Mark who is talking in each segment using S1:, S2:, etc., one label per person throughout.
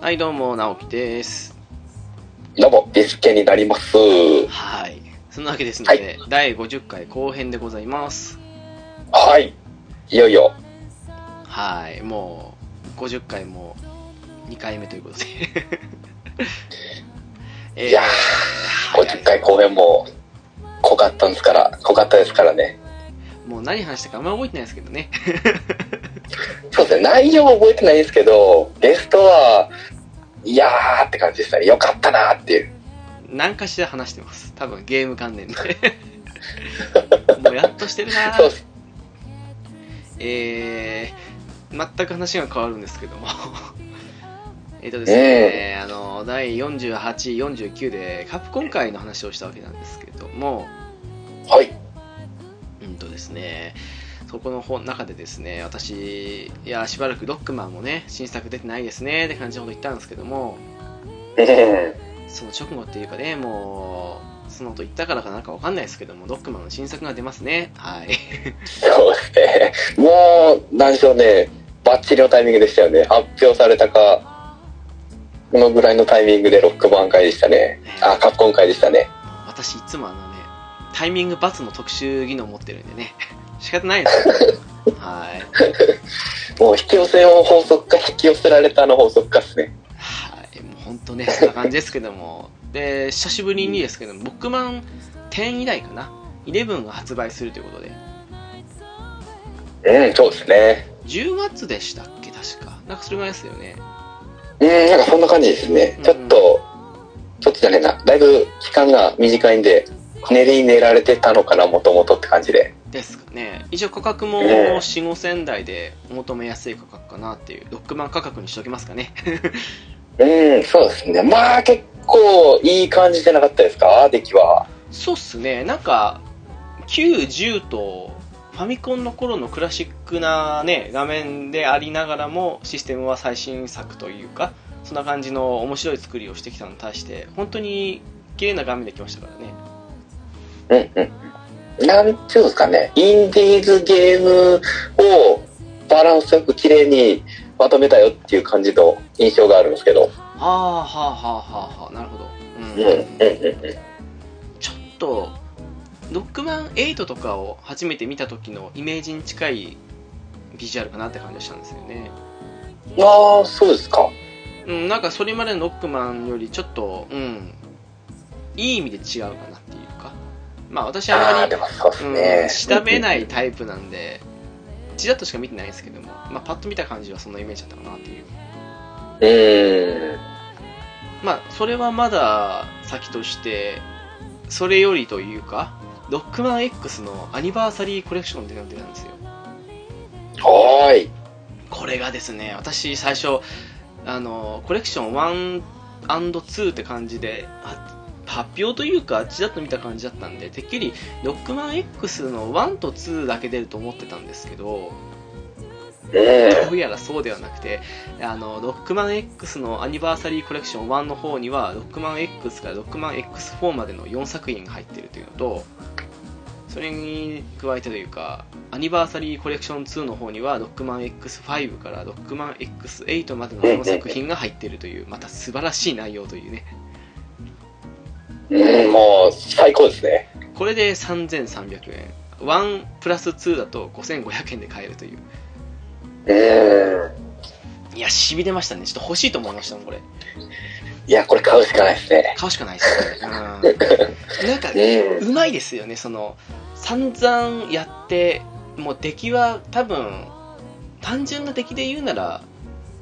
S1: はい、どうも、直樹です。
S2: どうも、ビスケになります。
S1: はい。そんなわけですので、第50回後編でございます。
S2: はい。いよいよ、
S1: はい。もう、50回も2回目ということで。 えー
S2: いや
S1: はい
S2: 50回公演も、濃かったんですから、濃かったですからね。
S1: もう何話したかあんま覚えてないですけどね。
S2: そうですね、内容は覚えてないんですけど、ゲストは、いやーって感じでしたね。よかったなーっていう。
S1: 何かしら話してます。多分ゲーム関 連で。もうやっとしてるな
S2: そうっす。
S1: えー、全く話が変わるんですけども えっとですね、あの第48、49でカプコン界の話をしたわけなんですけれども、
S2: はい。
S1: うんとですね、そこの本中でですね、私、いや、しばらくロックマンもね、新作出てないですねって感じのこと言ったんですけども、
S2: うん。
S1: その直後っていうかね、もう、そのこと言ったからかなんかわかんないですけども、ロックマンの新作が出ますね。はい。
S2: そうですね。もう、なんでしょうね、バッチリのタイミングでしたよね。発表されたか、このぐらいのタイミングでロックバン会でしたね。あ、カッコン会でしたね。
S1: 私いつもあのねタイミング×の特殊技能持ってるんでね 仕方ないです けどはい
S2: もう引き寄せの法則か引き寄せられたの法則かっすね。
S1: はいもう本当ねそんな感じですけどもで久しぶりにですけども「僕マン10以来かな11が発売するということで
S2: うん、そうですね。
S1: 10月でしたっけ確かなんかそれぐらいですよね
S2: うん、なんかそんな感じですね。ちょっと、ちょっとじゃねえな。だいぶ期間が短いんで、練りに練られてたのかな、もともとって感じで。
S1: ですかね一応価格も
S2: ええ
S1: 4 5千台でお求めやすい価格かなっていうロックマン価格にしときますかね
S2: うん、そうですね。まあ結構いい感じじゃなかったですか、出来は。
S1: そうっすね、なんか、9、10と、ファミコンの頃のクラシックなね、画面でありながらも、システムは最新作というか、そんな感じの面白い作りをしてきたのに対して、本当に綺麗な画面できましたからね。
S2: うん、うん。なんていうんですかね。インディーズゲームをバランスよく綺麗にまとめたよっていう感じの印象があるんですけど。
S1: はあはあはあはあはあ、なるほど。
S2: う
S1: うん
S2: ん、うん、うん。
S1: ちょっと、ロックマン8とかを初めて見た時のイメージに近いビジュアルかなって感じがしたんですよね。
S2: ああ、そうですか。
S1: うん、なんかそれまでのロックマンよりちょっと、うん、いい意味で違うかなっていうか、まあ私はあ
S2: あ
S1: ま
S2: あ、
S1: り
S2: で、もそうです
S1: うん
S2: ね。
S1: 調べないタイプなんで、ちらっとしか見てないですけども、まあパッと見た感じはそんなイメージだったかなっていう。
S2: うーん。
S1: まあそれはまだ先として、それよりというか、ロックマン X のアニバーサリーコレクションってなってたんですよ。
S2: はーい。
S1: これがですね私最初あのコレクション 1&2 って感じでは発表というかちらっと見た感じだったんでてっきりロックマン X の1と2だけ出ると思ってたんですけどど
S2: う
S1: うやらそうではなくてあのロックマン X のアニバーサリーコレクション1の方にはロックマン X からロックマン X4 までの4作品が入ってるというのとそれに加えてというかアニバーサリーコレクション2の方にはロックマン X5 からロックマン X8 までの4作品が入ってるというまた素晴らしい内容というね
S2: ん。うん、もう、最高ですね。
S1: これで3300円1プラス2だと5500円で買えるという
S2: うーん。
S1: いやしびれましたねちょっと欲しいと思いましたもんこれ
S2: いや、これ買うしかないですね。
S1: 買うしかないですね、うん、なんか
S2: うん。
S1: うまいですよねその散々やってもう出来は多分単純な出来で言うなら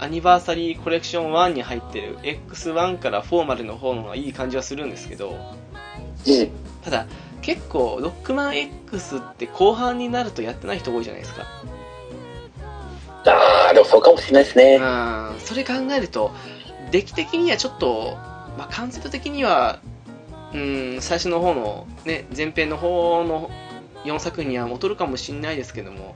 S1: アニバーサリーコレクション1に入ってる X1 から4までの方のがいい感じはするんですけど
S2: うん。
S1: ただ結構ロックマン X って後半になるとやってない人多いじゃないですか
S2: あー、でもそうかもしれないですね。
S1: うんそれ考えると出来的にはちょっと、まあ、完成度的にはうん最初の方の、ね、前編の方の4作品には劣るかもしれないですけども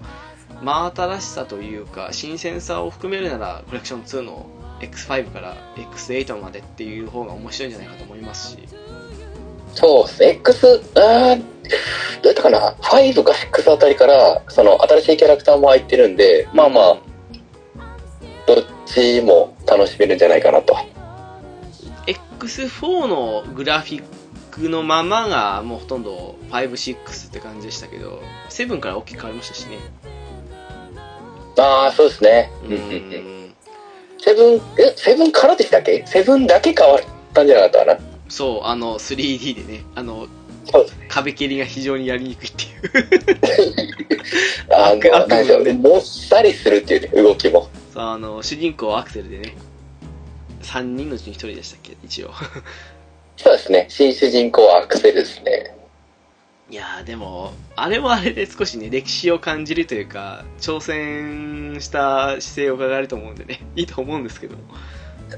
S1: 真新しさというか新鮮さを含めるならコレクション2の X5 から X8 までっていう方が面白いんじゃないかと思いますし
S2: そうですね。X、あー、どうやったかな。5か6あたりから、その、新しいキャラクターも入ってるんで、まあまあ、どっちも楽しめるんじゃないかなと。
S1: X4 のグラフィックのままがもうほとんど56って感じでしたけど7から大きく変わりましたしね
S2: ああ、そうですね。
S1: う
S2: うんうんうん。
S1: ん
S2: セブン、え、セブンからでしたっけセブンだけ変わったんじゃなかったかな。
S1: そうあの 3D でねあの
S2: そうです
S1: 壁蹴りが非常にやりにくいっていう
S2: あ
S1: 悪
S2: の、
S1: 悪
S2: 何でしょう
S1: ね
S2: ね。もっさりするっていうね、動きも。
S1: そうあの主人公アクセルでね3人のうちに1人でしたっけ一応
S2: そうですね。新主人公はアクセルですね。
S1: いやーでもあれもあれで少しね歴史を感じるというか挑戦した姿勢を伺えると思うんでね いいと思うんですけど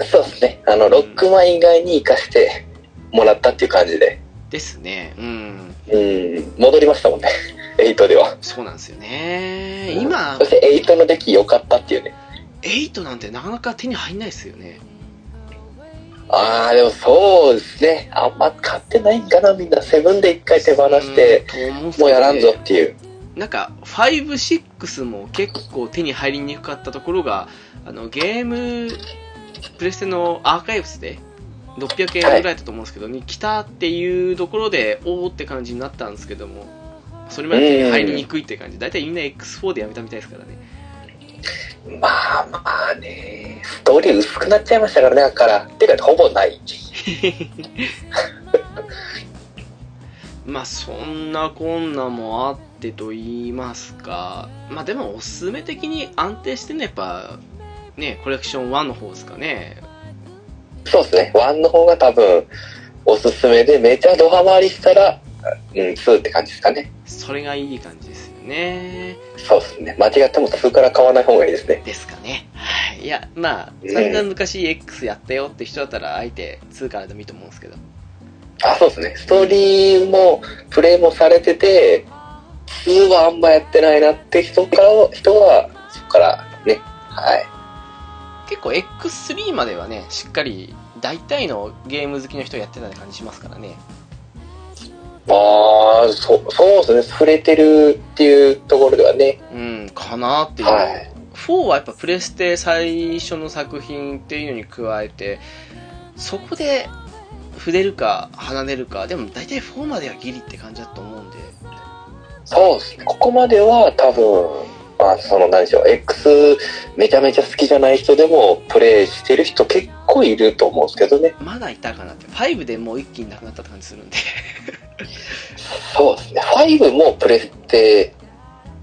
S2: そうですね。あの、ロックマン以外に活かしてもらったっていう感じで。
S1: ですねうん
S2: うん。戻りましたもんね。8では。
S1: そうなんですよね今
S2: そして8のデッキ良かったっていうね。
S1: 8なんてなかなか手に入んないですよね
S2: ああ、でもそうですね。あんま買ってないんかな、みんな。セブンで一回手放して、
S1: うん
S2: もうやらんぞっていう。
S1: なんか56も結構手に入りにくかったところがあのゲームプレステのアーカイブスで600円ぐらいだと思うんですけど、に来たっていうところでおおって感じになったんですけどもそれまで手に入りにくいって感じ大体みんな X4 でやめたみたいですからね
S2: まあまあね。ストーリー薄くなっちゃいましたからね、だから。てか、ほぼない。
S1: まあそんなこんなもあってと言いますかまあでもおすすめ的に安定してねやっぱねコレクション1の方ですかね
S2: そうですね。1の方が多分、おすすめで、めちゃドハマりしたら、うん、2って感じですかね。
S1: それがいい感じですよね
S2: そうですね。間違っても2から買わない方がいいですね。
S1: ですかねはいいやまあ
S2: うん
S1: 散々昔 X やったよって人だったらあえて2からでもいいと思うんですけど
S2: あ、そうですね。ストーリーも、プレイもされてて、2はあんまやってないなって人からは、人は、そこから、ね。はい。
S1: 結構 X3 まではねしっかり大体のゲーム好きの人やってた感じしますからね
S2: ああ、そ、そうですね。触れてるっていうところではね。
S1: うんかなっていう、
S2: はい。
S1: 4はやっぱプレステ最初の作品っていうのに加えてそこで触れるか離れるかでも大体4まではギリって感じだと思うんで
S2: そうですね。ここまでは多分、まあ、その何でしょう、X めちゃめちゃ好きじゃない人でもプレイしてる人結構いると思うんですけどね。
S1: まだいたかなって5でもう一気になくなったって感じするんで
S2: そうですね。5もプレステ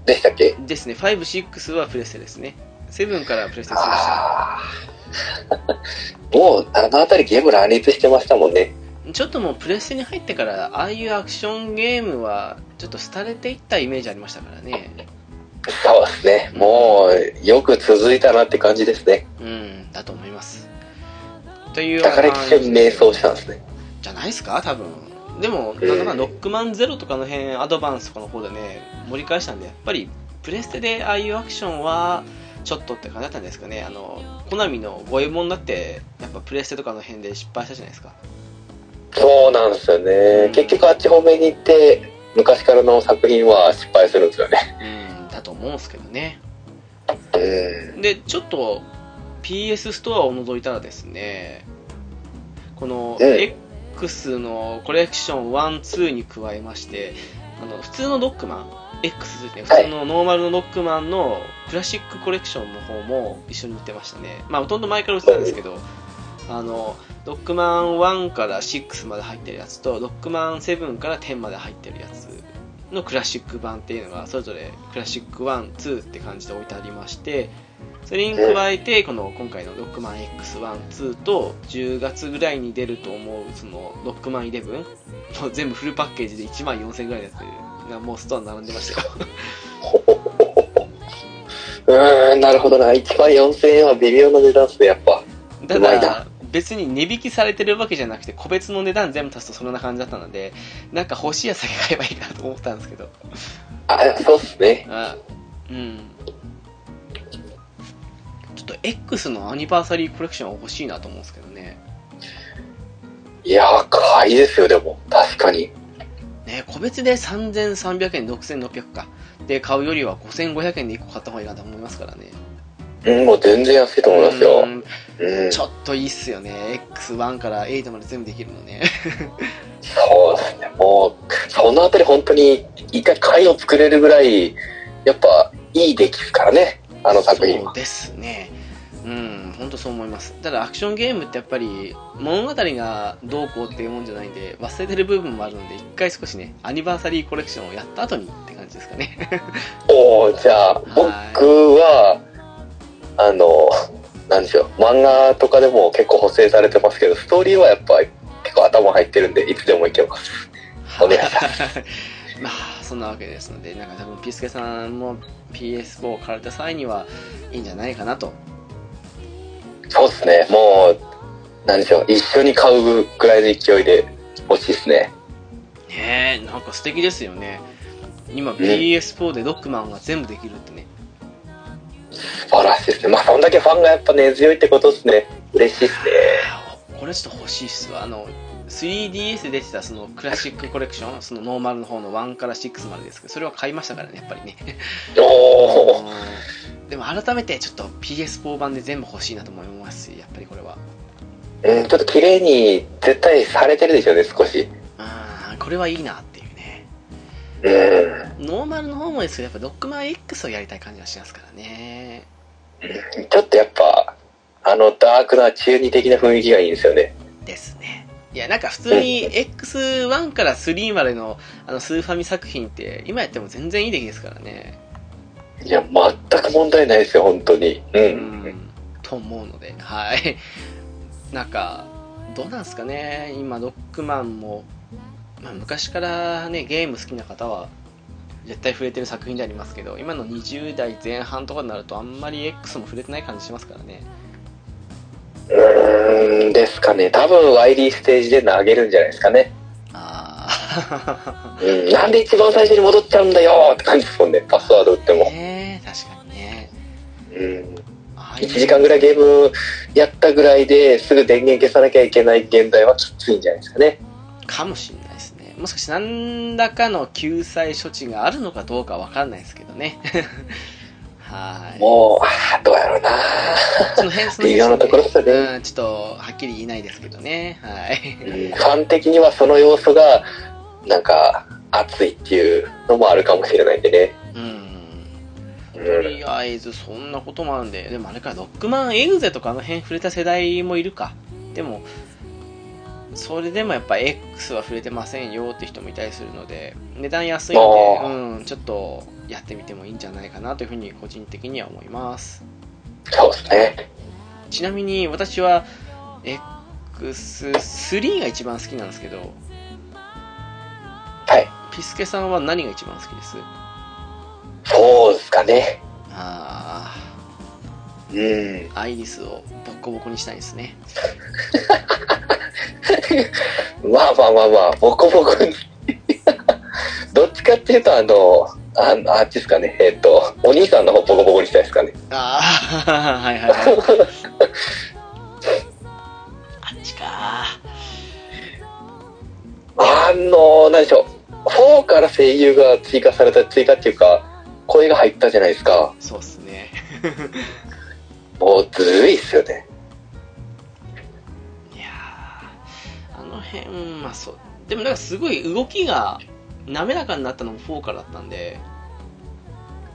S2: でしたっけ
S1: ですね56はプレステですね7からプレステ2でした
S2: ああ。 もう、あのあたりゲーム乱立してましたもんね。
S1: ちょっともうプレステに入ってからああいうアクションゲームはちょっと廃れていったイメージありましたからね
S2: そうですね。もう、よく続いたなって感じですね。
S1: うんだと思いますというような
S2: 宝木君迷走したんですね。
S1: じゃないですか多分でも
S2: うん
S1: なんだかんだロックマンゼロとかの辺アドバンスとかの方でね盛り返したんでやっぱりプレステでああいうアクションはちょっとって感じだったんですかねあのコナミの五右衛門だってやっぱプレステとかの辺で失敗したじゃないですか
S2: そうなんですよね。結局あっち方面に行って、昔からの作品は失敗するんですよね。
S1: うんだと思うんですけどね
S2: うん。
S1: でちょっと PS ストアを除いたらですねこの
S2: え
S1: X のコレクション12に加えましてあの普通のロックマン X ですね
S2: はい
S1: 普通のノーマルのロックマンのクラシックコレクションの方も一緒に売ってましたねまあほとんど前から売ってたんですけどあのロックマン1から6まで入ってるやつとロックマン7から10まで入ってるやつのクラシック版っていうのがそれぞれクラシック12って感じで置いてありましてそれに加えてこの今回のロックマン X12 と10月ぐらいに出ると思うそのロックマン11もう全部フルパッケージで1万4000ぐらいのやつがもうストアに並んでま したよ
S2: うーん、なるほどな。1万4000円は微妙な値段っすね、やっぱ。
S1: た
S2: うまいな
S1: だ別に値引きされてるわけじゃなくて個別の値段全部足すとそんな感じだったのでなんか欲しいやつだけ買えばいいなと思ったんですけど
S2: あ、そうっすね。
S1: あうんちょっと X のアニバーサリーコレクションは欲しいなと思うんですけどね
S2: いやー、買いですよ、でも。確かに。
S1: ね個別で3300円6600かで買うよりは5500円で1個買った方がいいなと思いますからね
S2: うん、もう全然安いと思いますよ。うん、
S1: ち
S2: そ
S1: ょっといいっすよね。X1 から8まで全部できるのね。
S2: うですね。もう、そのあたり本当に一回回を作れるぐらい、やっぱいい出来ですからね、あの作品
S1: そう
S2: は。
S1: ですね。うん、本当そう思います。ただアクションゲームってやっぱり物語がどうこうっていうもんじゃないんで、忘れてる部分もあるので、一回少しね、アニバーサリーコレクションをやった後にって感じですか ね。
S2: おーじゃあ、僕は、あの、なんでしょう、漫画とかでも結構補正されてますけど、ストーリーはやっぱ結構頭入ってるんで、いつでもいけます。お願いします。
S1: まあ、そんなわけですので、なんか多分ピースケさんも PS4 を買われた際にはいいんじゃないかなと。
S2: そうですね、もう、なんでしょう、一緒に買うぐらいの勢いで欲しいですね。
S1: ねえ、なんか素敵ですよね。今 PS4 でドックマンが全部できるってね。
S2: 素晴らしいですね。まあ、そんだけファンがやっぱ根強いってことですね。嬉しいですね。
S1: あこれちょっと欲しいっすわあの 3DS で出てたそのクラシックコレクションそのノーマルの方の1から6までですけどそれは買いましたからねやっぱりね
S2: おー
S1: うん でも改めてちょっと PS4 版で全部欲しいなと思いますしやっぱりこれは
S2: うん、ちょっと綺麗に絶対されてるでしょうね、少し。
S1: うんこれはいいなっていうね
S2: うん。
S1: ノーマルの方もですけどやっぱドックマン X をやりたい感じがしますからね
S2: ちょっとやっぱ、あのダークな中二的な雰囲気がいいんですよね。
S1: ですねいやなんか普通に X1 から3までのあのスーファミ作品って今やっても全然いい出来ですからね
S2: いや、全く問題ないですよ、本当に。う。
S1: うんんと思うので、はい。なんか、どうなんすかね、今、ドックマンも、まあ、昔からね、ゲーム好きな方は、絶対触れてる作品でありますけど、今の20代前半とかになると、あんまり X も触れてない感じしますからね。
S2: うーん、ですかね。多分、ワイリーステージで投げるんじゃないですかね。
S1: あ
S2: うん。なんで一番最初に戻っちゃうんだよって感じですもんね。パスワード打っ て
S1: ー。
S2: も。
S1: ねえ確かにね。
S2: うん。
S1: ああいう
S2: 1時間ぐらいゲームやったぐらいですぐ電源消さなきゃいけない現代はきついんじゃないですかね。
S1: かもしれないですね。もしかして何らかの救済処置があるのかどうかわかんないですけどね。 はい。
S2: もう、ああ、どうやろうな。
S1: その辺、その
S2: 微妙なところですよね
S1: うん、ちょっと、はっきり言えないですけどね。 はい。
S2: うんファン的にはその要素が、なんか、熱いっていうのもあるかもしれないんでね。
S1: うん。
S2: う
S1: と
S2: ん、
S1: りあえず、そんなこともあるんで、でもあれか、ロックマンエグゼとかあの辺触れた世代もいるか。でも、それでもやっぱ X は触れてませんよって人もいたりするので、値段安いの
S2: あ
S1: で、うん、ちょっとやってみてもいいんじゃないかなというふうに個人的には思います。
S2: そうですね。
S1: ちなみに私は X3 が一番好きなんですけど
S2: はい。
S1: ピスケさんは何が一番好きです
S2: そうですかね。
S1: あ
S2: うん。
S1: あアイリスをボッコボコにしたいですね
S2: まあまあまあまあ、ボコボコに。 どっちかっていうと、あの、ああっちですかね。えっ、と、お兄さんの方ボコボコにしたいですかね。
S1: ああはいはいはいあっちか
S2: あの、何でしょう。4から声優が追加された、追加っていうか、声が入ったじゃないですか。
S1: そうっすね
S2: もうずるいっすよね。
S1: いやーあの辺まあそうでもなんかすごい動きが滑らかになったのも4からだったんで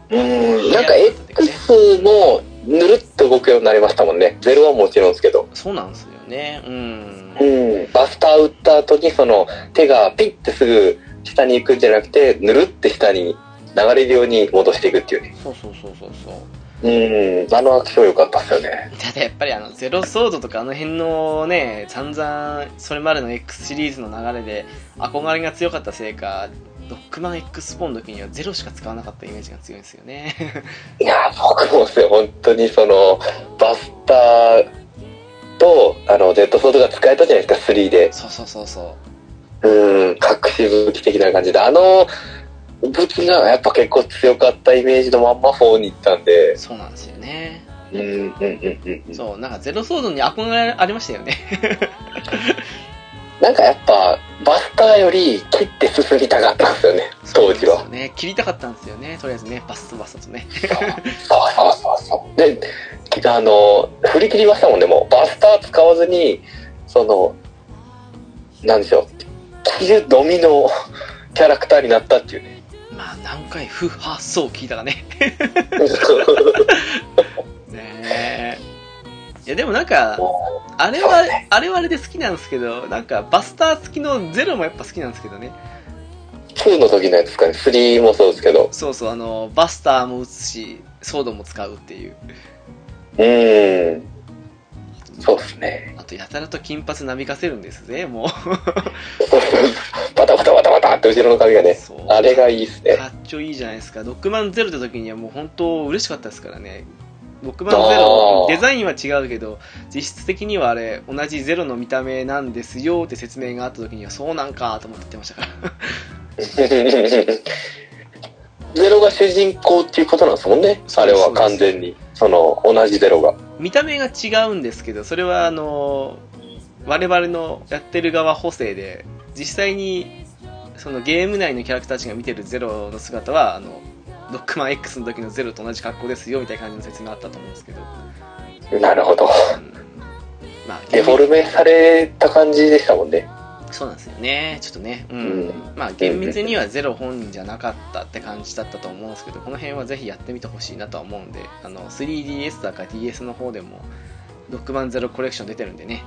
S2: うん。なんか X もぬるっと動くようになりましたもんね。ゼロはもちろんですけど。
S1: そうなんですよねうん
S2: うん。バスター打った後にその手がピッてすぐ下に行くんじゃなくて、ぬるって下に流れるように戻していくっていうね。
S1: そうそうそうそうそう
S2: うん。あのアクション良かったっすよね。
S1: ただやっぱりあのゼロソードとかあの辺のね散々それまでの X シリーズの流れで憧れが強かったせいかドックマン X ポンの時にはゼロしか使わなかったイメージが強いんですよね
S2: いやー僕もですよ本当にそのバスターとあの Z ソードが使えたじゃないですか3で
S1: そうそうそうそう
S2: ーん隠し武器的な感じであの武器がやっぱ結構強かったイメージのまんま4に行ったんで
S1: うそうなんですよね
S2: うんうんうんうんうん
S1: そうなんかゼロソードに憧れありましたよね
S2: なんかやっぱバスターより切って進みたかったんですよね当時
S1: そう
S2: は
S1: なんですよね切りたかったんですよねとりあえずねバスとバスとね
S2: そうそうそうそうであの振り切りましたもんねもうバスター使わずにそのなんでしょうキルドミのキャラクターになったっていうね
S1: まあ何回ふはそう聞いたかねねえいやでもなんか
S2: も
S1: あれは、あれはあれで好きなんですけどなんかバスター付きのゼロもやっぱ好きなんですけどね
S2: う2の時のやつですかね3もそうですけど
S1: そうそうあのバスターも打つしソードも使うっていう
S2: うーんそうですね
S1: あとやたらと金髪なびかせるんですねも
S2: バタバタバタバタって後ろの髪が
S1: う
S2: ね
S1: そう
S2: あれがいいですね
S1: かっちょいいじゃないですか、ロックマンゼロって時にはもう本当嬉しかったですからね。ロックマンゼロ
S2: あ、ー
S1: デザインは違うけど、実質的にはあれ、同じゼロの見た目なんですよって説明があった時には、そうなんかと思って言ってましたから。
S2: ゼロが主人公っていうことなんですもんね
S1: そ
S2: あ
S1: うで
S2: れ
S1: す
S2: は完全にその同じゼロが
S1: 見た目が違うんですけど、それはあの、我々のやってる側補正で、実際に、そのゲーム内のキャラクターたちが見てるゼロの姿は、あの、ロックマン X の時のゼロと同じ格好ですよみたいな感じの説明あったと思うんですけど。
S2: なるほど
S1: うんまあ、
S2: デフォルメされた感じでしたもんね
S1: そうなんですよねちょっとねうん、
S2: うん
S1: まあ厳密にはゼロ本人じゃなかったって感じだったと思うんですけどこの辺はぜひやってみてほしいなとは思うんであの 3DS だか DS の方でも6万ゼロコレクション出てるんでね、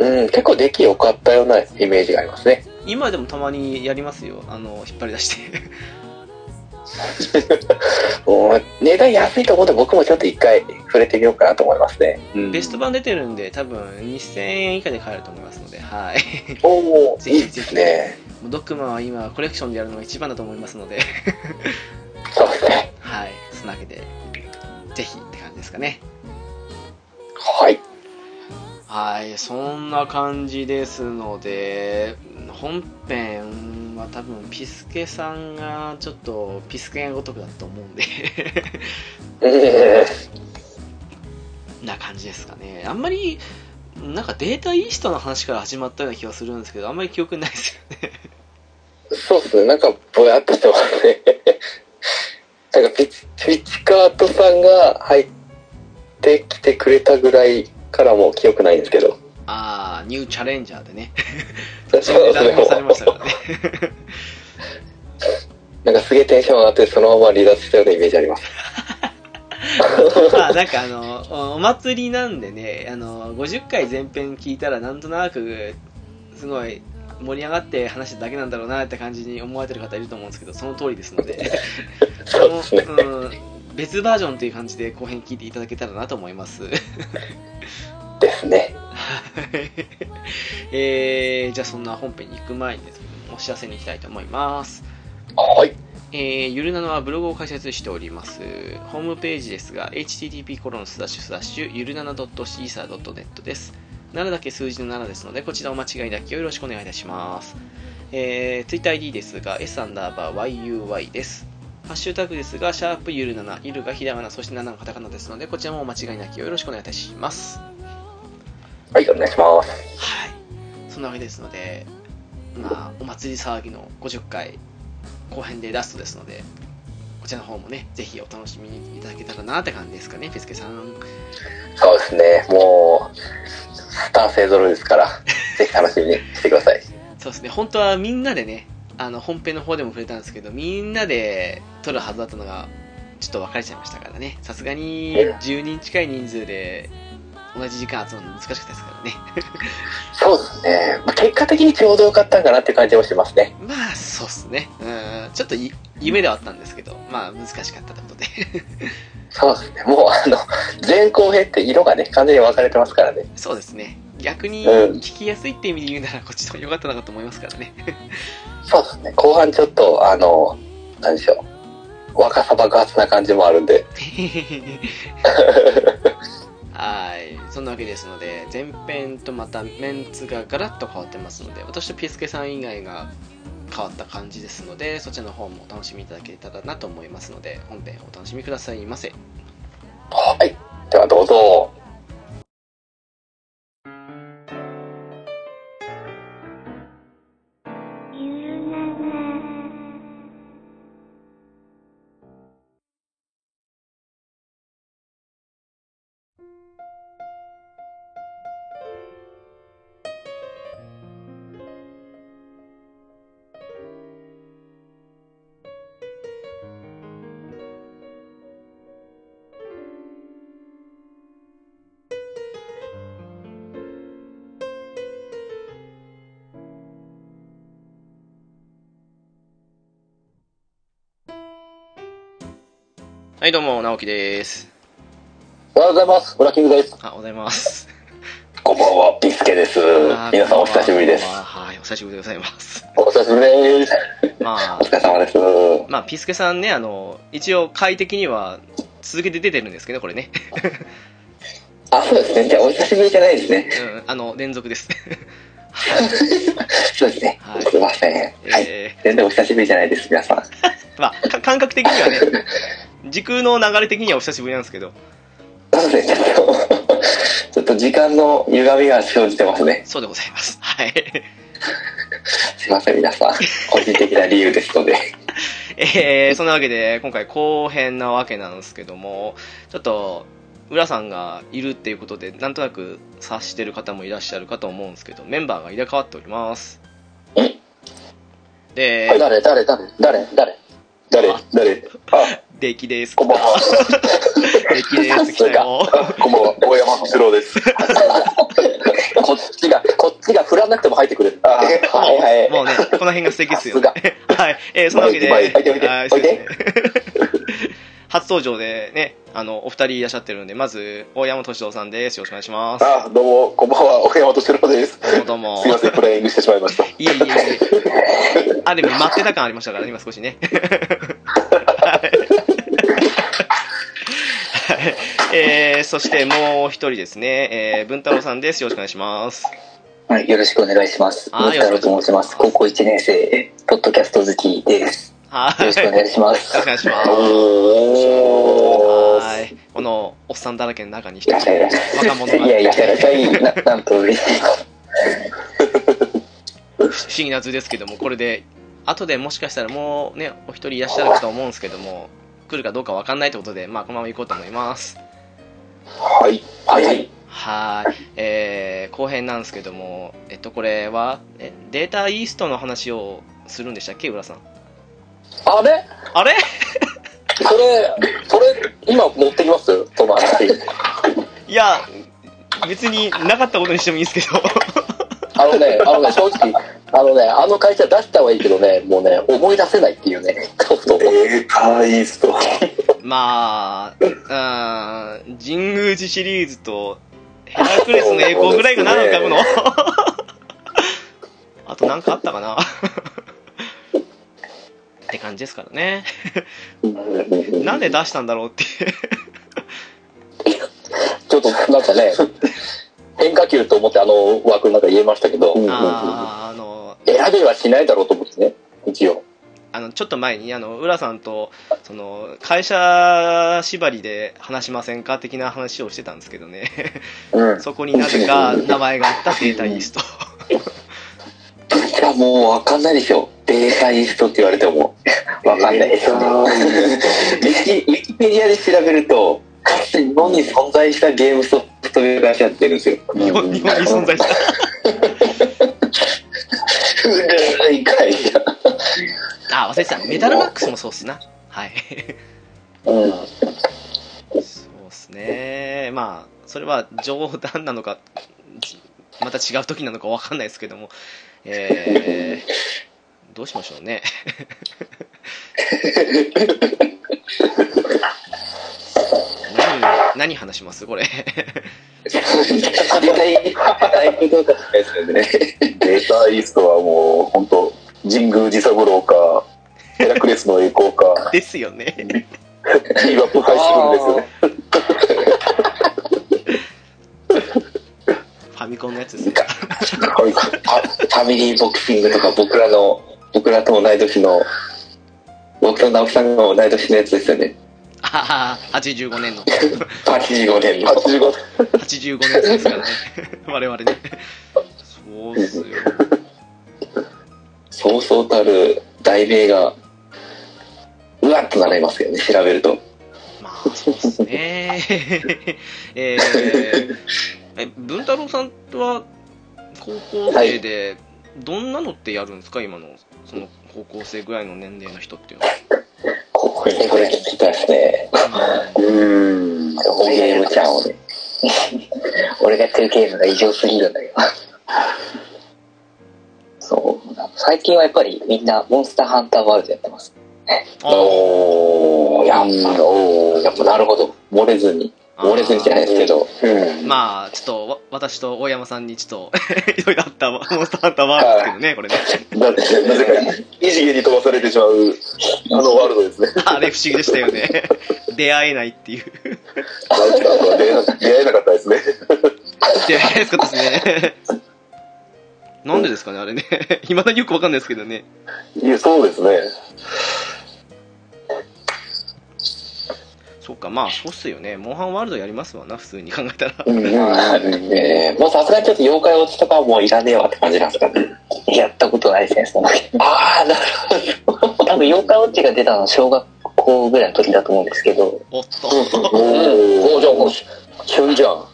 S1: はい、
S2: うん結構出来良かったようなイメージがありますね
S1: 今でもたまにやりますよあの引っ張り出して
S2: もう値段安いと思って僕もちょっと一回触れてみようかなと思いますね、うん
S1: ベスト版出てるんで多分2000円以下で買えると思いますので、はい、
S2: おお
S1: ぜ
S2: い
S1: ひ
S2: いですね
S1: もうドックマンは今コレクションでやるのが一番だと思いますので
S2: そうですね
S1: はいそんなわけでぜひって感じですかね
S2: はい
S1: はい、そんな感じですので、本編は多分ピスケさんがちょっとピスケがごとくだと思うんで、
S2: うん
S1: な感じですかね。あんまり、なんかデータイーストの話から始まったような気がするんですけど、あんまり記憶にないですよね。
S2: そうですねなんかぼやっとしてますね なんかピチピチカートさんが入ってきてくれたぐらいからもう記憶ないんですけど
S1: あー、ニューチャレンジャーでね、
S2: そう
S1: 途中で
S2: で
S1: 乱入さ
S2: す
S1: れま
S2: ね
S1: したからね。
S2: なんかすげえテンション上がってそのまま離脱したようなイメージあります
S1: まあなんかあのお祭りなんでねあの50回前編聞いたらなんとなくすごい盛り上がって話しただけなんだろうなって感じに思われてる方いると思うんですけどその通りですので
S2: そうですね
S1: そのうん別バージョンという感じで後編聞いていただけたらなと思います
S2: ですね
S1: えー、じゃあそんな本編に行く前にですねお知らせに行きたいと思います
S2: はい
S1: えー、ゆるなのはブログを開設しております。ホームページですが、http コロンスダッシュスダッシュゆるなな .caesar.net です。7だけ数字の7ですので、こちらお間違いなきをよろしくお願いいたします。えー、TwitterID ですが、s アンダーバー yuy です。ハッシュタグですが、シャープゆるなな、ゆるがひらがな、そして7がカタカナですので、こちらもお間違いなきをよろしくお願いいたします。
S2: はいお願いします
S1: はい、そんなわけですので、まあ、お祭り騒ぎの50回後編でラストですので、こちらの方もね、ぜひお楽しみにいただけたらなって感じですかね、ペスケさん。
S2: そうですね、もう、スター勢ぞろいですから、ぜひ楽しみにしてください。
S1: そうですね、本当はみんなでね、あの本編の方でも触れたんですけど、みんなで撮るはずだったのが、ちょっと分かれちゃいましたからね、さすがに10人近い人数で同じ時間集まるの難しかったですからね。
S2: そうですね、まあ、結果的にちょうどよかったんかなって感じもしてますね。
S1: まあ、そうっすね、うん、ちょっとい夢ではあったんですけど、まあ、難しかったってことで。
S2: そうですね、もうあの、前後編って色がね、完全に分かれてますからね。
S1: そうですね逆に
S2: うん
S1: 聞きやすいって意味で言うならこっちの方が良かったのかと思いますからね
S2: そうですね、後半ちょっと、あの、なんでしょう、若さ爆発な感じもあるんで、
S1: はいそんなわけですので前編とまたメンツがガラッと変わってますので私とピスケさん以外が変わった感じですのでそちらの方もお楽しみいただけたらなと思いますので本編をお楽しみくださいませ
S2: はい、ではどうぞ。
S1: はい、どうも、直樹です。
S2: おはようございます。ブラッキングです。
S1: あ、おはようございます。
S2: こんばんは、ピスケです
S1: あー。
S2: 皆さんお久しぶりです
S1: こん。ばんははい、お久しぶりでございます。
S2: お久しぶりです。
S1: まあ
S2: お、疲れ様です。は
S1: まあ、ピスケさんね、あの、一応、快適には続けて出てるんですけどね、これね。
S2: あ、そうですね。じゃあ、お久しぶりじゃないですね。
S1: うん、 あの、連続です。
S2: そうですね。
S1: はい
S2: すいません。はい。
S1: え
S2: 全然お久しぶりじゃないです、皆さん。
S1: ーまあ、か感覚的にはね、時空の流れ的にはお久しぶりなんですけど、
S2: そうですね、ちょっと、 ちょっと時間の歪みが生じてますね。
S1: そうでござい ます。はい。
S2: すいません、皆さん。個人的な理由ですので。
S1: えー、そんなわけで、今回後編なわけなんですけども、ちょっと、浦さんがいるっていうことで、なんとなく察してる方もいらっしゃるかと思うんですけど、メンバーが入れ替わっております。で、
S2: 誰、誰、誰、誰、誰誰、誰あ、
S1: 出来です。
S2: こんばんは。
S1: 出来 です。来たよ。
S2: こんばんは、大山八郎です。 こっちが、こっちが振らなくても入ってくれる。あはいはい。
S1: もうね、この辺が素敵ですよね
S2: さ。
S1: はい。えー、そんなわけで、
S2: 前置いて置いて
S1: はい
S2: 置いて
S1: そうですね初登場でね、あの、お二人いらっしゃってるんで、まず、大山敏郎さんです。よろしくお願いします。
S3: あ、どうも、こんばんは、大山敏郎です。
S1: どうもどうも
S3: すいません、プレイングしてしまいました。
S1: いえいえいえ。ある意味、待ってた感ありましたからね、今少しね。はいはいえー、そしてもう一人ですね、えー、文太郎さんです。よろしくお願いします。
S2: はい、よろしくお願いします。
S1: あー
S2: 太郎と申します。
S1: よろ
S2: 高
S1: しく
S2: 校1年生、ポッドキャスト好きです。
S1: はい。
S2: よろしくお願いします。
S1: よろしくお願いします
S2: おー
S1: はい。この、おっさんだらけの中に一
S2: い
S1: 人
S2: やいやい
S1: 若者が
S2: やいやいやいやななんと嬉しい
S1: 不思議な図ですけども、これで、後でもしかしたらもうね、お一人いらっしゃるかと思うんですけども、来るかどうかわかんないということで、まあ、このまま行こうと思います。
S3: はい。
S2: はいはい
S1: はーい。えー、後編なんですけども、えっと、これは、え、データイーストの話をするんでしたっけ、浦さん。
S3: あれ
S1: あれ
S3: それ、それ、今持ってきます
S2: その話
S1: いや、別になかったことにしてもいいんですけど。
S2: あのねあのね正直あのねあの会社出したはいいけどねもうね思い出せないっていうねソフトを
S3: データイースト。
S1: まあ、うーん、神宮寺シリーズとヘラクレスの栄光ぐらいがな、浮かぶの。 あとなんかあったかなって感じですからね。なんで出したんだろうっていう。
S2: ちょっとなんかね 変化球と思ってあの枠の中に入れましたけど、
S1: あーあの、
S2: 選べはしないだろうと思ってね一応
S1: あの、ちょっと前に、あの、浦さんと、その、会社縛りで話しませんか的な話をしてたんですけどね。
S2: うん
S1: そこになぜか名前があったデータイースト。
S2: いやもうわかんないでしょデータイーストって言われて もわかんないですよねウィキウィキペディアで調べるとかつて日本に存在したゲームソフトウェア会社って出るんですよ
S1: 日本日本に存在した。
S2: 古い会社
S1: あ、忘れてた。メタルマックスもそうっすな。はい。
S2: うん
S1: そうっすね。まあ、それは冗談なのか、じまた違う時なのかわかんないですけども、えー、どうしましょうね。 何、何話しますこれ。
S2: 絶対絶対行こうか
S3: データイーストはもう、本当神宮寺三郎か、ヘラクレスの栄光か、
S1: ですよね。
S3: リバップ配するんですよね。
S1: ファミコンのやつですね。
S2: はいファミリーボクシングとか僕らの僕らと同い年の僕と直樹さんが同い年のやつですよね
S1: ああ、85年の。
S2: 85年の
S3: 85
S1: 85年生ですからね。 我々ね。そうっすよ。
S2: そうそうたる題名がうわっとなりますよね調べると
S1: まあ、そうですね。 えー、え、文太郎さんは、高校生で、どんなのってやるんですか、今の、その、高校生ぐらいの年齢の人っていうの
S2: ここにこれ聞きたいですね
S1: は。
S3: うん。
S2: おゲームちゃんをね 俺がやってるゲームが異常すぎるんだけど
S4: そう。最近はやっぱりみんなモンスターハンターワールドやってます。
S1: あ
S2: お
S3: お
S2: ーや、おやっぱなるほど。漏れずに。
S1: あー
S2: 漏れずにじゃないですけど。うん。
S1: まあ、ちょっとわ、私と大山さんにちょっと、い ろいろあったモンスターハンターワールドですけどね、これね。
S3: ななぜか異次元に飛ばされてしま う、あのワールドですね。
S1: あれ不思議でしたよね。出会えないっていう。
S3: あとは出会えな出会えなかったですね。
S1: 出会えないことですね。 なんでですかね、あれね。未だによくわかんないですけどね。
S3: いや、そうですね。
S1: そっか、まあ、そうっすよね。モンハンワールドやりますわな、普通に考えた ら。
S2: うんうんえーもうさすがにちょっと妖怪落ちとかはもういらねえわって感じなんですかね。
S4: やったことないですね、その時。
S2: ああ、なる
S4: 多分、妖怪ウォッチが出たのは小学校ぐらいの時だと思うんですけど、
S1: おっと。
S2: ほ
S3: お
S2: ど。
S3: ー
S2: おーじゃあもう、旬じゃん。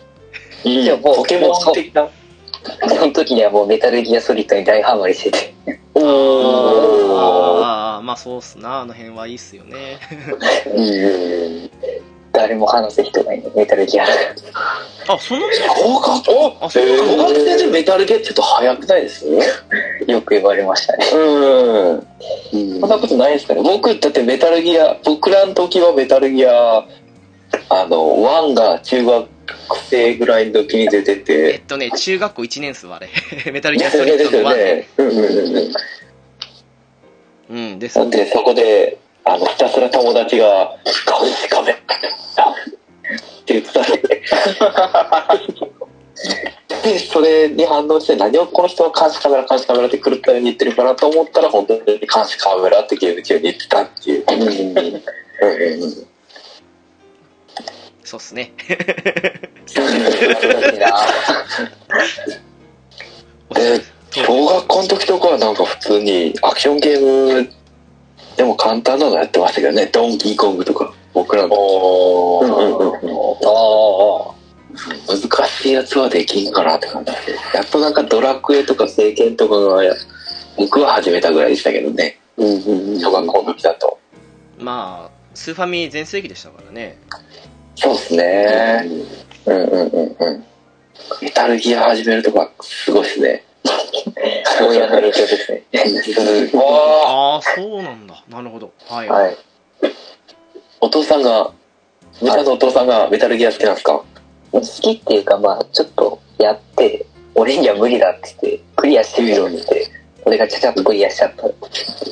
S2: いい
S4: じゃあもう
S2: ポケモン的な。
S4: その時にはもうメタルギアソリッドに大ハマりしてて、
S3: おー
S1: ああ、まあそうっすな。あの辺はいいっすよね。
S2: うん。
S4: 誰も話す人がいない、メタルギア。
S1: あ、そんなこと
S2: 小学
S1: あそう
S2: 生小学生でメタルゲーってちょっと早くないです
S4: よく言われましたね。
S2: うん。そんなことないですかね。僕、だってメタルギア、僕らの時はメタルギア、あの、ワンが中学生ぐらいの時に出て、
S1: えってとね、中学校1年っすわ、あれ。 メタルギア
S2: そ
S1: ソリ
S2: れ
S1: ッ
S2: です
S1: ドのワ
S2: よ
S1: ン。
S2: ね。 うんうんうんうん。
S1: うん、です
S2: だ。ってそこで、あの、ひたすら友達が、ガメガメって言ってたんで。で、それに反応して、何をこの人は監視カメラ、監視カメラって狂ったように言ってるかなと思ったら、本当に監視カメラってゲーム中に言ってたっていう。うんうん
S1: そうっすね。
S4: 懐かしいな
S1: おっしゃる通り
S2: 小学校の時とかはなんか普通にアクションゲームでも簡単なのやってましたけどねドンキーコングとか僕らの
S3: お
S2: うんうん
S3: ー。
S2: うん難しいやつはできんかなって感じでやっとなんかドラクエとか聖剣とかがや僕は始めたぐらいでしたけどね
S3: うんうんうん
S2: 小学校の時だと
S1: まあ、スーファミ全盛期でしたからね。
S2: そうっすねうんうんうんうんメタルギア始めるとかすごいっす ね
S4: 親の影響ですね。
S2: すごい
S1: ああ、そうなんだ。なるほど。はい。
S4: はい。
S2: お父さんがメタのお父さんがメタルギア好きなんですか
S4: 好きっていうか、まあ、ちょっとやって、俺には無理だって言って、クリアしてみろって言って、俺がちゃちゃっとクリアしちゃった。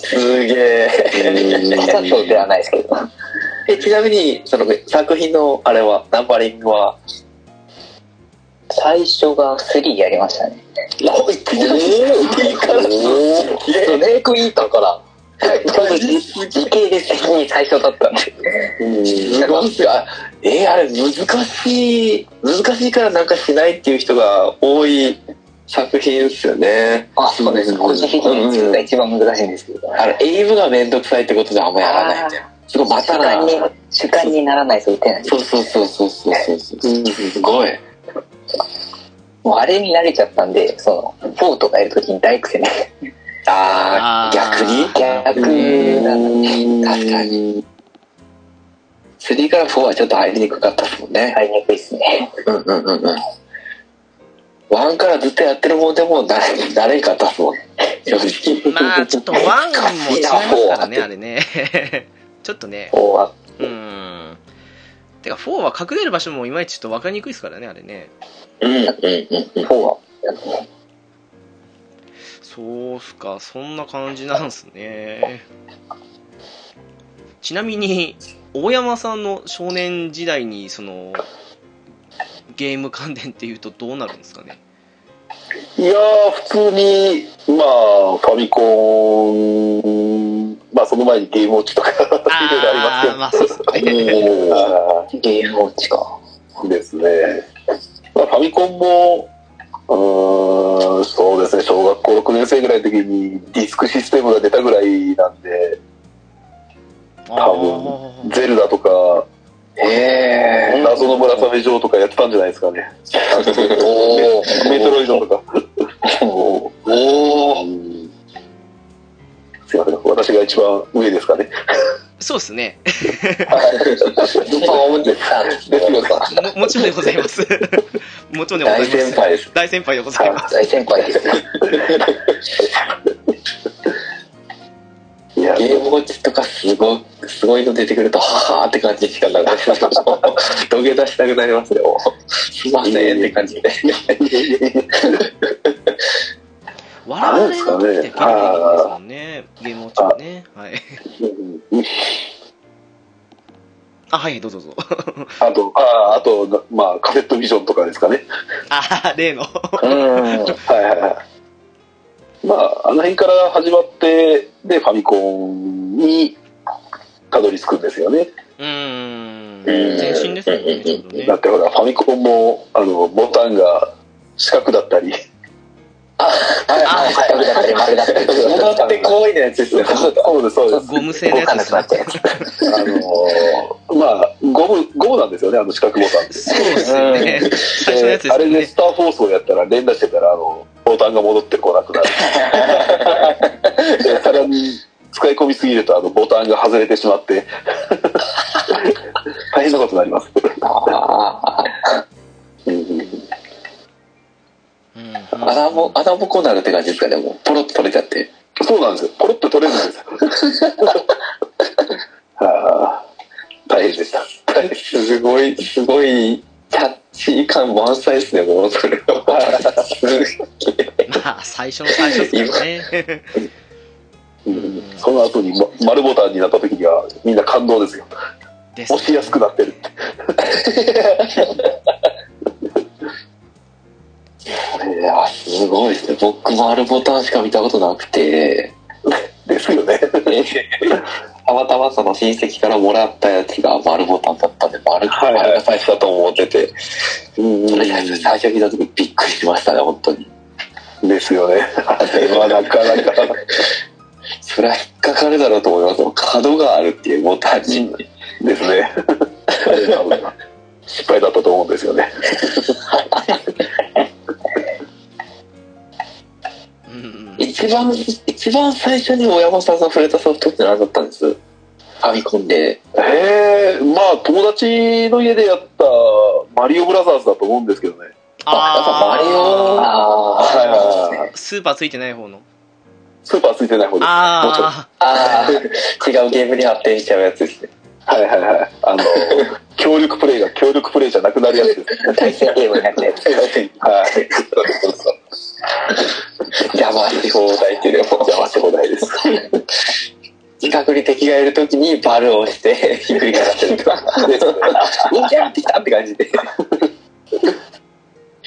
S2: すげえ
S4: ちゃっとではないですけど。
S2: えちなみにその作品のあれはナンバリングは
S4: 最初が3やりましたね。
S2: おいきなりいいから
S4: えメイクイートから。時系列的に最初だったんで。
S2: すごいっすよあえあれ難しい難しいからなんかしないっていう人が多い作品ですよね
S4: あ、そうです。個人的に作るのが一番難しいんですけど。
S2: あれエイムがめんどくさいってことであんまやらないみたいなすごいま
S4: 主
S2: たな
S4: 観に、主観にならないと打てない。
S2: そうそうそうそうそうそうすごい
S4: もうあれに慣れちゃったんで、その、4とかやるときに大苦戦で。
S2: ああ逆に
S4: 逆
S2: うん確かに3から4はちょっと入りにくかったですもんね、
S4: 入りにくいですね。
S2: うんうんうんうん1からずっとやってるもんでもう慣れ慣れんかったですもん正直
S1: まあ、ちょっとワンも違いますからね、あれね。 ちょっとね。
S4: 4は、
S1: うーん。てか、4は隠れる場所もいまいちちょっと分かりにくいですからね、あれね。
S2: うんうんうんうん
S4: 4は。
S1: そうっすか、そんな感じなんすね。ちなみに、大山さんの少年時代に、その、ゲーム関連っていうとどうなるんですかね。
S3: いやー、普通に、まあ、ファミコン、まあ、その前にゲームウォッチとか、いろいろあり
S1: あー、
S3: ま
S1: まあそうっす
S3: すけ
S1: ね。
S3: ど。あ
S4: ゲームウォッチか。
S3: ーですね。まあ、ファミコンも、うーん、そうですね、小学校6年生ぐらいの時にディスクシステムが出たぐらいなんで、多
S1: あー
S3: ゼルダとか、
S2: ええ
S3: 謎の村雨城とかやってたんじゃないですかね。
S2: お
S3: メトロイドとか。
S2: おおお
S3: すいません、私が一番上ですかね。
S1: そうっすね。
S2: ルパンオムですかですよか
S1: ももちろんでございます。 もちろんでございま
S2: 大
S1: す。
S2: 先輩です
S1: 大先輩でございます。
S4: 大先輩です。
S3: いや、
S2: ゲームウォッチとかすごすごいの出てくると、ははーって感じしかなくて、もう土下座したくなりますよ。もうすいませんって感じで。
S1: 笑われなくてゲームできないですもんね。ゲームウォッチはね。はい。あ、はい、どうぞどうぞ。
S5: あと、ああとな、まあ、カセットビジョンとかですかね。
S1: あ、例の。
S4: うん。
S5: はいはいはい。まあ、あの辺から始まって、で、ファミコンにたどり着くんですよね。
S1: うーん。前進ですもんね、ちょうどね
S5: だ。ってほら、ファミコンも、あの、ボタンが四角だったり、
S4: あ、 四角だったり丸だったり。
S2: 戻ってこいのやつですよ。
S5: そうです、そうです。
S1: ゴム製の
S4: 動
S1: やつですね
S4: かなくなっちゃうやつ。
S5: あの、まあ、ゴム、ゴムなんですよね、あの四角ボタンって。
S1: そうですよね。最初のやつで
S5: であ
S1: すよ
S5: れで
S1: ね
S5: ス。ターフォースをやったら連打してたらあのボタンが戻ってこなくなるでさらに使い込みすぎるとあのボタンが外れてしまって大変なことになります
S2: あ
S1: うん
S2: あ、穴ぼ、穴ぼこなるって感じですかね、もう。ポロッと取れちゃって。
S5: そうなんですよポロッと取れるんですよはあ大変でした大変です
S2: すごい、すごい、キャッチー感満載ですね、もう、それは。すげえ
S1: まあ、最初の最初ですからね。
S5: うんその後に、ま、丸ボタンになった時にはみんな感動ですよ
S1: です
S5: 押しやすくなってるって
S2: いや、すごいですね。僕もあるボタンしか見たことなくて、
S5: ですよね
S2: たまたまその親戚からもらったやつが丸ボタンだったんで、丸,、
S5: はいはい
S2: 丸が最初だと思ってて、
S5: うん
S2: それ最初最初見た時びっくりしましたね、本当に。
S5: ですよねあれはなかなか
S2: それは引っかかるだろうと思いますもう。角があるっていうボタンに。
S5: ですね。失敗だったと思うんですよね。
S1: うんうん
S2: 一番、一番最初に親御さんが触れたソフトって何だったんですファミコンで。
S5: へえ、まあ友達の家でやったマリオブラザーズだと思うんですけどね。
S2: あやっぱ
S1: あ
S2: マリオ。あ
S5: はいはいはい。
S1: ースーパーついてない方の。
S5: スーパーついてない方です。
S1: あ
S2: あー、違うゲームに発展しちゃうやつですね。
S5: はいはいはい。あの、協力プレイが協力プレイじゃなくなるやつです。
S4: 対戦ゲームになっちゃうや つ。
S5: はい。
S2: 邪魔し放題っていうよりも
S5: 邪魔して放題です。
S2: 近くに敵がいるときにバルを押してひっくり返ってるとか 人間ってきたって感じで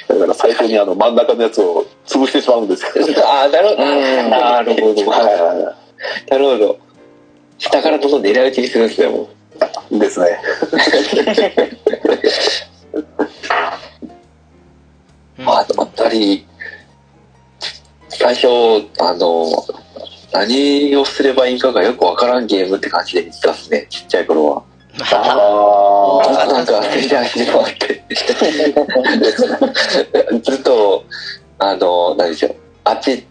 S5: だから最初にあの真ん中のやつを潰してしまうんです けど。
S2: ああなるほどなるほど
S5: はいはいは
S2: なるほど下からどんどん狙い撃ちにするんですねもう
S5: い。ですね。
S1: ー
S2: あとあたり最初あの何をすればいいかがよくわからんゲームって感じで見てたっすねちっちゃい頃は
S5: あ
S1: ー
S5: あ。
S2: なんか忘れて走り回ってずっとあの何でしょうあっち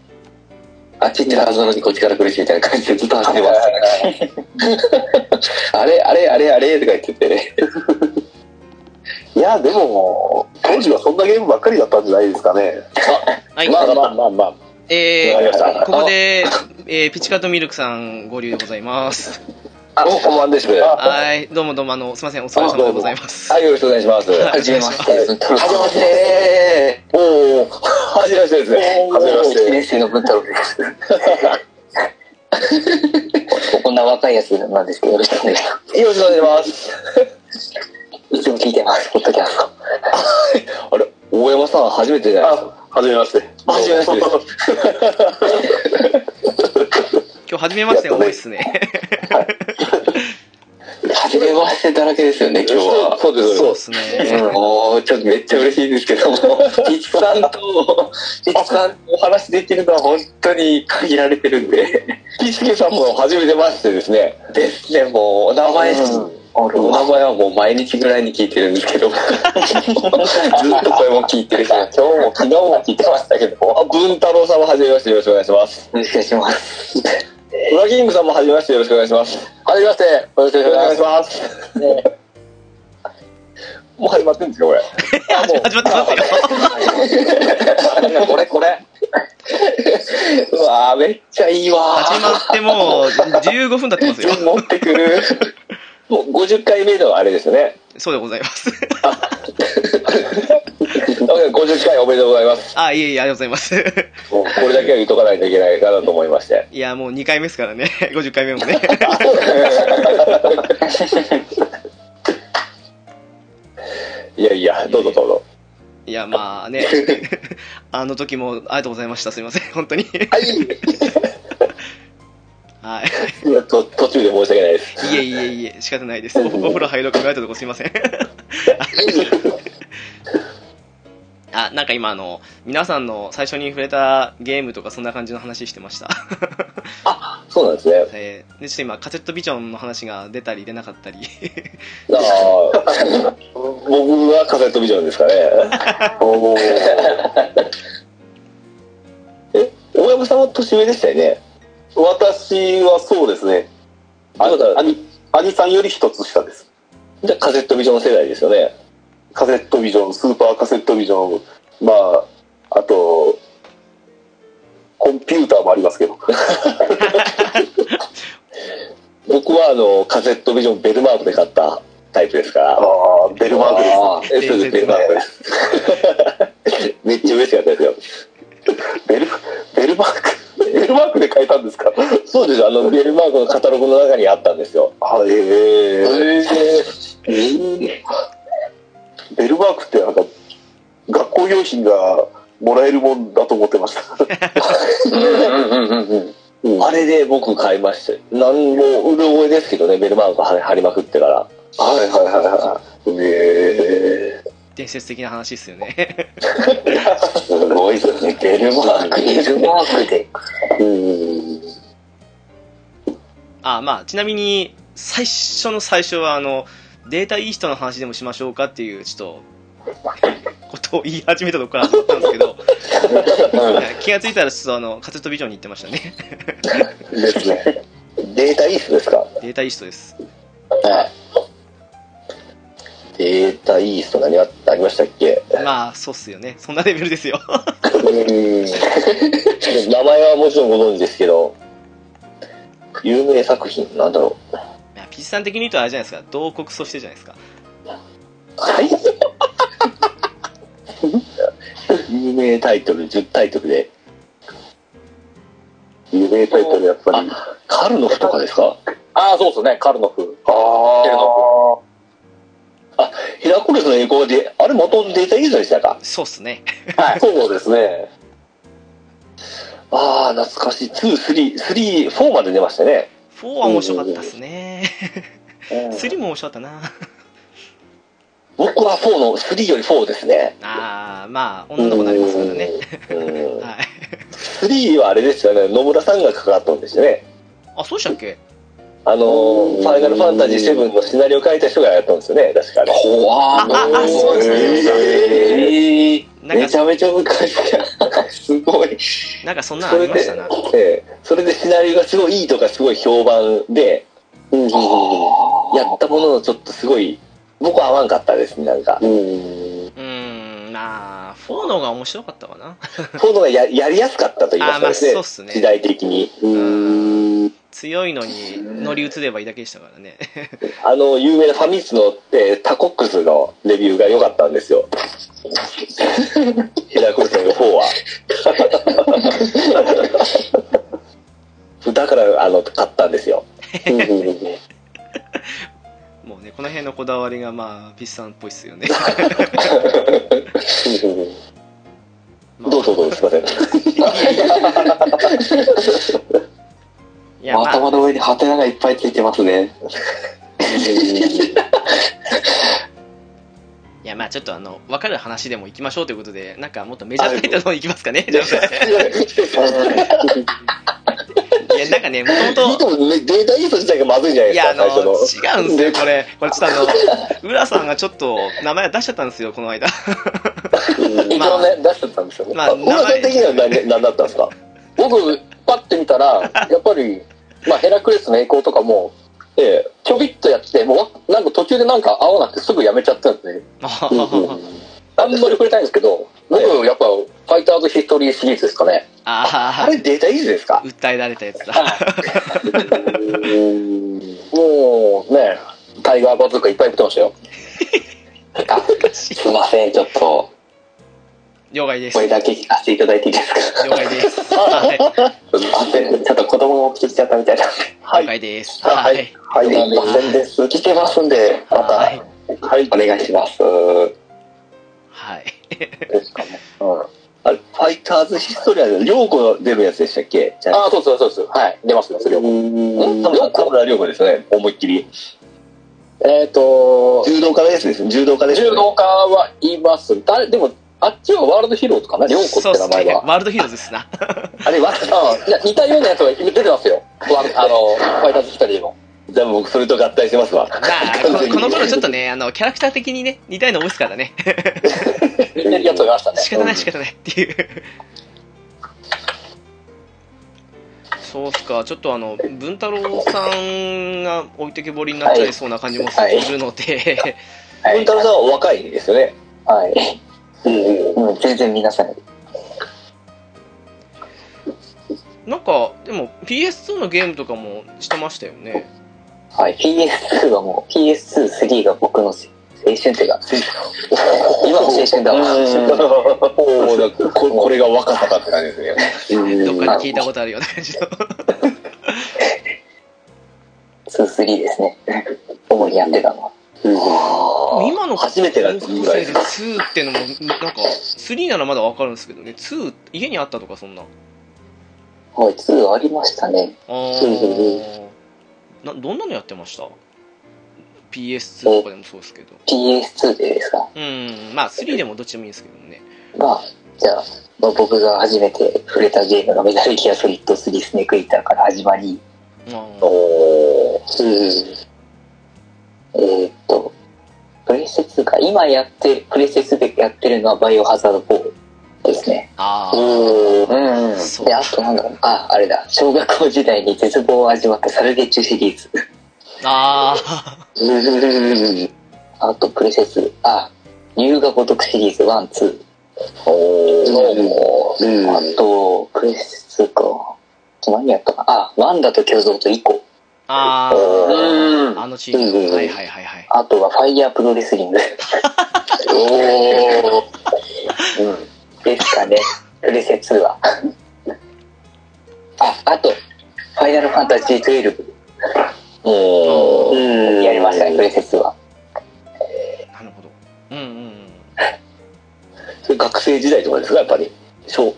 S2: あっち行ってはずなのにこっちから来るしみたいな感じでずっと走ってますあれあれあれあれとか言ってて
S5: いや、でも、当時はそんなゲームばっかりだったんじゃないですかね。
S1: はい。
S5: まあまあまあまあ。
S1: え
S5: わかりまし
S1: ー、
S5: た
S1: ここで、えー、ピチカートミルクさん合流でございます。
S2: あおこんばんですは
S1: はい。どうもどうも、あの、すいません、お疲れ様でございます。
S2: いよろしくお願いしますは
S1: はい
S4: じめまし
S2: じ
S4: て。
S2: めましておおはじめましてですね
S5: はじめまして
S4: 1年生の文太郎です。 こんな若いやつなんです けど、よろしくお願いしま
S2: よろしくお願いします
S4: す。いつも聞いてます、ポッドキャスト。
S2: あれ大山さん初めてじゃないですか
S5: あ、はじめまして。
S2: はじめましてです
S1: 今日初めましてが多いっすね。
S2: 初めましてだらけですよね今日は
S5: そうです
S1: そう
S5: そ
S1: っす
S5: うです
S1: ね。
S2: おーちょっとめっちゃ嬉しいですけども、ピチさんと、ピチさんとお話できるのは本当に限られてるんで。
S5: ピースケさんも初めてましてですね。
S2: ですね、もう、お名前、
S4: ある
S2: お
S4: わ
S2: 名前はもう毎日ぐらいに聞いてるんですけど、ずっとこれも聞いてるし、今日も昨日も聞いてましたけど、
S6: あ、文太郎さんもはじめましてよろしくお願いします。
S4: よろしくお願いします。
S6: フラキングさんもはじめましてよろしくお願いします。
S2: はじめまして、よろしく
S6: お願いします。もう始まってんですかこれ。
S1: 始まってますよ。
S2: これこれ。うわーめっちゃいいわ
S1: 始まってもう15分経ってますよ。
S2: ー持ってくるもう50回目のあれですよね
S1: そうでございます。
S2: 50回おめでとうございます
S1: あ、いえいえ、ありがとうございます。
S2: もうこれだけは言っとかないといけないかなと思いまして
S1: いや、もう2回目ですからね。50回目 もね。
S2: いやいやどうぞどうぞ
S1: いや、まあね。 あの時もありがとうございました。すいません。本当に。 はい。
S2: いやと途中で申し訳ないです
S1: いえいえいえ、仕方ないです。おお風呂入ろうか迷ったとこすいません。 あ、なんか今あの、皆さんの最初に触れたゲームとかそんな感じの話してました。
S2: そうなんですね
S1: えーで、ちょっと今、カセットビジョンの話が出たり出なかったり。
S2: あ あ僕はカセットビジョンですかね
S5: おー
S2: 大山さんは年上でしたよね
S5: 私はそうですね。あ
S2: そうだ
S5: 兄兄さんより一つ下です。
S2: じゃあカセットビジョン世代ですよね
S5: カセットビジョン、スーパーカセットビジョン、まあ、あと、コンピューターもありますけど。
S2: 僕はあのカセットビジョンベルマークで買ったタイプですから
S5: ああ、ベルマークです。
S2: ああえそうですベルマークですめっちゃ嬉しかったですよ
S5: ベル、ベルマーク。ベルマークで変えたんですか
S2: そうですよあのベルマークのカタログの中にあったんですよ
S5: あ、ええベルマークってなんか、学校用品がもらえるもんだと思ってました。
S2: あれで僕買いましたなんもうる覚えですけどねベルマーク貼りまくってから
S5: はいはいはいはい。え
S1: 伝説的な話ですよね。
S2: すごいですねベルマーク
S4: ベルマークで。
S2: うん
S1: あ、まあ、ちなみに、最初の最初は、あの、データイーストの話でもしましょうかっていう、ちょっと、ことを言い始めたとこから始まったんですけど、気がついたら、ちょっとあの、カセットビジョンに行ってましたね。
S2: ですねデータイーストですか
S1: データイーストです。
S2: データイースト何がありましたっけ
S1: まあ、そうっすよね。そんなレベルですよ。
S2: うん 名前はもちろんご存知ですけど有名作品な んだろう
S1: いやピッチさん的に言うとあれじゃないですか。同国としてじゃないですか。
S2: はい有名タイトル10タイトルで
S5: え有名タイトルやっぱり。
S2: カルノフとかですか
S7: ああ、そうですね、カルノフ。
S5: ああ。
S2: ヘラクレスの栄光であれ元データイーストでしたか
S1: そうっすね。
S5: そうですね。
S2: ああ懐かしい234まで出ましたね
S1: 4は面白かったっすね。3も面白かったな。
S2: 僕は4の3より4ですね
S1: あー、まあ、女の子になりますからね。
S2: うん
S1: はい。
S2: 3はあれですよね野村さんが関わったんですよね
S1: あ、そうでしたっけ
S2: あのーファイナルファンタジー7のシナリオを書いた人がやったんですよね確かね
S7: 怖
S1: あああそうです
S2: ええ
S1: なんか
S2: めちゃめちゃ昔やすごい
S1: なんかそんなのありましたな。
S2: ええそれでシナリオがすごいいいとかすごい評判で、やったもののちょっとすごい僕は合わんかったですねなんか、
S1: うーん、まあ、4の方が面白かったかな。
S2: そういうのがややりやすかったと言いますか
S1: あまあ
S2: ですね
S1: そうっすね
S2: 時代的に
S1: うん強いのに乗り移ればいいだけでしたからね。
S2: あの有名なファミツの、えータコックスのレビューが良かったんで すよヘラクルスの方はだからあの買った んですよ
S1: もうね、この辺のこだわりがまあ、ピッチさんっぽいっすよね。まあ
S2: どうぞどうぞすいません
S1: いや、まあ、
S7: 頭の上にハテナがいっぱいついてます ね。
S1: いやまあちょっとあの、わかる話でも行きましょうということで、なんかもっとメジャータイトルの方に行きますかね。じゃあいや、なんかね、もとも
S2: で
S1: と、
S2: もねデータイースト自体がまずいんじゃない
S1: い
S2: です
S1: や、あ
S2: か、
S1: の、
S2: 最初
S1: 違
S2: の。
S1: うんですよ、これ。これちょっとあの、浦さんがちょっと名前を出しちゃったんですよ、この間。
S7: 一応ね、出してたんですよね。
S1: まあ、
S2: あ、
S1: 名
S2: 小川さん的には
S1: 前、
S2: 何何だったんですか
S7: 僕、パッて見たら、やっぱり、まあ、ヘラクレスの栄光とかも、
S2: え
S7: ちょびっとやって、もうわ、なんか途中でなんか合わなくてすぐやめちゃったんで、
S1: あ
S7: あんまり触れたいんですけど、僕、やっぱ、ファ
S2: ァイターズヒストリーシリーズですかね。あ
S1: ああ
S2: れデータイーズですか
S1: 訴えられたやつだ
S2: もうね、タイガーバズーカいっぱい出てましたよ。
S4: すいません、ちょっと、
S1: 了解です
S4: これだけ聞かせていただいていいですか
S1: 了解です はい
S4: ちょっと子供が起きてきちゃったみたいなんで。
S2: は
S1: 了。解です
S2: は
S1: はいい
S2: はい、すいませんです。
S4: 来てますんで、また、
S1: はい
S2: はい
S4: お。願いします。
S1: はい
S4: ですかね。
S2: うんあれ、ファイターズヒストリアで、両子出るやつでしたっけじゃあ、
S4: あ
S2: あそうそうそうそう。
S4: はい、出ます、出ます、両方。
S2: うん
S4: ん
S2: 田村田村良子ですよね、思いっきり。
S4: えっ、ー、と、
S2: 柔道家のやつですね、柔道家ですね。
S4: 柔道家はいます。誰、でも、あっちはワールドヒーローズかな、両子
S1: そう
S4: っ
S1: って
S4: 名
S1: す
S4: 前
S1: ね
S4: は。
S1: ワールドヒーローズです な
S2: あれ、わか
S4: あいや似たようなやつが出てますよ。わあの、ファイターズヒストリーも。
S2: じゃあ僕、それと合体してますわ。
S1: まあこのこの頃ちょっとねあのキャラクター的にね似たような多いですから ね
S4: 似てるやつがいましたね。
S1: 仕方ない仕方ないっていうそうっすかちょっとあの文太郎さんが置いてけぼりになっちゃいそうな感じもするので、
S2: 文太郎さんは若いですよね。
S4: はい。
S2: うん。
S4: うん、全然皆さん。
S1: なんかでも PS2 のゲームとかもしてましたよね
S4: はい。PS2 はもう、PS2、3が僕の青春っていうか、 今も青春だわ。
S2: おーだからここれが若さだって感じですね。
S1: どっかで聞いたことあるような感じの
S4: 2、3ですね。主にやってたのは。
S1: 今の
S2: 初めてだ
S1: 高
S2: って
S1: 校
S2: ぐら
S1: 生
S2: い
S1: で。2ってのもなんか3ならまだわかるんですけどね2家にあったとかそんな
S4: はい、2ありましたね。
S1: あーなどんなのやってました ?PS2 とかでもそうですけど
S4: PS2 でですか。
S1: うんまあ3でもどっちでもいいんですけどね
S4: まあ、じゃあ、まあ、僕が初めて触れたゲームがメタルギアソリッド3スネークイーターから始まり、
S1: あー
S2: おー
S4: えーっと、プレステ2か、今やって、プレステ2でやってるのはバイオハザード4ですね。
S1: あー
S2: おー
S4: うん、
S1: そう
S4: で、あとなんだろう、あ、あれだ、小学校時代に絶望を味わったサルゲッチュシリーズ。
S1: あ
S4: あと、プレセス、あ、龍が如くシリーズ1、2。
S2: お
S4: うん、あと、プレセスか。何やったかあ、ワンダと巨像とイコ。
S1: ああ
S2: う
S1: ー
S2: ん
S1: あのチームはいはいはいはい
S4: あとはファイヤープロレスリング。
S2: おー
S4: ですかね。プレセ2は。 あ、あと、ファイナルファンタジー12。
S2: おー
S4: うん、やりましたね、プレセ2は。
S1: なるほどうんうんうん
S2: それ学生時代とかですかやっぱり。そう。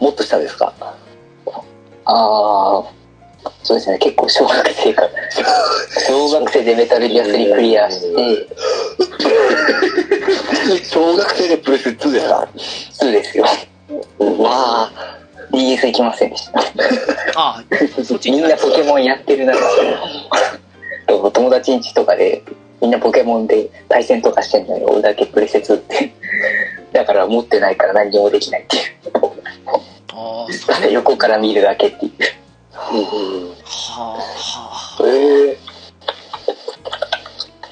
S2: もっと下ですか
S4: ああ、そうですね、結構小学生 から。小学生でメタルギア3クリアして、
S2: 小学生でプレス2ですか
S4: 2ですよ。
S2: わあ
S4: DS 行きませんでした。
S1: ああ そっち
S4: み
S1: に
S4: んなポケモンやってる中で、友達ん家とかで、みんなポケモンで対戦とかしてんのに、俺だけプレセ2って。だから持ってないから何にもできないっていう。
S1: ああそうは
S4: 横から見るだけっていう。
S1: あはあ
S2: え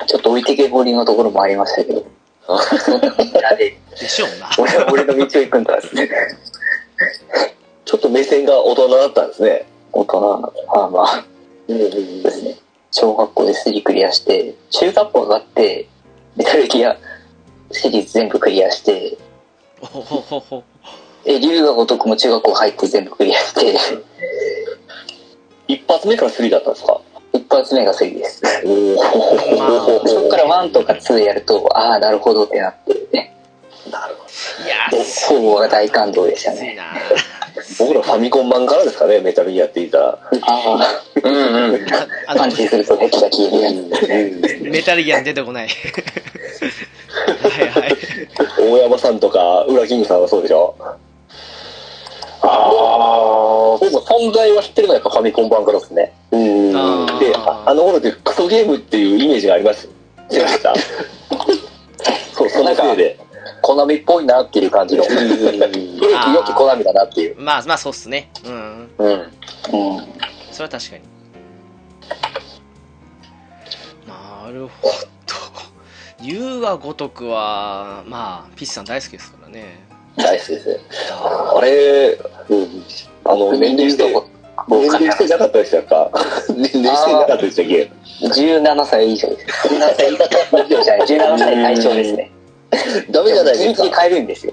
S4: ちょっと置いてけぼりのところもありました けど。そんなみんなで、
S1: でしょうな
S4: 俺は俺の道を行くんだっつって。
S2: ちょっと目線が大人だったんですね。
S4: 大人なのまあまあですね小学校で3クリアして中学校上がってメタルギアシリーズ全部クリアして
S1: おほほほほ
S4: え龍が如くも中学校入って全部クリアして
S2: 一発目から3だったんですか
S4: 一発目が3です
S2: お
S1: まあ
S4: そっから1とか2やるとああなるほどってなってね
S1: いや
S4: で4は大感動でした
S1: つい
S4: ね
S1: な
S2: 僕らファミコン版からですかね、メタルギアって言ったら。
S4: ああうんうん
S1: あ
S4: パン
S1: の
S4: チするとヘッドが消えるやつ
S1: メタルギアに出てこないはいはい
S2: 大山さんとか、ウラキングさんはそうでしょ
S8: あ
S2: 僕存在は知ってるのはやっぱファミコン版からですね。うん。で、
S1: あー
S2: ああの頃でクソゲームっていうイメージがあります。違いま した。そう、そのせいで。
S4: コナミっぽいなっていう感じの古き良きコナミだなっていう
S1: まあまあそうっすねうん
S2: うん。
S4: うん
S1: それは確かになるほど龍が如くはまあピッチさん大好きですからね
S2: 大好きですね。あれ、あの、年齢して、年齢してなかったでしたか年齢してなかったでしたっけ
S4: 17歳以上です。17歳以上じゃない、17歳対象ですね。
S2: ダメじゃないで
S4: 一
S2: す
S4: 日
S2: か。
S4: 変えるんですよ。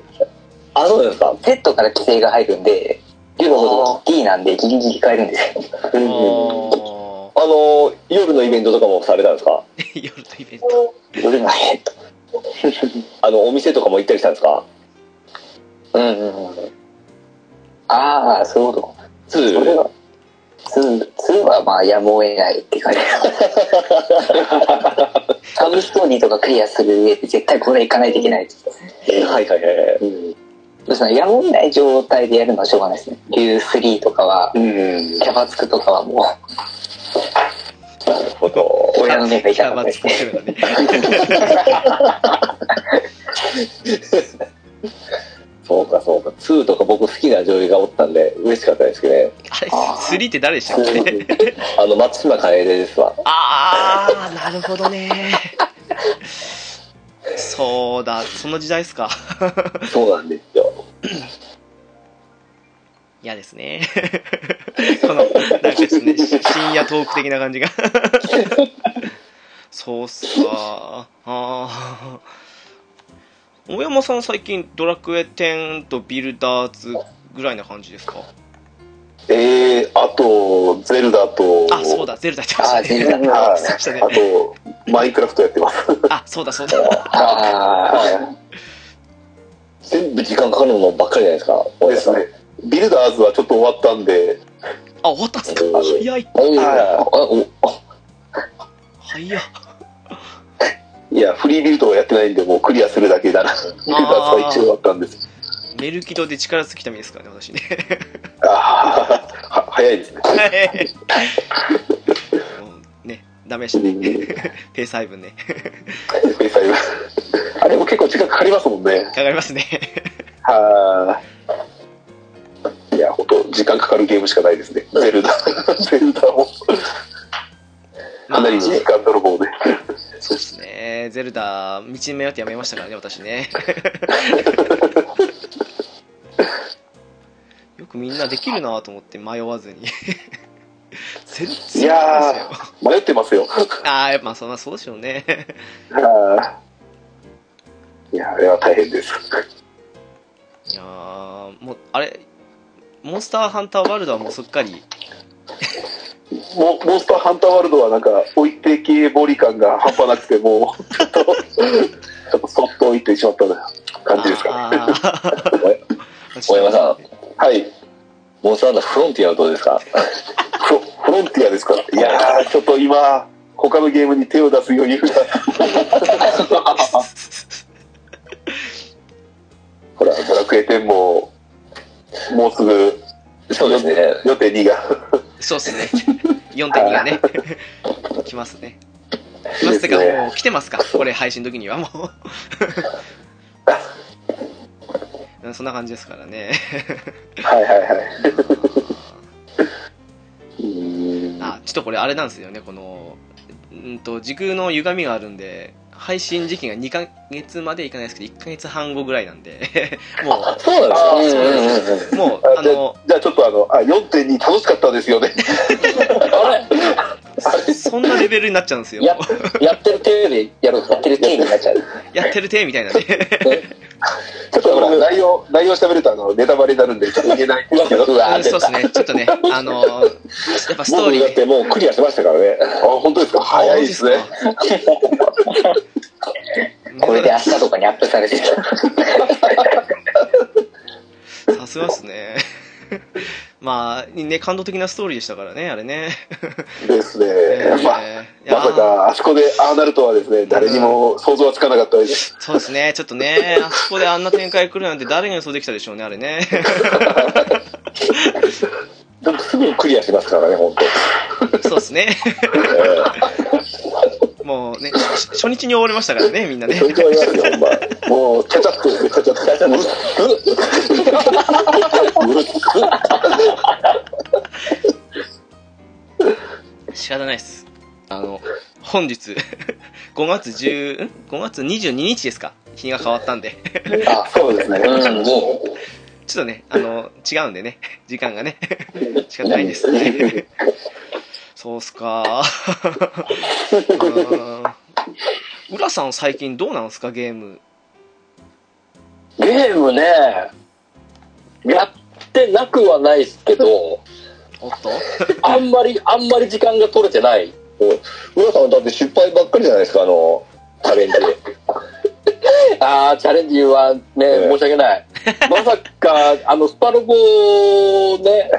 S2: あ、そうなんですか。
S4: Z から規制が入るんで、竜のこと D なんでギリギリ変えるんですよ。
S2: うん
S1: あ
S2: うん
S1: ー
S2: あの、夜のイベントとかもされたんですか
S1: 夜のイベント。
S4: 夜のヘッド。
S2: あの、お店とかも行ったりしたんですか
S4: うんうんうん。ああ、そういうことか。
S2: ツー
S4: それは、2、2はまあやむを得ないって 感じです。サブストーリーとかクリアする上で絶対これ行かないといけないです。
S2: はいはいはい。
S4: そうですね、やむを得ない状態でやるのはしょうがないですね。竜3とかは、
S2: うん。
S4: キャバつくとかはもう、
S2: なるほど。
S4: 親の目が痛かったで
S1: 待
S4: す
S1: つ
S4: ね。
S1: からね。
S2: そうかそうか。ツーとか僕好きな女優がおったんで、嬉しかったですけどね。
S1: あれ、3って誰でしたっけ
S2: あの、松島楓ですわ。
S1: ああ、なるほどね。そうだ、その時代ですか。
S2: そうなんですよ。
S1: 嫌ですね。この、なんかちょっとね、深夜トーク的な感じが。そうっすか。ああ。大山さん最近ドラクエ10とビルダーズぐらいな感じですか
S5: えー、あと、ゼルダと、
S1: あ、そうだ、ゼルダやってまし
S4: あ
S1: た
S4: あ、
S1: ね。
S4: 全然。
S5: は
S1: そうでしたね
S5: い。あと、マインクラフトやってます。
S1: あ、そうだ、そうだ。
S4: ああ、
S2: 全部時間かかるものばっかりじゃないですか。
S5: ですね。ビルダーズはちょっと終わったんで、
S1: あ、終わったんすか早い、
S2: おー
S5: は
S2: あ
S1: 早っ。
S5: いや、フリービルドはやってないんで、もうクリアするだけだな。ビルダーズは一応終わったんです。
S1: メルキドで力尽きた身ですからね、私ね。
S5: ああ、は早いですね。
S1: もうね、ダメでしたね。ペース配分ね。
S5: スペースアイブあれも結構時間かかりますもんね。
S1: かかりますね。
S5: はい。いや、本当時間かかるゲームしかないですね。ゼルダ。 ゼルダも。
S1: ま
S5: か
S1: あ
S5: な、り時間泥棒で。
S1: そうですね。ゼルダ、道に迷ってやめましたからね、私ね。よくみんなできるなと思って迷わずに。全然
S5: いや 迷ってますよ。
S1: ああ、やっぱそんなそうでしょうね。
S5: はい。いや、あれは大変です。
S1: いやーもう、あれ、モンスターハンターワールドはもうすっかり、
S5: モモンスターハンターワールドはなんか置いてけぼり感が半端なくてもう ちょっとちょっとそっと置いてしまった感じですかね
S1: あー
S2: 大山さん、
S5: はい
S2: モンスターのフロンティアはどうですか
S5: フロフロンティアですからいやーちょっと今他のゲームに手を出す余裕がほらドラクエ10ももうすぐ
S2: そうですね。
S5: 予定2が
S1: そうっすね。4.2がね。来ますね。来ますってか、
S5: いいですね
S1: もう来てますかこれ配信の時にはもう。 そんな感じですからね。
S5: はいはいはいうん
S1: あ、ちょっとこれあれなんですよね、この、うんと、時空の歪みがあるんで、配信時期が2ヶ月までいかないですけど、1ヶ月半後ぐらいなんで、 も
S2: そうなんですか
S5: あー
S2: うんうんうん
S1: う、もう、
S5: あ
S1: あの、
S5: じゃあちょっとあのあ4.2楽しかったです よね
S1: そんなレベルになっちゃうんですよ。
S2: ややってる手でやるんです
S4: や
S2: か
S4: ってる系になっちゃう。
S1: やってるて、みたいなね。
S5: ちょっとほら内容内容喋るとあのネタバレになるんでちょっと言えないんですけど
S2: うわ
S1: う
S2: ー
S1: んそう
S2: 出
S1: です
S2: た。
S1: ね、ちょっとね、あの、 やっぱストーリー
S2: 僕だっ、てもうクリアしましたからね。
S5: あ本当ですか早いですね
S1: マジっす か。
S4: これで明日とかにアップされてた。
S1: さすがっすね。 まあ、ね、感動的なストーリーでしたからね、あれね。
S5: ですね、まあ
S1: えーいや
S5: まさかあそこでああなるとはですね誰にも想像はつかなかったです、
S1: そうですね、ちょっとね、あそこであんな展開来るなんて誰が予想できたでしょうね、あれね。
S2: でもすぐクリアしますからね、本当。
S1: そうですね。もうね、し初日に終わりましたからね、みんなね
S2: そ。れでは言わますよ、ほんま。
S5: もうちゃちゃっとちゃちゃっと
S1: 仕方ないっす。あの、本日、5月10、ん ?5 月22日ですか日が変わったんで、
S9: あ、そうですね。
S2: うん、も
S1: ちょっとね、あの、違うんでね、時間がね、 仕方ないですね。そうっすか。 うん浦さん最近どうなんすか、ゲーム。
S2: う、ゲームね、やってなくはないですけど、
S1: おっと
S2: あんまり、あんまり時間が取れてない。
S9: 浦さんだって失敗ばっかりじゃないですか、あの、チャレンジ。
S2: あー、チャレンジはね、
S9: ええ
S2: 申し訳 ない。まさか、あの、スパロボね、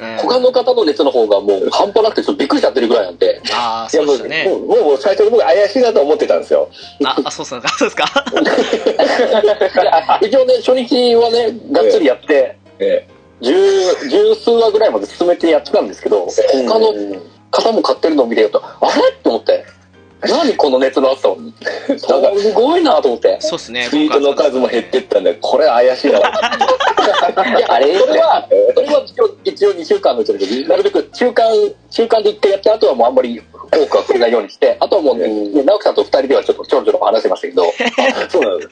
S1: うん
S2: 他の方の熱の方がもう 半端なくて、ちょっとびっくりしちゃってるぐらいなんで。
S1: ああ、そうでした
S9: いや
S1: ね。
S9: もうもう、もう最初の僕怪しいなと思ってたんです よ。
S1: あ、あ、そうっすか。そうですか。
S2: 一応ね、初日はね、がっつりやって、
S9: え
S2: 十、十数話ぐらいまで進めてやってたんですけど、
S9: え
S2: 他の方も買ってるのを見てると、あれと思って。何この熱の熱 さすごいなと思って。
S1: そうっすね。
S9: ツイートの数も減ってったんで、これ怪しいな。
S2: いや、あれそれは、それは一応2週間のうちだけど、なるべく中間、中間で一回やって、あとはもうあんまり多くは触れないようにして、あとはもうね、ね直樹さんと二人ではちょっとちょろちょろ話してましたけど、
S9: そうなんです。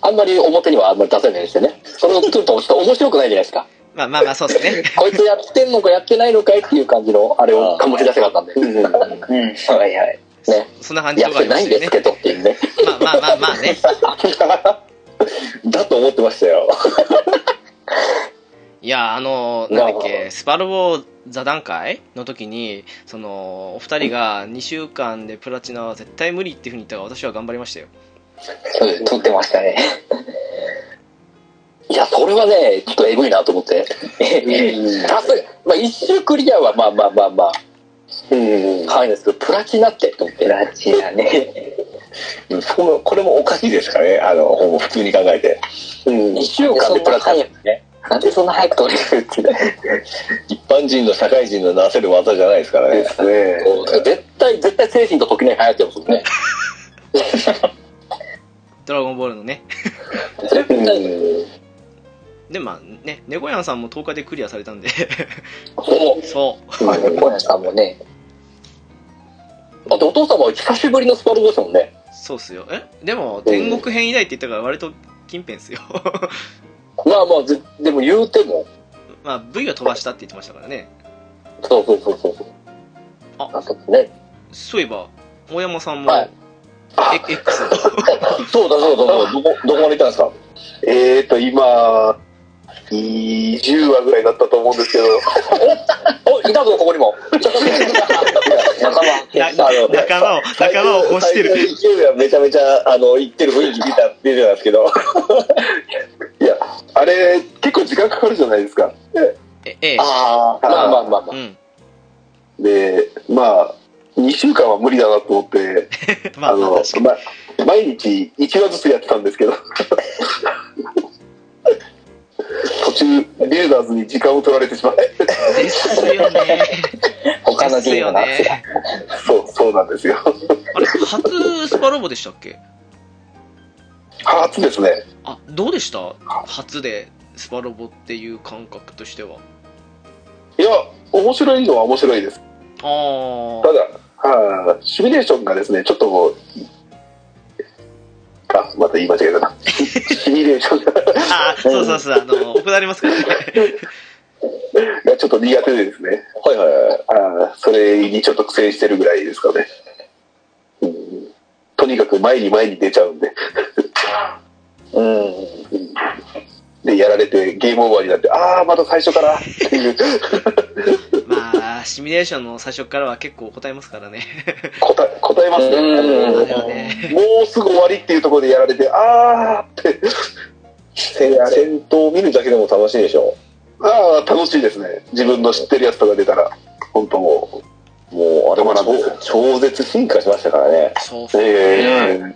S2: あんまり表にはあんまり出せないようにしてね。それをするとちょっと面白くないじゃないですか。
S1: まあまあまあ、そうっすね。
S2: こいつやってんのかやってないのかいっていう感じの、あれを醸し出せなかったんで。
S9: うんうん
S4: うん、はいはい。
S2: ね。
S1: そんな感じ
S2: や
S1: の
S2: っ
S1: があ
S2: て
S1: りま
S2: ない
S1: す
S2: ん
S1: よ
S2: で
S1: ね
S2: す。けどっていうね。
S1: まあまあまあまあね。
S9: だと思ってましたよ。
S1: いや、あの、なんだっ
S2: なるほ
S1: け、スパロボ座談会の時に、その、お二人が2週間でプラチナは絶対無理っていうふうに言ったから、私は頑張りましたよ。
S4: そう撮ってましたね。
S2: いや、それはね、ちょっとエグいなと思って。さすが、まあ一周クリアはまあまあまあまあ、
S9: うん
S2: 範囲ですけど、プラチナってと思って。
S4: プラチナね。
S9: うん。そこもこれもおかしいですからね、あの、ほぼ普通に考えて。うん
S2: 一週間でプラチナね。
S4: なんでそんな早く撮れるって。
S9: 一般人の社会人のなせる技じゃないですからね。
S5: すね。
S2: そう絶対、絶対精神と時に流行ってますよね。
S1: ドラゴンボールのね。
S2: 絶対、
S1: で、まあね、猫やんさんも10日でクリアされ たんで、
S2: そう。
S1: そう。
S4: まあ、猫屋さんもね、
S2: だってお父様は久しぶりのスパルゴですもんね。
S1: そうっすよ。えでも、天国編以来って言ったから、割と近辺っすよ。
S2: まあまあ、ぜでも言うても、
S1: まあ、V は飛ばしたって言ってましたからね。
S2: そうそうそうそう。
S1: あ
S2: なんかね。
S1: そういえば、大山さんも、
S2: は
S1: え
S2: い
S1: X を。
S2: そうだそうだそうだ。どこ、どこまで行ったんですか
S5: えーと、今、20話ぐらいになったと思うんですけど、
S2: お、いたぞ、ここにも。
S4: 仲間発見
S1: な仲間を、仲間を欲してる。
S9: 最初の勢いはめちゃめちゃ、あの、言ってる雰囲気見た、出てたんですけど。
S5: いや、あれ、結構時間かかるじゃないですか。
S1: え、ええ。
S2: ああ、まあまあまあま
S1: う
S2: あ。
S1: ん。
S5: で、まあ、2週間は無理だなと思って、
S1: ま
S5: あ
S1: あ、まあ
S5: の
S1: 確か、に。
S5: ま、毎日1話ずつやってたんですけど、 途中、ビルダーズに時間を取られてしまって、
S1: ですよね。
S4: 他のゲームの
S1: ですよね。
S5: そう、そうなんですよ。
S1: あれ、初スパロボでしたっけ
S5: 初ですね。
S1: あ、どうでした初でスパロボっていう感覚としては。
S5: いや、面白いのは面白いです。
S1: あ
S5: ただ、あーシミュレーションがですね、ちょっともう、あ、また言い間違え たな。シミュレーションが
S1: あ。ああ、そうそうそう、あの、行われますからね。
S5: がちょっと苦手でですね、
S9: はいはいはい。
S5: あーそれにちょっと苦戦してるぐらいですかね。うんとにかく前に前に出ちゃうんで。
S2: うん。
S5: で、やられてゲームオーバーになって、ああ、また最初からっていう
S1: まあ、シミュレーションの最初からは結構答えますからね。
S5: 答え、答えますね。
S2: うん
S1: あれはね。
S5: もうすぐ終わりっていうところでやられて、ああって、
S9: 戦戦闘を見るだけでも楽しいでしょ。
S5: ああ、楽しいですね。自分の知ってるやつとか出たら、本当もう、
S9: もう、あれも
S5: そうなんで
S9: 超超絶進化しましたからね。
S1: そうそう。
S5: ええ
S9: うん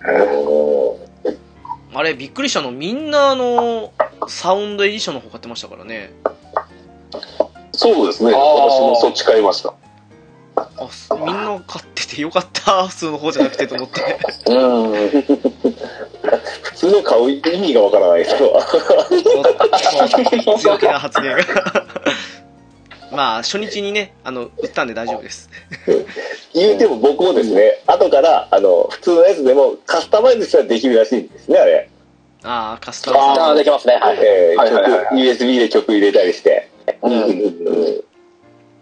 S1: あれ、びっくりしたの、みんなあの、サウンドエディションの方買ってましたからね。
S5: そうですね。
S2: あー
S5: 私もそっち買いました。
S1: あ、すみんな買っててよかった、普通の方じゃなくてと思って。
S2: うん。
S9: 普通の買う意味がわからないけど。
S1: そうそう強気な発言が。まあ、初日にね、あの、売ったんで大丈夫です。
S5: 言うても僕もですね、後から、あの、普通のやつでもカスタマイズしたらできるらしいんですね、あれ。
S1: ああ、カスタム
S5: ああ、できますね。はい。えー
S2: はいはいはい
S5: 曲 USB で曲入れたりして。
S4: うん。
S5: うん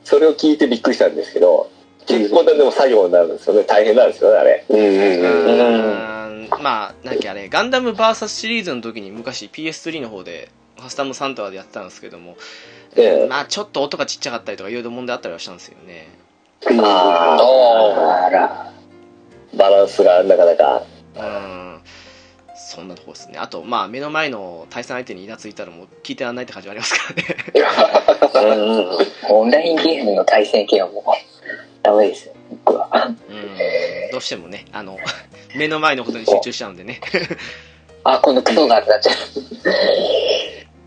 S5: それを聞いてびっくりしたんですけど、結構でも作業になるんですよね。大変なんですよね、あれ。
S2: うんうんうん。
S1: うーんまあ、なんかあれ、ガンダム VS シリーズの時に昔 PS3 の方で、カスタムサンタワーでやってたんですけども、
S5: ええ
S1: まあ、ちょっと音がちっちゃかったりとか、いろいろ問題あったりはしたんですよね。
S5: あ
S4: あら。
S5: ーバランスがなかなか。
S1: うん。そんなとこですね。あと、まあ、目の前の対戦相手にイラついたらもう聞いてらんないって感じはありますからね。
S4: オンラインゲームの対戦系はもう、ダメですよ、僕は。
S1: うん。どうしてもね、あの、目の前のことに集中しちゃうんでね。
S4: あ、今度クソがってなっちゃ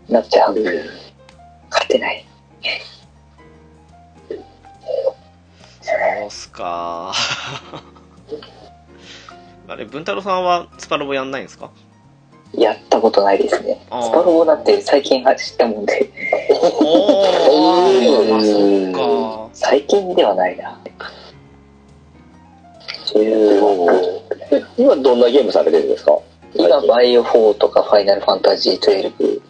S4: う。なっちゃう。勝てない。
S1: そうっすか。あれ、文太郎さんはスパロボやんないんですか
S4: やったことないですね。ス
S1: あー
S4: パロボだって最近知ったもんで、
S1: おー、あーそっか。
S4: 最近ではないな。16
S5: え今どんなゲームされてるんですか
S4: 今、バイオ4とかファイナルファンタジー12。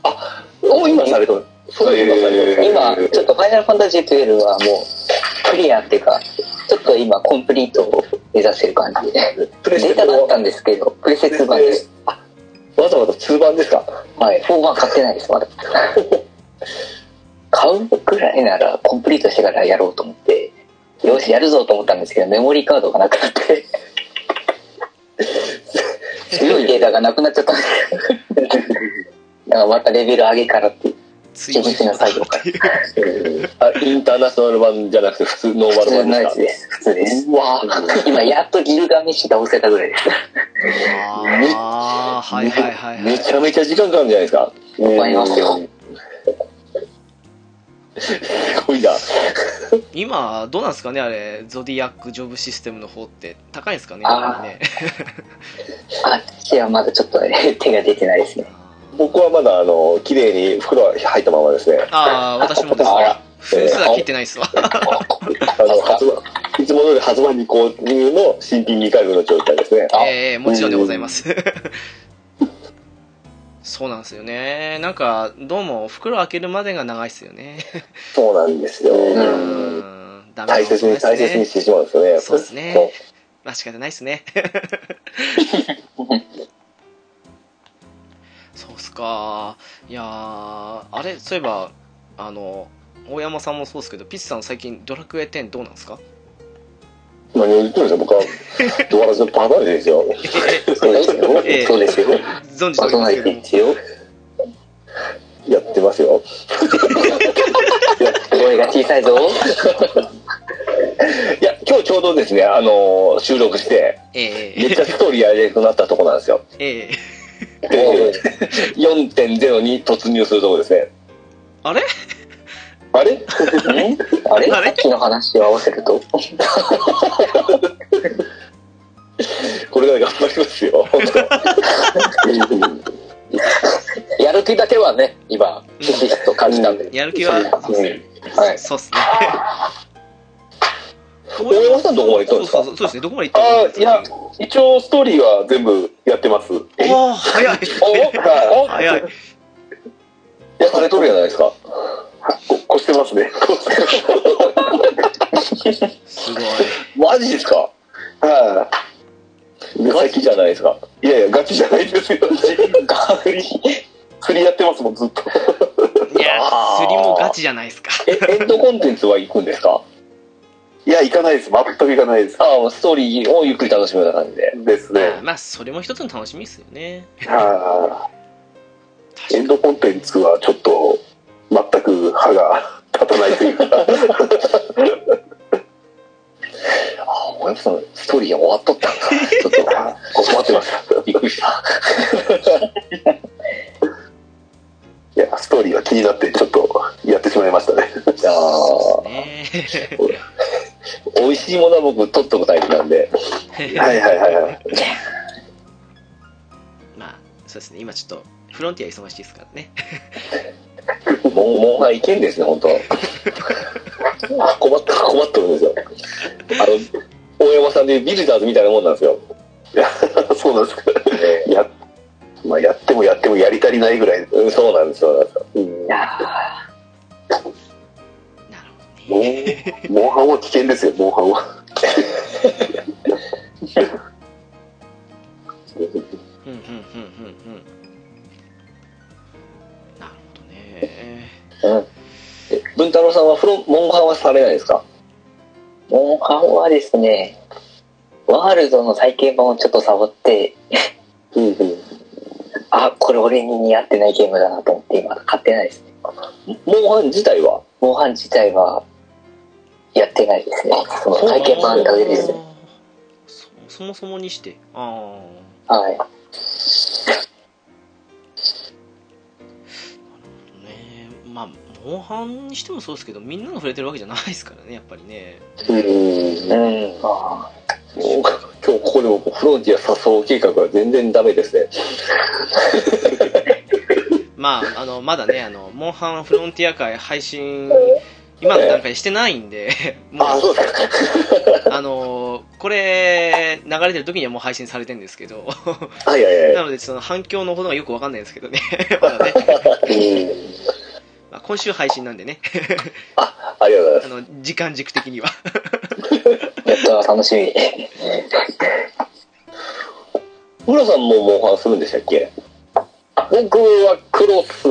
S5: お今されてる。そう今されてる。
S4: 今、ちょっとファイナルファンタジー12はもう、クリアっていうか、ちょっと今、コンプリートを目指してる感じで。
S5: プ
S4: デ
S5: レス
S4: ー
S5: テ
S4: タだっ
S5: の
S4: たんですけど、プレセツ版です。
S5: わざわざ通版ですか
S4: はい、4版買ってないです、まだ。買うくらいなら、コンプリートしてからやろうと思って、よし、やるぞと思ったんですけど、メモリーカードがなくなって、強いデータがなくなっちゃったんですよ。だからまたレベル上げからって、
S1: つ
S4: 一日の作業から。
S5: あインターナショナル版じゃなくて普通ノーマ
S4: 普通
S5: ル
S4: の
S5: 版
S4: やつ
S5: ですか
S4: です。普通です。
S5: うわー
S4: 今、やっとギルガメッシュ倒せたぐらいです。
S1: ああ、はいはいはいは
S5: め
S1: い。
S5: ちゃめちゃ時間かかるんじゃないですか
S4: 思いますよ。
S5: すごいな。
S1: 今、どうなんですかね、あれ、ゾディアックジョブシステムの方って、高いんですかね、
S4: あー
S1: 今ね。
S4: あっちはまだちょっとね手が出てないですね。
S5: 僕はまだ、あの、綺麗に袋は入ったままですね。
S1: ああ、私もです
S5: あ
S1: ね
S5: ら。
S1: 分数は切ってないっすわ。
S5: あの、発売、いつも通り発売に購入の新品未開封の状態ですね。
S1: ええもちろんでございます。そうなんですよね。なんか、どうも、袋開けるまでが長いっすよね。
S5: そうなんですよ。
S1: う
S4: うん
S1: ん、ダメな
S5: 大
S1: ことです
S5: 切に、
S1: ね
S5: 大切にしてしまうんですよね。
S1: そうですね
S5: そう
S1: まあ仕方ないです ね。そうっすか。いやー、あれ、そういえば、あの、大山さんもそうですけど、ピッチさん最近ドラクエ10どうなんですか
S5: 何を言ってるんですか僕は、ドアラジのパターンですよ。
S4: そうですよ
S1: ええ。
S4: そうですよ。
S1: 存じてお
S4: まあ、
S1: り
S4: そ
S1: ま
S4: んな
S1: すけ
S4: に
S1: ども。
S4: 一応、
S5: やってますよ。
S4: 声が小さいぞ。
S5: いや、今日ちょうどですね、あの、収録して、
S1: え
S5: めっ
S1: え
S5: ちゃストーリーやりたくなったとこなんですよ。
S1: ええ
S5: で、4.0に突入するとこですね。
S1: あれ
S5: あれ
S4: んあれ
S1: あれ
S4: さっきの話を合わせると。
S5: これから頑張りますよ。
S4: やる気だけはね、今、ひしひしと感じたんで。
S1: やる気は、
S4: はい。
S1: そうっすね。
S5: 大山さんどこまで行ったんですか
S1: そうそうそうですね、どこまで行った
S2: あ
S1: んで
S2: ー
S1: す
S2: いや一応ストーリーは全部やってます
S1: かおー、早い。
S2: おお
S1: 早い。
S5: いや、されとるじゃないですか。
S2: ここしてますねこしてます
S1: すごい。
S5: マジですか
S2: は
S5: ガキじゃないですか。
S2: いいやいやガチじゃないですよ釣り釣りやってますもんずっと
S1: いやー、釣りもガチじゃないですか。
S5: え、エンドコンテンツは行くんですか
S2: いや行かないです全く行かないです
S5: ああ、もうストーリーをゆっくり楽しむような感じで。
S2: です ね
S1: まあ、それも一つの楽しみですよね。
S2: はいエンドコンテンツはちょっと全く歯が立たないという か
S5: ああ、大山さん、ストーリーが終わっとったんだ。ちょっと、困ってました。びっくりした。
S2: いやストーリーが気になってちょっとやってしまいましたね
S5: ああ、
S1: ね
S5: 美味しいものは僕、取っとくタイプなんで。
S2: はいはいはいはい
S1: まあ、そうですね、今ちょっと、フロンティア忙しいですからね。
S5: もう、もうがいけんですね、本当。
S2: あ困った困ってるんですよあの大山さんでいうビルダーズみたいなもんなんですよ
S5: そうなんですか。
S2: え
S5: や、まあ、やってもやってもやり足りないぐらい。
S2: えうんそうなんですそうなんですよ、うん
S4: いやー
S1: なるほど
S5: モ
S1: ね。
S5: ン、モンハンは危険ですよ、モンハンは。
S1: うんうんうんうんうん。なるほどね。
S2: え文太郎さんはフロモンハンはされないですか
S4: モンハンはですね、ワールドの体験版をちょっとサボって、
S2: うんうん
S4: あ、これ俺に似合ってないゲームだなと思って今買ってないですね。
S2: モンハン自体は
S4: モンハン自体はやってないですね。その
S2: そう
S4: 体験版だけです。
S1: そそもそもにして。ああ。
S4: はい。
S1: ねまあモンハンにしてもそうですけどみんなが触れてるわけじゃないですからねやっぱりね
S2: うん
S4: うん。あ
S2: もう今日ここでもフロンティア誘う計画は全然ダメですね
S1: まああのまだねあのモンハンフロンティア界配信今の段階でしてないんでもう
S2: あそうですか
S1: あのこれ流れてる時にはもう配信されてるんですけど
S2: はいはい
S1: な
S2: は
S1: のでその反響のほどがよくわかんないんですけど ねまだね、
S2: い、うん
S1: まあ、今週配信なんでね
S2: ありがとうござい
S1: あの時間軸的には
S4: あ。やった楽しみ。
S2: ます。浦さんもモンハンするんでしたっけ
S10: 僕はクロス、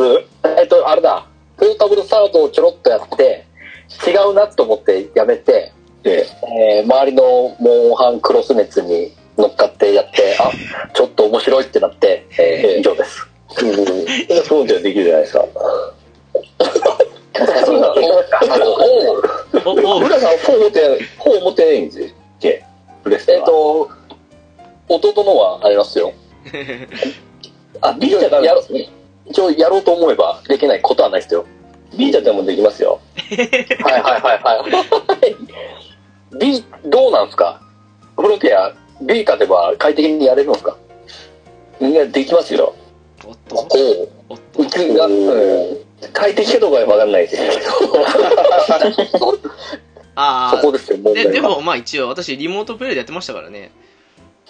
S10: えっと、あれだ、ポータブルサードをちょろっとやって、違うなと思ってやめて、
S2: え
S10: えー周りのモンハンクロス熱に乗っかってやって、あ、ちょっと面白いってなって、えー以上です。
S2: え。うん。フロンティアできるじゃないですか。
S10: そうだ
S1: お おう
S2: 浦さん、フォー持ってない、フォー持ってないんですっけプレステ
S10: え
S2: は
S10: っ、と、弟のはありますよ。
S2: あ、ビータダメなんですね。
S10: 一応やろうと思えばできないことはないですよ。
S2: ビータでもできます よ。
S10: はいはいはいはい。 ビどうなんですかフロンティア、ビータでは快適にやれるんですか
S2: みんなできますよ。
S1: おっ
S10: お
S1: と
S10: お。
S1: おっと
S2: うちが、うん。快適かどうかはわかんないですけ
S1: あ
S10: そ
S1: あ
S10: こですよ、問題
S1: で
S10: は。
S1: でもまあ一応私リモートプレイでやってましたからね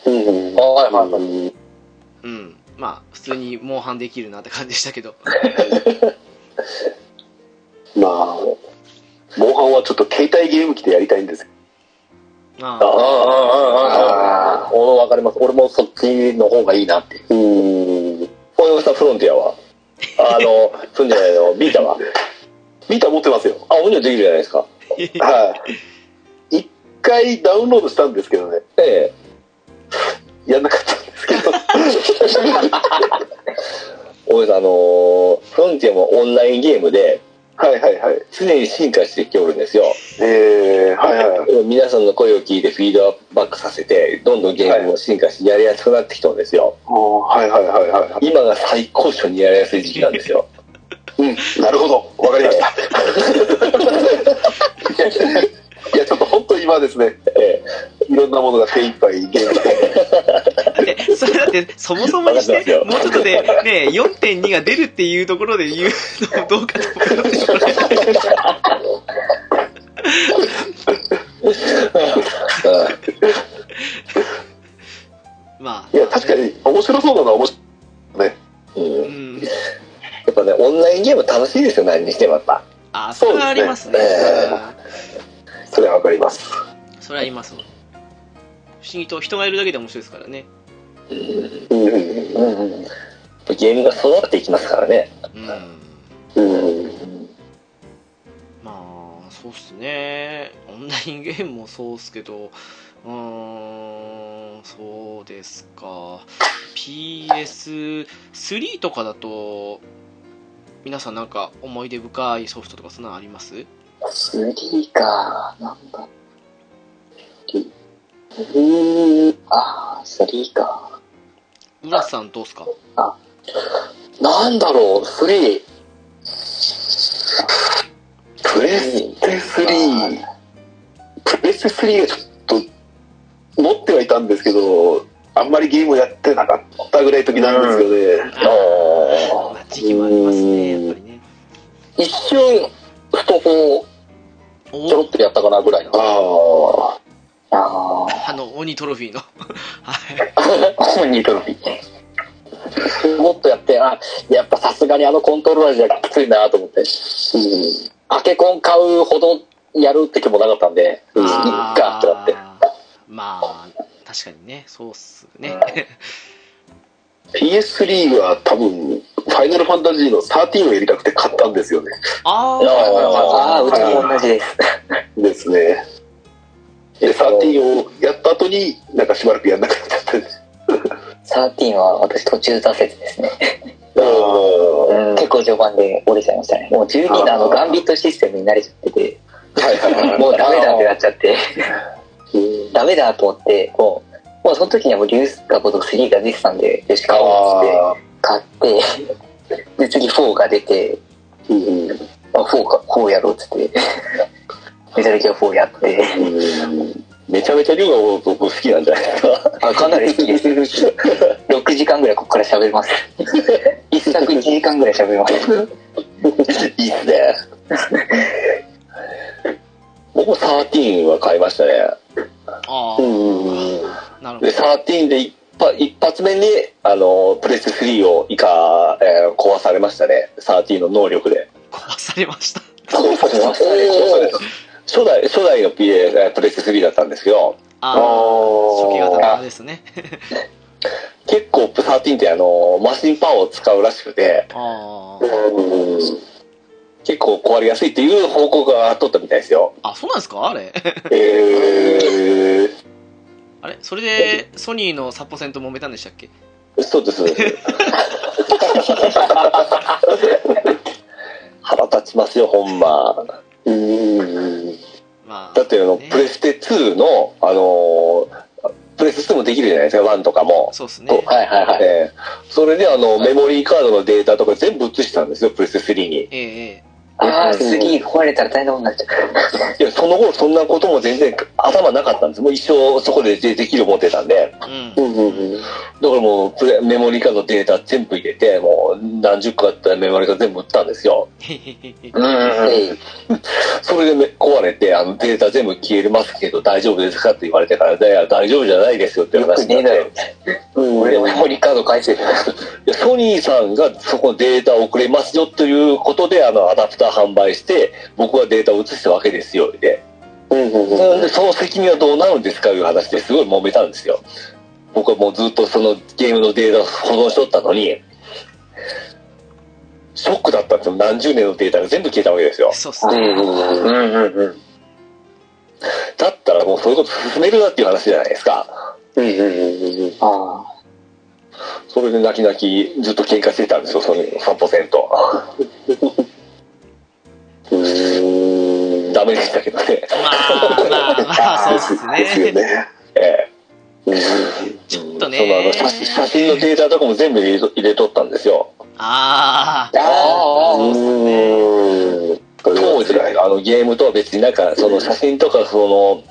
S2: ど。うん
S10: あ。はいはいはい。
S1: うんまあ普通にモンハンできるなって感じでしたけど
S5: まあ、モンハンはちょっと携帯ゲーム機でやりたいんです。
S1: ま
S10: ああ、あ
S1: あ
S10: あ、ああ。俺わかります。俺もそっちの方がいいなって。
S2: うん。大山さん、フロンティアはあの、そうじゃないの、ビータは
S5: ビータ持ってますよ。
S2: あ、オニオできるじゃないですか。
S5: はい。一回ダウンロードしたんですけどね、
S2: え
S5: やんなかったんですけ ど。
S2: え。大山さん、あのーフロンティアもオンラインゲームで、
S5: はいはいはい。
S2: 常に進化してきておるんですよ。
S5: えー、はいはいはい。
S2: 皆さんの声を聞いてフィードバックさせて、どんどんゲームも進化してやりやすくなってきたんですよ。
S5: おーはいはいはいは
S2: 今が最高潮にやりやすい時期なんですよ。
S5: い。なるほど。わかり ました。いや、ちょっと本当に今ですね、
S2: え
S5: いろんなものが手一杯ゲーム
S1: だ
S5: で
S1: ってそれだってそもそもにし
S2: わかって
S1: て
S2: ま
S1: もう
S2: すよ
S1: ちょっとでね4.2が出るっていうところで言うのもどうかと思いますけどね
S2: え
S1: まあ
S5: いや、確かに面白そうなのは面白い。
S2: うん
S1: う
S2: や
S1: ん
S2: っぱね、オンラインゲーム楽しいですよ、何にしてもやっぱ。
S1: あそれはありますね
S5: それはわかります。
S1: それはありますわ不思議と人がいるだけで面白いですからね
S2: うんうんうん、ゲームが育っていきますからね。
S1: うん
S2: うん。
S1: まあそうっすねオンラインゲームもそうっすけどうーんそうですか PS3 とかだと皆さんなんか思い出深いソフトとかそんなのあります
S4: 3か。なんだ。
S2: うん。
S4: ああ、3か。
S1: 浦さんどうっすか
S10: なんだろう、3。
S5: プレステ3、プレステ3がちょっと持ってはいたんですけど、あんまりゲームやってなかったぐらいの時なんですよね。
S2: あ
S1: まあ時期もありますねやっぱりね
S10: 一瞬、スト4
S1: お
S11: ちょろっとやったかなぐらいの。
S3: あ
S4: ああ、
S1: あの、鬼トロフィーの。はい。
S4: 本にトロフィー。
S11: もっとやって、あ、やっぱさすがにあのコントローラーじゃきついなと思って。
S3: ー
S11: アケコン買うほどやるって気もなかったんで、いっかってなって。
S1: あーまあ、確かにね、そうっすね。
S3: PS3 は多分、ファイナルファンタジーの13をやりたくて買ったんですよね。
S1: あ
S4: ああ、うち
S1: ー
S4: も同じです。
S3: ですね。で、13をやった後に、なんかしばらくやんなくなっちゃったんです。
S4: 13は私途中挫折ですね。
S3: あ
S4: 結構序盤で折れちゃいましたね。もう12のあのガンビットシステムに慣れちゃってて、もうダメだってなっちゃって、ダメだと思って、もう、もうその時にはもうリュウスカボと3が出てたんで、よし、買おうっつって、買って、で、次4が出て、あ4か、4やろうっつって、 メタルギア4やって、
S5: めちゃめちゃ量が多い僕好きなんじゃないですか。
S4: あかなり好きです。6時間ぐらいここから喋れます。一作1時間ぐらい喋れます。
S5: いいっすね。僕も13は買いましたね。
S1: あー、なるほ
S5: で、
S1: ど。
S5: 13で一発一発目に、あの、プレス3を以下、えー壊されましたね。13の能力で。
S1: 壊されました。
S5: 壊されま
S4: したね
S5: 壊された初代、初代の PA、えープレス3だったんですけど、
S3: あ
S1: ああ、初期型
S3: ー。
S1: のあれですね。
S5: 結構13ってあの、マシンパワーを使うらしくて、
S1: あ
S5: 結構壊れやすいっていう報告が取ったみたいですよ。
S1: あ、あ、そうなんですかあれ
S5: え
S1: あれそれで、ソニーのサポセンと揉めたんでしたっけ
S5: ー、そうです。腹立ちますよ、ほんま。
S1: まあ。
S5: だってあの、
S1: ね
S5: プレステ2の、あのープレス2もできるじゃないですか、1とかも。
S1: そうっすね。
S11: はいはいはい。
S5: えーそれであの、メモリーカードのデータとか全部移したんですよ、プレステ3に。
S1: えええ
S4: ああ、3壊れたら大変なことになっちゃう。
S5: いや、その後、そんなことも全然頭なかったんです。もう一生そこででできる思ってたんで。
S1: えうん。
S5: だからもうプレ、メモリーカードデータ全部入れて、もう何十個あったメモリーカード全部売ったんですよ。
S1: へへへへ
S5: それでめ壊れて、あのデータ全部消えますけど大丈夫ですかって言われてから、いや、大丈夫じゃないですよって話になって。
S11: 俺メモリーカード返せる。
S5: でソニーさんがそこデータをくれますよということで、あの、アダプター販売して、僕はデータを移したわけですよ、で。なんで、その責任はどうなるんですかいう話ですごい揉めたんですよ。僕はもうずっとそのゲームのデータを保存しとったのに、ショックだったんですよ。何十年のデータが全部消えたわけですよ。
S1: そうっすね。
S5: だったらもうそういうこと進めるなっていう話じゃないですか。
S4: あ
S5: それで泣き泣きずっと喧嘩してたんですよ、その散歩線と。ダメでしたけどね。
S1: まあまあまあ、そうっす
S3: ですよ
S1: ね。
S3: ね。
S5: ええ
S1: ちょっと
S5: そのあの
S1: ね。
S5: 写真写真のデータとかも全部入れと入れとったんですよ。
S1: ああ。
S11: あ
S1: そうっすね。
S5: 当時あのゲームとは別になんかその写真とかその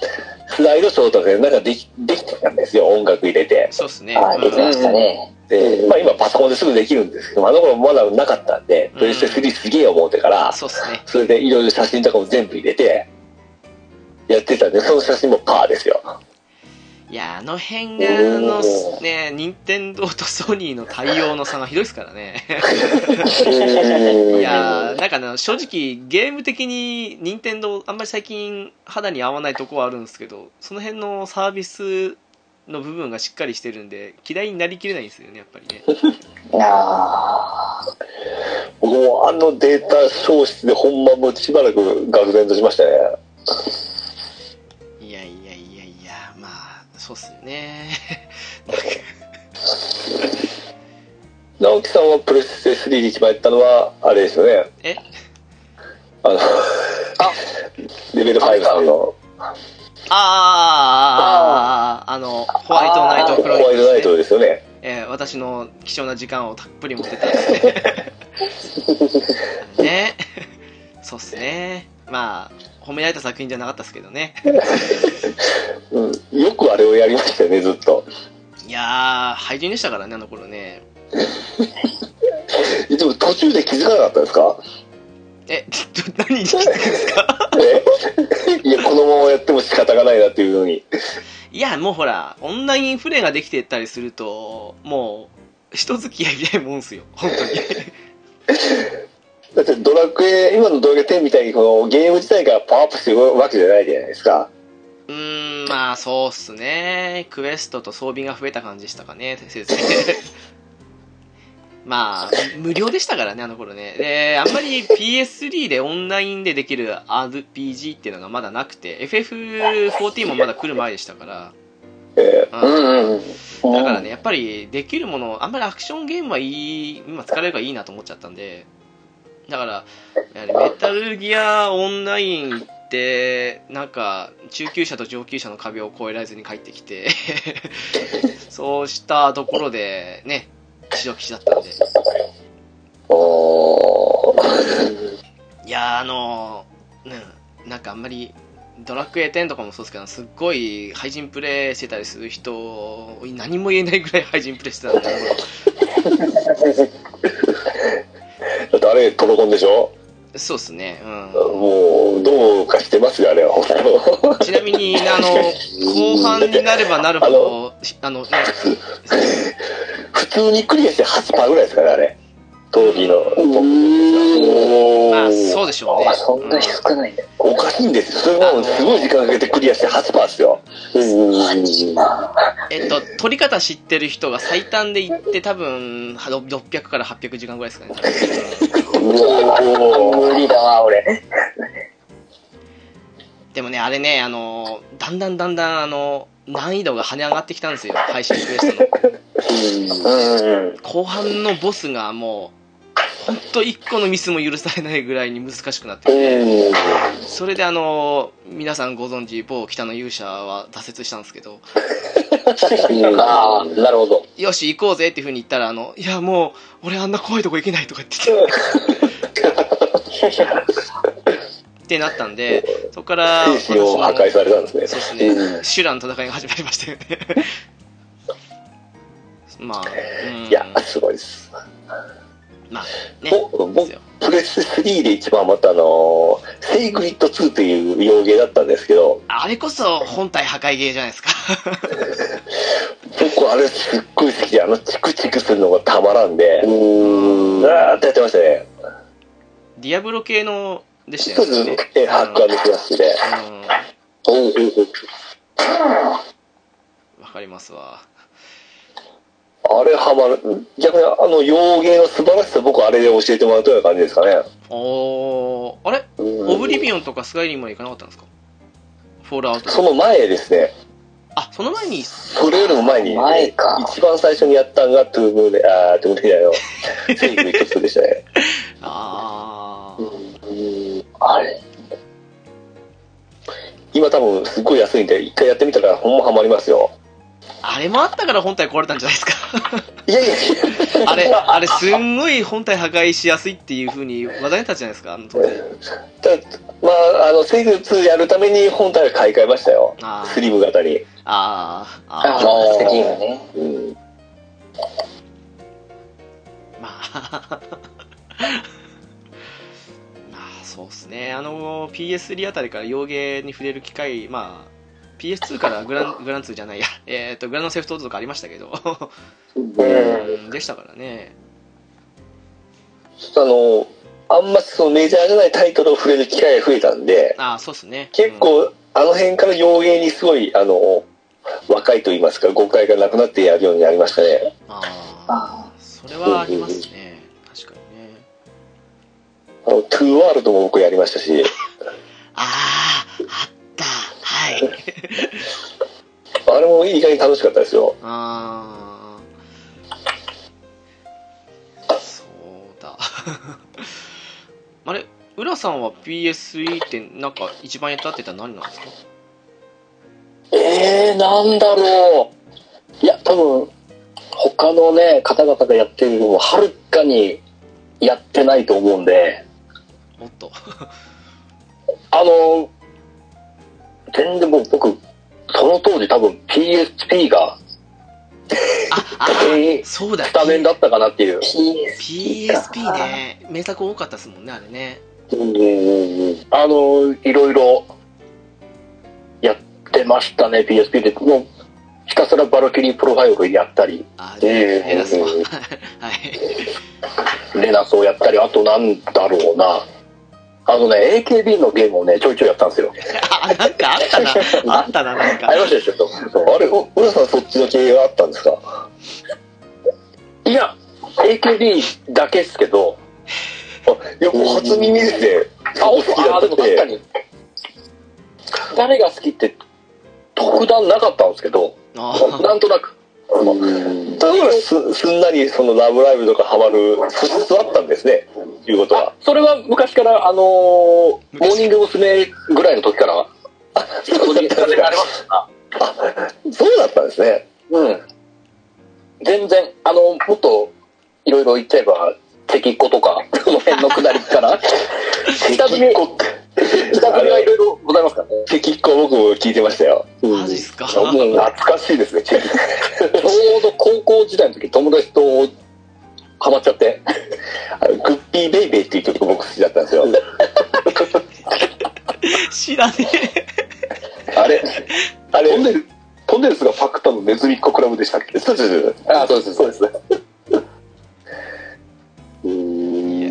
S5: スライドショーとかでなんかできできてたんですよ音楽入れて
S1: そうっすね。
S4: あ、ああ、できま
S1: う
S4: したね。
S5: で、まあ、今パソコンですぐできるんですけどあの頃まだなかったんで
S1: うん
S5: プレステ3すげえ思うてから
S1: んそうっすね。
S5: それでいろいろ写真とかも全部入れてやってたんでその写真もパーですよ
S1: いや、あの辺が、あの、ね、任天堂とソニーの対応の差がひどいですからね。いやーなんかね、正直、ゲーム的に、任天堂あんまり最近、肌に合わないとこはあるんですけど、その辺のサービスの部分がしっかりしてるんで、嫌いになりきれないんですよね、やっぱりね。
S4: ああ、
S5: 僕もあのデータ消失でほんまもうしばらく愕然としましたね
S1: いやいやいやいや、まあ、そうっすよね。
S5: 直樹さんはプレステ3に一番やったのはあれですよね
S1: え
S5: あのレベル5さんの
S1: あーあーあーあーあーあの、ホワイトナイトク
S5: ホ
S1: ロ
S5: ワ
S1: ニ
S5: イトナイ
S1: ク
S5: ト
S1: ル、ね
S5: ですよね。
S1: えー私の貴重な時間をたっぷり持って たんですね。ね。そうっすね。まあ、褒められた作品じゃなかったですけどね。
S5: うん、よくあれをやりましたよね、ずっと。
S1: いやー、廃人でしたからね、あの頃ね。
S5: でも途中で気づかなかったですか
S1: え、ちょっと何言ってんですか
S5: いや、このままやっても仕方がないなっていうのに。
S1: いや、もうほら、オンラインプレイができてったりすると、もう、人付き合いみたいなもんすよ、本当に。
S5: だってドラクエ、今のドラクエ10みたいにこのゲーム自体がパワーアップしてるわけじゃないじゃないですか。
S1: うーん、まあそうっすね。クエストと装備が増えた感じしたかね、先生。 まあ、無料でしたからね、あの頃ね。で、あんまり PS3 でオンラインでできる RPG っていうのがまだなくて、FF14 もまだ来る前でしたから。
S5: え
S1: う
S5: ー
S1: ん
S11: うんうん。
S1: だからね、やっぱりできるもの、あんまりアクションゲームはいい、今疲れるからいいなと思っちゃったんで、だから、やはりメタルギアオンラインって、なんか、中級者と上級者の壁を越えられずに帰ってきて、 そうしたところで、ね、白騎士だったんで。
S5: おー
S1: いやー、あのー、うん、なんかあんまり、ドラクエ10とかもそうですけど、すっごい廃人プレイしてたりする人、何も言えないぐらい廃人プレイしてたんで、
S5: だってあれ、トロコンでしょ
S1: そうですね、うん。
S5: もう、どうかしてますよ、あれは、本当
S1: ちなみに、あの、後半になればなるほど、あの、ね
S5: 普通にクリアして8%ぐらいですから、あれ。当時の。
S1: まあ、そうでしょうね。
S4: あ、そんなに少ないんだよ。
S5: おかしいんですよ。それはもうすごい時間かけてクリアして8%ですよ。
S1: えっと、取り方知ってる人が最短で行って、多分、は600から800時間ぐらいですかね。
S4: 無理だわ、俺。
S1: でもね、あれね、あの、だんだんだんだん、あの、難易度が跳ね上がってきたんですよ、配信クエストの。
S11: うん。
S1: 後半のボスがもう、ほんと一個のミスも許されないぐらいに難しくなってそれであの、皆さんご存知、某北の勇者は挫折したんですけど、
S11: ああ、なるほど。
S1: よし、行こうぜっていうふうに言ったら、あの、いや、もう、俺あんな怖いとこ行けないとかって言って。ってなったんで、そこから、
S5: 精神を破壊されたんです ね。
S1: そうですね、修羅の戦いが始まりましたよね。 まあ、うん。
S5: いや、すごいです。
S1: まあ、ね。
S5: ぼ
S1: で
S5: 僕
S1: すよ
S5: プレステ3で一番またあのー、セイクリッド2という洋芸だったんですけど、
S1: あれこそ本体破壊芸じゃないですか。
S5: 僕あれすっごい好きで、あのチクチクするのがたまらんで、うーん、ーってやってましたね。
S1: ディアブロ系のでした
S5: そう
S1: よね
S5: で。すね。ハッカーのクラスで。
S1: うんわかりますわ。
S5: あれハマる。逆にあの洋芸の素晴らしさ僕あれで教えてもらうという感じですかね。
S1: おー、あれオブリビオンとかスカイリンまで行かなかったんですかフォールアウト。
S5: その前ですね。
S1: あ、その前に、
S5: それよりも前に、
S4: 前か
S5: 一番最初にやったのがトゥームーで、あー、トゥームーじゃないよ。セイクリッド2でしたね。
S1: あー、
S4: あれ。
S5: 今多分すっごい安いんで、一回やってみたらほんまハマりますよ。
S1: あれもあったから本体壊れたんじゃないですか。
S5: いやいやいや。
S1: あれ、あれすんごい本体破壊しやすいっていう風に話題になったじゃないですか、あの当時。
S5: ただ まあ、あの、セイク2やるために本体を買い替えましたよ。
S1: あ
S5: ス
S1: ー、
S5: リム型に。
S1: あー、
S4: あ
S1: あ
S4: あ、次はね。
S5: うん。
S1: ー、まあ。 まあ、そうっすね。あの、PS3 あたりから洋芸に触れる機会、まあ、PS2 からグラン、グラン2じゃないや、 えっ、と、グランドセフトオートとかありましたけど。うんでしたからね。
S5: あの、あんまそのメジャーじゃないタイトルを触れる機会が増えたんで、
S1: ああ、そうっすね。
S5: 結構、あの辺から洋芸にすごい、あの、若いと言いますか、誤解がなくなってやるようになりましたね。
S1: うん、ああ、それはありますね。確かにね。
S5: あの、トゥーワールドも僕やりましたし、
S1: ああ、あった。はい。
S5: あれも意外に楽しかったですよ。
S1: ああ。そうだ。 あれ、浦さんは PS3 ってなんか一番やったって言ったら何なんですか
S11: えー、なんだろう。いや、多分、他のね、方々がやってるのは、はるかにやってないと思うんで、
S1: もっと。
S11: あの、全然もう僕、その当時多分 PSP が
S1: あ、あ
S11: え
S1: ー
S11: ー
S1: そうだ。
S11: スタメンだったかなっていう。
S4: PS。
S1: PSP ね。名作多かったですもんね、あれね。
S2: うんうんうんあの、いろいろやってましたね、PSP で。もうひたすらバルキリープロファイルやったり、
S1: あで、えなそう。はい。
S2: レナスをやったり、あとなんだろうな。あのね、AKB のゲームをね、ちょいちょいやったんですよ。
S1: あ、なんかあったな。あったな、なんか
S2: あ。りましたでしょ、ちょっと。あれ、お
S5: 浦さんそっちの系があったんですか
S2: いや、AKB だけっすけど、
S5: いやもう初耳ですね
S2: あ、お好きだった確かに。誰が好きって、特段なかったんですけ ど、
S1: あ
S2: なんとなく。
S5: 例えばすすんなりその「ラブライブ!」とかハマる素質はあったんですねいうことは
S2: それは昔から、あのーモーニング娘。ぐらいの時から、
S5: そうだったんです
S2: あります
S5: そうだったんですね
S2: うん。全然、あの、もっと、いろいろ言っちゃえば、敵っ子とか、 その辺の下り から、下積み、下積みはいろいろございますからね。
S5: 敵っ子僕も聞いてましたよ
S1: マジっすか。
S5: もう懐かしいですね 敵っ子
S2: ちょうど高校時代の時、友達と、ハマっちゃって。
S5: あのグッピーベイベイっていう曲僕好きだったん ですよ
S1: 知らね
S5: あれあれ
S4: トンネル、トンネルズがパクったのネズミっ子クラブでしたっけ
S5: そうそうそう
S2: あそうです、そうです。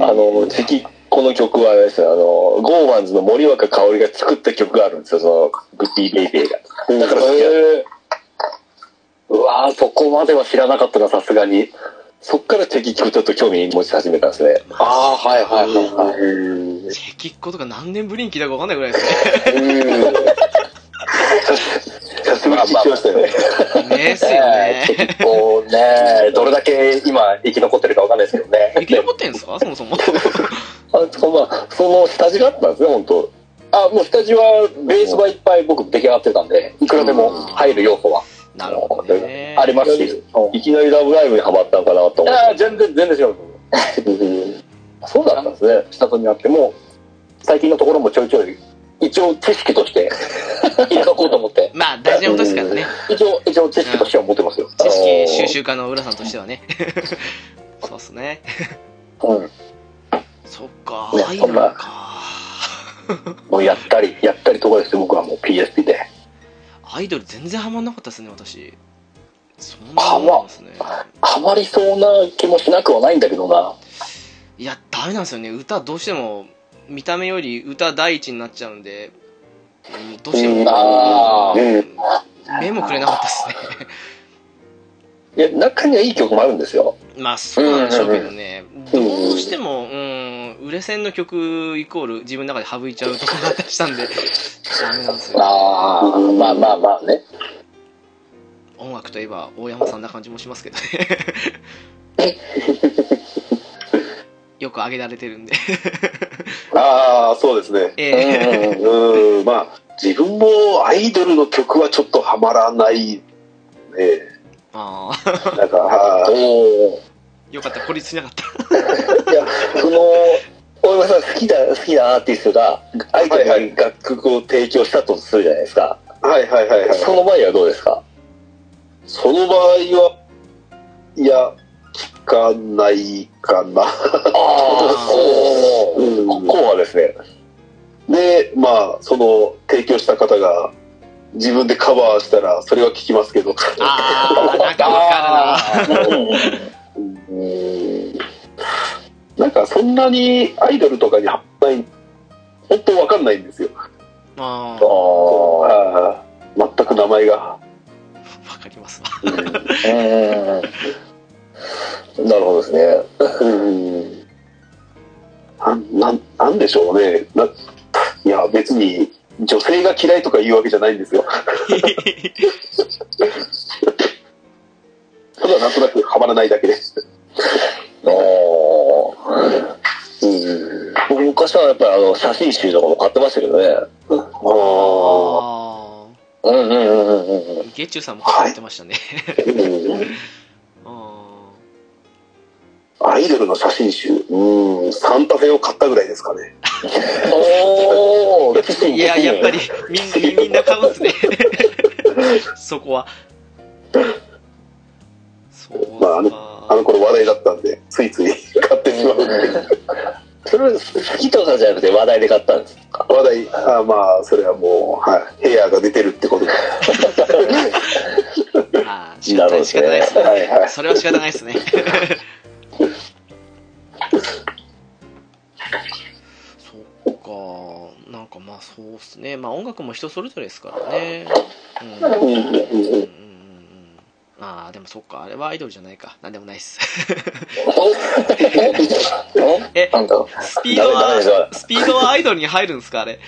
S5: あの敵っ子の曲はあれですよあのゴーマンズの森若香織が作った曲があるんですよそのグッピーベイベイがだから好きだ
S2: うわーそこまでは知らなかったな、さすがに。
S5: そっから敵っ子ちょっと興味持ち始めたんですね
S2: ああ、はいはいはいはい。
S1: え。敵っ子とか何年ぶりに聞いたか分かんないぐらいです
S5: 久しぶりに聞きましたよね
S1: ね。 ねっすよ ね。
S2: 結構ね、どれだけ今生き残ってるかわかんないですけどね。
S1: 生き残ってんすかそもそも。
S5: あそこまあその下地があったんですね本当
S2: あ、もうスタジオはベースはいっぱい僕出来上がってたんで、いくらでも入る要素は
S1: なるほどね。
S2: ありますし。
S5: いきなり「ラブライブ!」にハマったのかなと思
S2: あ
S5: っ
S2: あ、全然、全然違う。
S5: てそうだったんですね
S2: 下積にあっても、最近のところもちょいちょい、一応知識と して、入れとこうと思って、
S1: まあ、大事なことですからね。
S2: 一応、一応知識としては持ってますよ。
S1: 知識収集家の浦さんとしてはね。そうっすね。
S2: うん。
S1: そっか、
S2: ね
S1: 入るのか。
S2: もうやったり、やったりとかですよ、僕はもう PSP で。
S1: アイドル全然ハマんなかったですね、私。そん
S2: ハマ
S1: なですね。
S2: ハマりそうな気もしなくはないんだけどな。
S1: いや、ダメなんですよね。歌どうしても、見た目より歌第一になっちゃうんで、うんどうしても、
S2: あー
S1: うん目もくれなかったですね。
S5: いや中にはいい曲もあるんですよ
S1: まあそうなんでしょうけどね、どうしても、うん、売れ線の曲イコール自分の中で省いちゃうところがあったりしたんで、ダメなんですよ。
S2: ああ、まあまあまあね。
S1: 音楽といえば大山さんな感じもしますけどね。よく挙げられてるんで。
S4: ああ、そうですね。
S1: ええ
S2: うん
S4: うん、まあ、自分もアイドルの曲はちょっとハマらない。ね、
S1: あ
S4: なんか、はい
S2: お
S1: あ、よかった、孤立しなかった。
S5: いやその大山さん好きな好きなアーティストがアイドルに楽曲を提供したとするじゃないですか
S4: はいはいはいはい。
S5: その場合はどうですか
S4: その場合は、いや、聞かないかな。
S5: ああ
S2: おー
S4: うん
S5: こうはですね
S4: で、まあ、その、提供した方が、自分でカバーしたら、それは聞きますけど。
S1: ああ、なんかわかるな。
S4: うんなんか、そんなにアイドルとかにはまらない、本当わかんないんですよ。
S1: あ
S5: ああ
S4: ああ全く名前が。
S1: あ、わかりますわ。
S5: うんなるほどですね。
S4: うんなんなんなんでしょうねないや別に女性が嫌いとか言うわけじゃないんです よただなんとなくハマらないだけです
S5: おうん、僕昔はやっぱりあの写真集とかも買ってましたけどね。
S4: あ
S1: あ
S5: うんうんうんうんうん。
S1: あ、ゲッチュさんも書いてましたね。あ
S4: アイドルの写真集うんサンタフェを買ったぐらいですかね
S2: おお
S1: あいや、やっぱりみんみんな買うんすね。 そこは。そう
S4: まああの
S1: か
S4: あ。の頃話題だったんでついつい買ってしまうっていう
S5: それ、ヒトさんじゃなくて話題で買ったんですか
S3: 話題、あーまあ、それはもう、はい。ヘアが出てるってことで。
S1: ああ、仕方ない、仕方ないですね。
S3: はいはい。
S1: それは仕方ないですね。 そっか、なんかまあそうっすね。まあ音楽も人それぞれですからね。うん。
S3: うん
S1: うん
S3: うん
S1: う
S3: うん
S1: うんんああ、でもそっか、あれはアイドルじゃないか。なんでもないっす。 え、
S4: なんだろ
S1: スピード
S5: ダメダメです
S1: は
S5: よ、
S1: スピードはアイドルに入るんですか、あれ。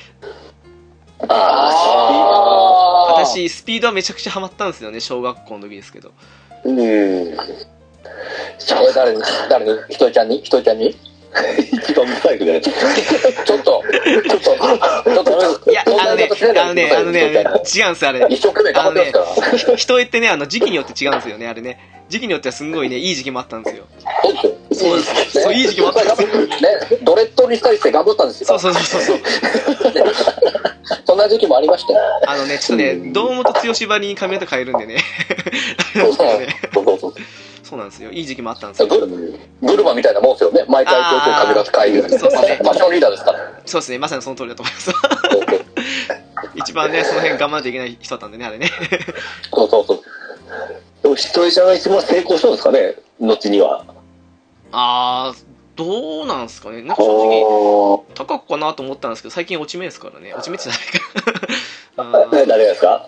S5: あ
S1: 私、スピードはめちゃくちゃハマったんですよね、小学校の時ですけど。
S5: うん。
S4: え誰に誰にひとりちゃんにひとりちゃんに
S5: 一番ブサイクで。
S4: ちょっとちょっとちょっと
S1: いや、あのね、あのね、あのね、違うんです、あれ。
S4: 一生懸命頑張ってますから
S1: 人ってね、あの時期によって違うんですよね、あれね。時期によってはすんごいね、いい時期もあったんですよ。
S4: そうですよ
S1: そうです。そう、いい時期もあったんですよ。
S4: ね、ドレッドにしたりして頑張ったんですよ。
S1: そうそうそうそう。
S4: そんな時期もありましたよ。
S1: あのね、ちょっとね、堂本剛ばりに髪型変えるんでね。あれなんですよね
S4: そうそうそう。
S1: そうなんですよ。いい時期もあったんですよ。
S4: ブブルマみたいなもんですよね。毎回東京髪型変え
S1: あー
S4: る。
S1: そうですね
S4: ファッションリーダーですから。
S1: そうですね、まさにその通りだと思います。
S4: そうそう
S1: 一番ね、その辺我慢しちゃいけない人だったんでね、あれね。
S4: そうそうそう。
S5: でも、ひとりちゃんが一番成功したんですかね後には。
S1: あー、どうなんすかね。なんか正直、
S3: おー
S1: 高くかなと思ったんですけど、最近落ち目ですからね。落ち目ってない か。うん
S5: 誰がですか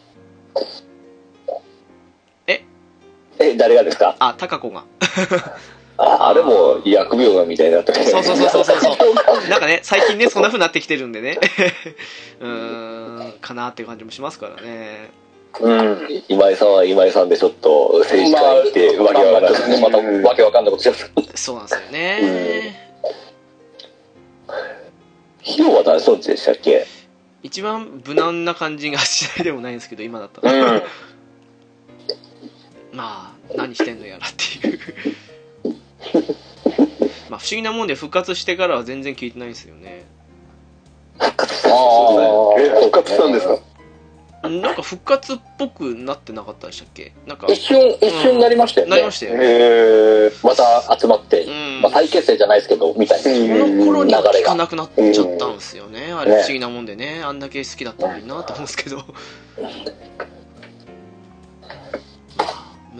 S1: え
S5: え、誰がですか
S1: あ、高子が。
S5: ああれも疫病がみたいになって
S1: そうそうそうそうそう そう。なんかね、最近ね、そんな風になってきてるんでね。 うーん、かなっていう感じもしますからね。
S4: うん。
S5: 今井さんは今井さんでちょっと政治
S4: まあ
S5: 家に来てわけわからない、
S4: またわけわかんないことします。
S1: そうなんですよね。
S5: 費用は誰そっちでしたっけ
S1: 一番無難な感じがしないでもないんですけど、今だった
S4: う
S1: ら。
S4: ん。
S1: まあ、何してんのやらって いう。まあ、不思議なもんで復活してからは全然聞いてないんですよね。
S4: ああ。
S3: え、復活したんですか
S1: なんか復活っぽくなってなかったでしたっけなんか
S4: 一、瞬、一瞬になりましたよね。
S1: なりましたよね。
S3: へえ。
S4: また集まって
S1: う、ん
S4: まあ、。再結成じゃないですけど、みたいな。
S1: この頃には
S4: 流れ
S1: 聞か
S4: が。
S1: なくなっちゃったんですよね、あれ不思議なもんでね、あんだけ好きだったのになと思うんですけど、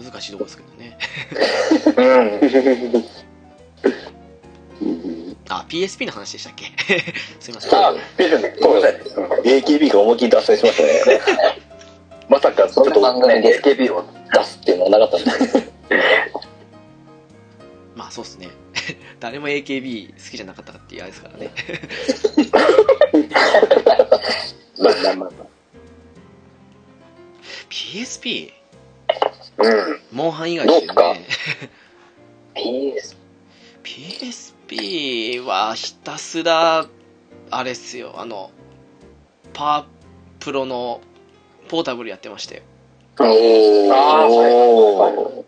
S1: 難しいとこですけどね、
S4: うん。
S1: あ PSP の話でしたっけ、 すいません、
S4: あ、ビジョン、ごめんなさい。
S5: AKB が思いっきり脱線しましたね
S3: まさか、ちょ
S4: そ
S3: っ
S4: の番
S3: と、
S4: 組で AKB を出すっていうのはなかったんです
S1: まあそうっすね、 誰も AKB 好きじゃなかったっていうあれですからね、
S3: まあまあまあまあ
S1: PSP、
S4: うん。
S1: モンハン以外ですよ
S4: どうっ
S1: ね、
S4: PS。
S1: PSP はひたすら、あれっすよ、あの、パープロのポータブルやってましたよ。
S3: お
S4: あーはい
S3: お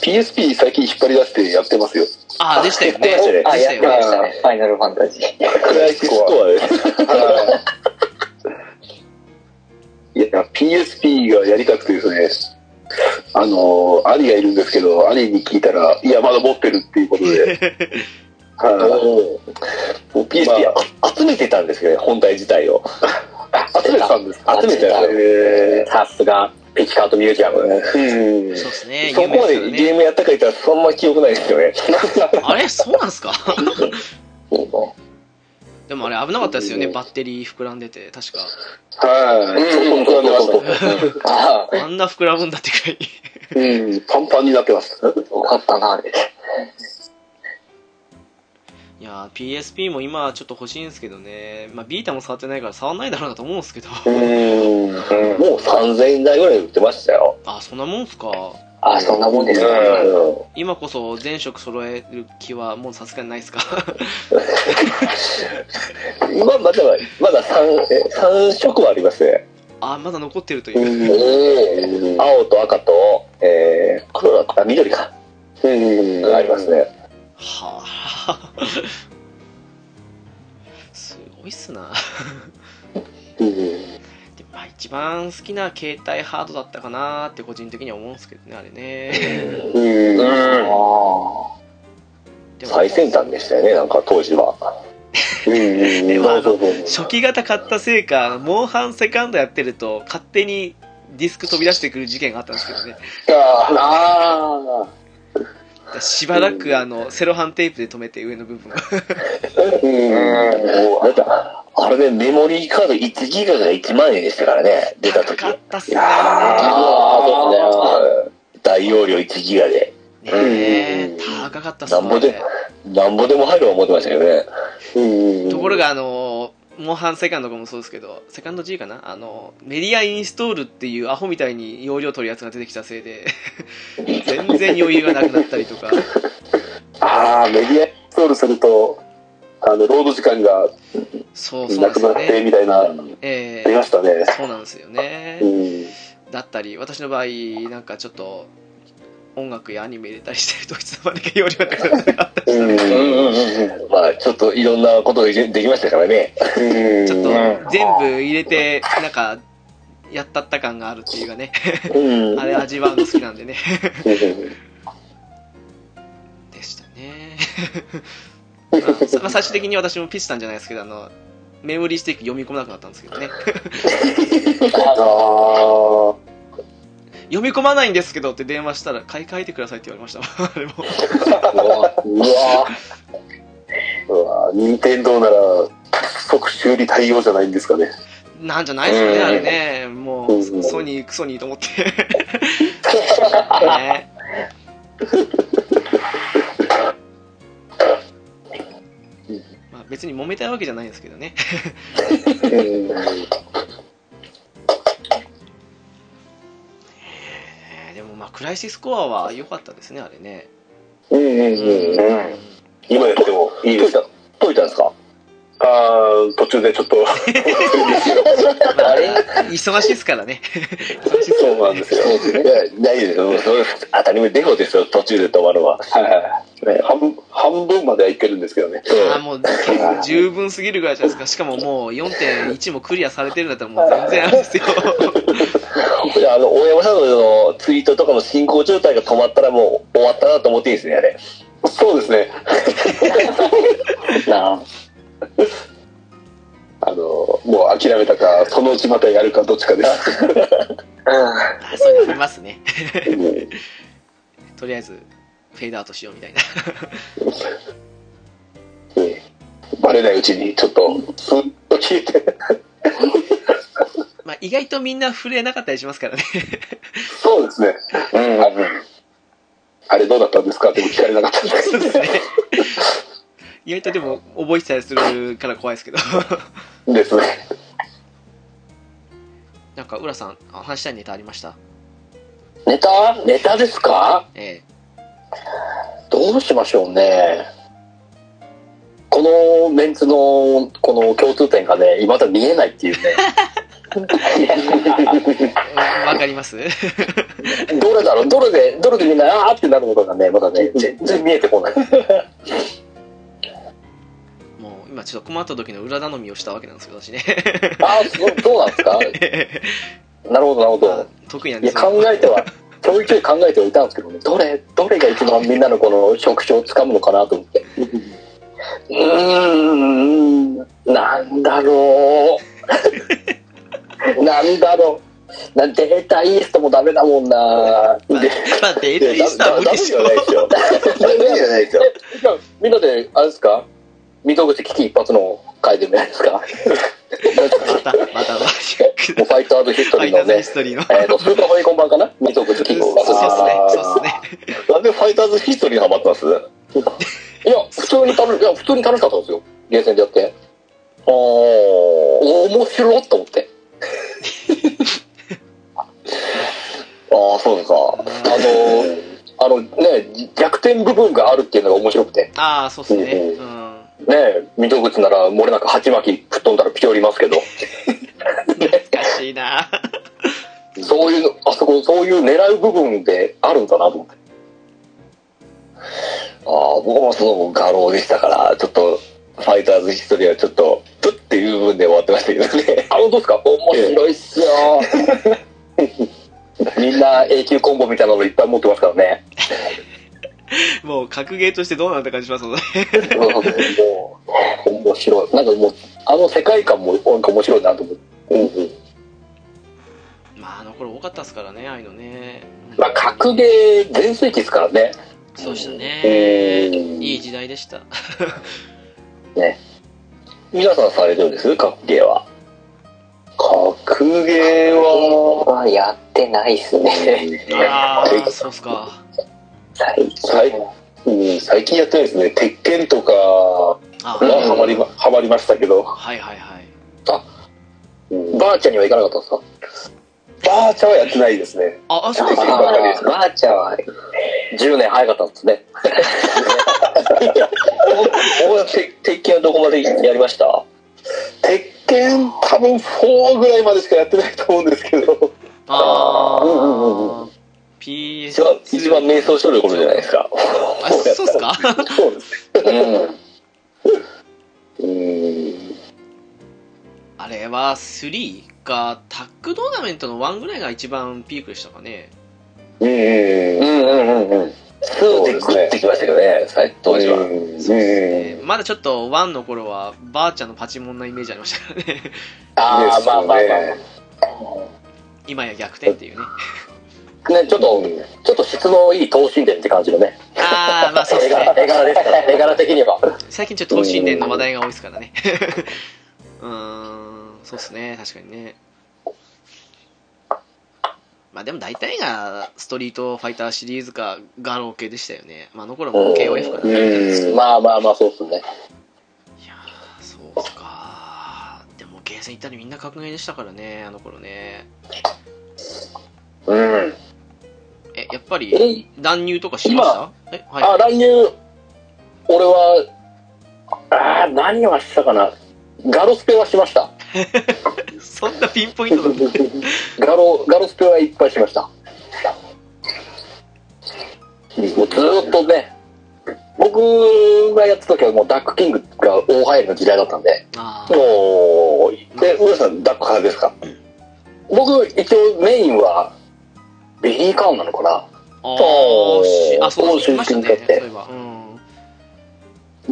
S3: ー PSP 最近引っ張り出してやってますよ。
S1: あ、でしたよね。で
S4: あ、
S1: し
S4: や
S1: た
S4: って
S1: よ
S4: ま
S1: ね。
S4: したね。ファイナルファンタジー。
S5: クライシスコアです
S3: いや、PSP がやりたくてですね、あの、兄がいるんですけど、兄に聞いたら、いや、まだ持ってるっていうこと で、はい
S5: もう PSP、集めてたんですけどね本体自 体を
S3: 集めてたんですか
S5: 集めてた
S4: 集
S5: よ
S3: へ
S4: さすが、ピチカートミュージアム。
S3: ーうん
S1: そうですね。
S5: そこま
S1: 有名
S5: で
S1: すよ
S5: ゲー
S1: ね
S5: ムやったかいったらそんな記憶ないですよね
S1: あれそうなんですか
S4: う
S1: でもあれ危なかったですよね。バッテリー膨らんでて、確か。
S3: はい。ちょっと膨らんでましたね。
S4: ん。ああ、
S1: あんな膨らむんだってくらい。
S3: うん、パンパンになってます。
S4: よかったな、あれ。
S1: いやー、PSP も今ちょっと欲しいんですけどね。まあ、ビータも触ってないから触んないだろうなと思うんですけど。
S3: うん。
S5: もう3000円台ぐらいで売ってましたよ
S1: あ、そんなもんすか。
S4: ああ、そんなもんですよ
S5: う
S4: ね。
S5: ん
S1: 今こそ全色揃える気はもうさすがにないですか。
S5: 今まだまだ 3, え3色はありますね
S1: あ、まだ残ってるという。
S4: おお。
S5: 青と赤と、えー、黒だったあ緑か、
S3: うん
S5: ありますね
S1: はあ。すごいっすな。でまあ、一番好きな携帯ハードだったかなーって個人的には思うんですけどねあれね
S3: うん。
S4: ああ。
S1: でも
S5: 最先端でしたよねなんか当時は
S1: うんでもあの初期型買ったせいかモンハンセカンドやってると勝手にディスク飛び出してくる事件があったんですけどね
S2: あ
S1: しばらくあのセロハンテープで止めて上の部分を
S5: だってあれね、メモリーカード1ギガが1万円でしたからね、出た
S1: 高
S5: 時。
S1: かったっすね
S5: ああ、そうですね。大容量1ギガで。
S1: ねえ高かったっす
S5: なんぼでなんぼでも入るは思ってましたけどね。
S1: ところがあのモンハンセカンドとかもそうですけどセカンド G かなあのメディアインストールっていうアホみたいに容量取るやつが出てきたせ いで全然余裕がなくなったりとか
S12: ああ、メディアインストールすると、あの、ロード時間が
S1: そうそう
S12: な
S1: です
S12: く
S1: よ
S12: なって
S1: ね
S12: みたいな、あ
S1: ええ
S12: りましたね。
S1: そうなんですよね
S12: うん。
S1: だったり私の場合なんかちょっと音楽やアニメ入れたりしてるといつの間にか容量がなくなったりとか
S5: うんうんうんうん。まあ、ちょっといろんなことができましたからね。
S1: ちょっと全部入れて、なんか、やったった感があるっていうかね、
S5: うん。
S1: あれ味わうの好きなんでね。でしたね。まあさまあ、最終的に私もピッチたんじゃないですけど、あの、メモリースティック読み込まなくなったんですけどね。
S12: あ
S1: 読み込まないんですけどって電話したら、買い替えてくださいって言われました もん。あれも。
S12: あ、うわーうわー任天堂なら、即修理対応じゃないんですかね。
S1: なんじゃないですかね、あれね。も
S12: う
S1: う、
S12: ん
S1: ソニー、クソニーと 思って。ねまあ別に揉めたいわけじゃないんですけどね。 えーでもまあ、クライシスコアは良かったですね、あれね。うん
S12: 今やってもいいですか
S5: 解いたんですか
S12: ああ、途中でちょっ と、
S1: まあ忙しいですからね。忙しいっす
S12: そうなんですよ。
S5: いや、大丈夫ですよ。それ当たり前、デフォですよ、途中で止まるは。
S12: はいはい。半半分までは行ってるんですけどね。
S1: あーもう結構十分すぎるぐらいじゃないですか。しかももう4.1もクリアされてるんだったらもう全然あれですよ。
S5: いやあの、大山さんのツイートとかの進行状態が止まったらもう終わったなと思っていいですね、あれ。
S12: そうですね。
S2: な
S12: あの、もう諦めたか、そのうちまたやるか、どっちかです。
S2: あ
S1: あそういうのありますね。
S12: うん
S1: とりあえず、フェードアウトしようみたいな。
S12: バレないうちに、ちょっと、すっと消えて。
S1: まあ意外とみんな触れなかったりします からね。
S12: そうですね。ああれどうだったんですかって聞かれなかったんです
S1: そうですね。意外とでも覚えてたりするから怖いですけど。
S12: けどですね。
S1: なんか、浦さん、あ話したいネタありました
S2: ネタネタですか
S1: え
S2: どうしましょうね。このメンツのこの共通点がね、いまだ見えな いっていうね。
S1: えわかります
S2: どれだろうどれで、どれでみんな、あーってなることがね、まだね、全然見えてこない。
S1: もう今ちょっと困った時の裏頼みをしたわけなんですけど、私ね。
S2: ああ、そうそうなんですかなるほど、なる ほど。
S1: 得意なん
S2: い
S1: で
S2: や、
S1: すよ。
S2: 考えては、ちょいちょい考えてはいたんですけどね、どれ、どれが一番みんなのこの職種をつかむのかなと思って。うーん、なんだろう。なんだろう。なデータイーストもダメだもんな。
S1: まあ、まあデータイースターは無理でしょ。
S2: いやみんなで、あれですか溝口危機一髪の回でもないですかも
S1: また、また、ま
S2: うファイターズヒス
S1: た、フ
S2: ト
S1: ァ
S2: リー
S1: イナ
S2: の
S1: ル
S2: ね
S1: ヒ、ストリーの。
S2: えっ、と、スーパーファミコン版かな溝
S1: そう
S2: 口危
S1: っ
S2: 機
S1: すね、そうっすね。
S5: なんでファイターズヒストリーにハマったんです
S2: いや、普通に楽し、いや、普通に楽しかったんですよ。ゲーセンでやって。
S5: あー
S2: 面白っと思って。
S5: あー、そうですか。
S2: あの、あのね、逆転部分があるっていうのが面白くて。
S1: ああ、そうっすね。
S2: う
S1: うん。
S2: ね、溝口なら漏れなく鉢巻き吹っ飛んだらピョりますけど、
S1: 懐かしいな。
S2: そういうの、あそこ、そういう狙う部分であるんだなと思って。
S5: あー僕もその画廊でしたから、ちょっと、ファイターズヒストリーはちょっと、プッっていう部分で終わってましたけどね。
S2: あ、本当ですか面白いっ すよ。みんな永久コンボみたいなのいっぱい持ってますからね。
S1: もう、格ゲーとしてどうなった感じしますもんね。
S2: もう、もう面白い。なんかもう、あの世界観もなんか面白いなと思って。
S1: まあ、あの頃多かったですからね、ああいうのね。
S2: まあ、格ゲー全盛期ですからね。
S1: そうでした
S2: え
S1: ね。
S2: ー
S1: いい時代でした。
S5: 皆さんされてるんです格ゲーは。
S2: 格ゲーは、
S4: はやってないっすね。
S1: ああ、そうっすか。
S4: 最
S2: 最
S4: 近。
S2: うん、最近やってないですね。鉄拳とか
S1: あ
S2: は
S1: ー
S2: ハマりま、ハマりましたけど。
S1: はいはいはい。
S2: バーチャには行かなかったんですか
S13: バーチャはやってないですね。
S1: あ、あ、そうです
S4: あ
S1: か。
S4: あ、バーチャは、
S2: 10年早かったんですね。僕は鉄鉄拳はどこまでやりました
S13: 鉄拳多分4ぐらいまでしかやってないと思うんですけど。
S1: あ
S2: うんうんうん
S1: あ。
S5: 一番
S1: PS2。、
S5: 一番迷走しとる頃じゃないですか。
S1: あ、そうっすか。
S13: そうです。
S2: うん。
S13: うん。
S1: あれは3か、タックトーナメントの1ぐらいが一番ピークでしたかね。
S13: うん。
S2: うんうんうんうん。
S5: 2でグッてきましたけどね、最当時は。
S1: そうですね。まだちょっと1の頃は、ばあちゃんのパチモンなイメージありましたからね。
S2: ああ、まあまあまあ。ね、
S1: 今や逆転っていうね。
S2: ちょっと、ちょっと質のいい等身伝って感じのね。
S1: ああ、まあそうで
S2: 絵
S1: すね
S2: 柄、。絵柄ですから、 絵柄的には。
S1: 最近ちょっと等身伝の話題が多いですからね。うーん、そうっすね、確かにね。まあでも大体がストリートファイターシリーズかガロー系でしたよね。まああの頃も KOF かな。
S2: うん。まあまあまあ、そうっすね。
S1: いやーそうっすかでもゲーセン行ったらみんな格ゲーでしたからねあの頃ね
S2: うん。
S1: えやっぱり
S2: え、
S1: 乱入とかしましたえはい
S2: あ、乱入、俺は、ああ、何はしたかな。ガロスペはしました。
S1: そんなピンポイントだった
S2: ガロ、ガロスペはいっぱいしました。もうずーっとね、僕がやってた時はもうダックキングが大流行りの時代だったんで、
S1: あー
S5: おーで、浦さん、抱っこ派ですか
S2: 僕一応メインはビリー・カーンなのかな。
S1: あ
S2: そう
S1: ーしあそうだ
S2: そ
S1: 言いうました
S2: 出
S1: ねそう
S2: 身だっ
S1: い
S2: て
S1: えばうん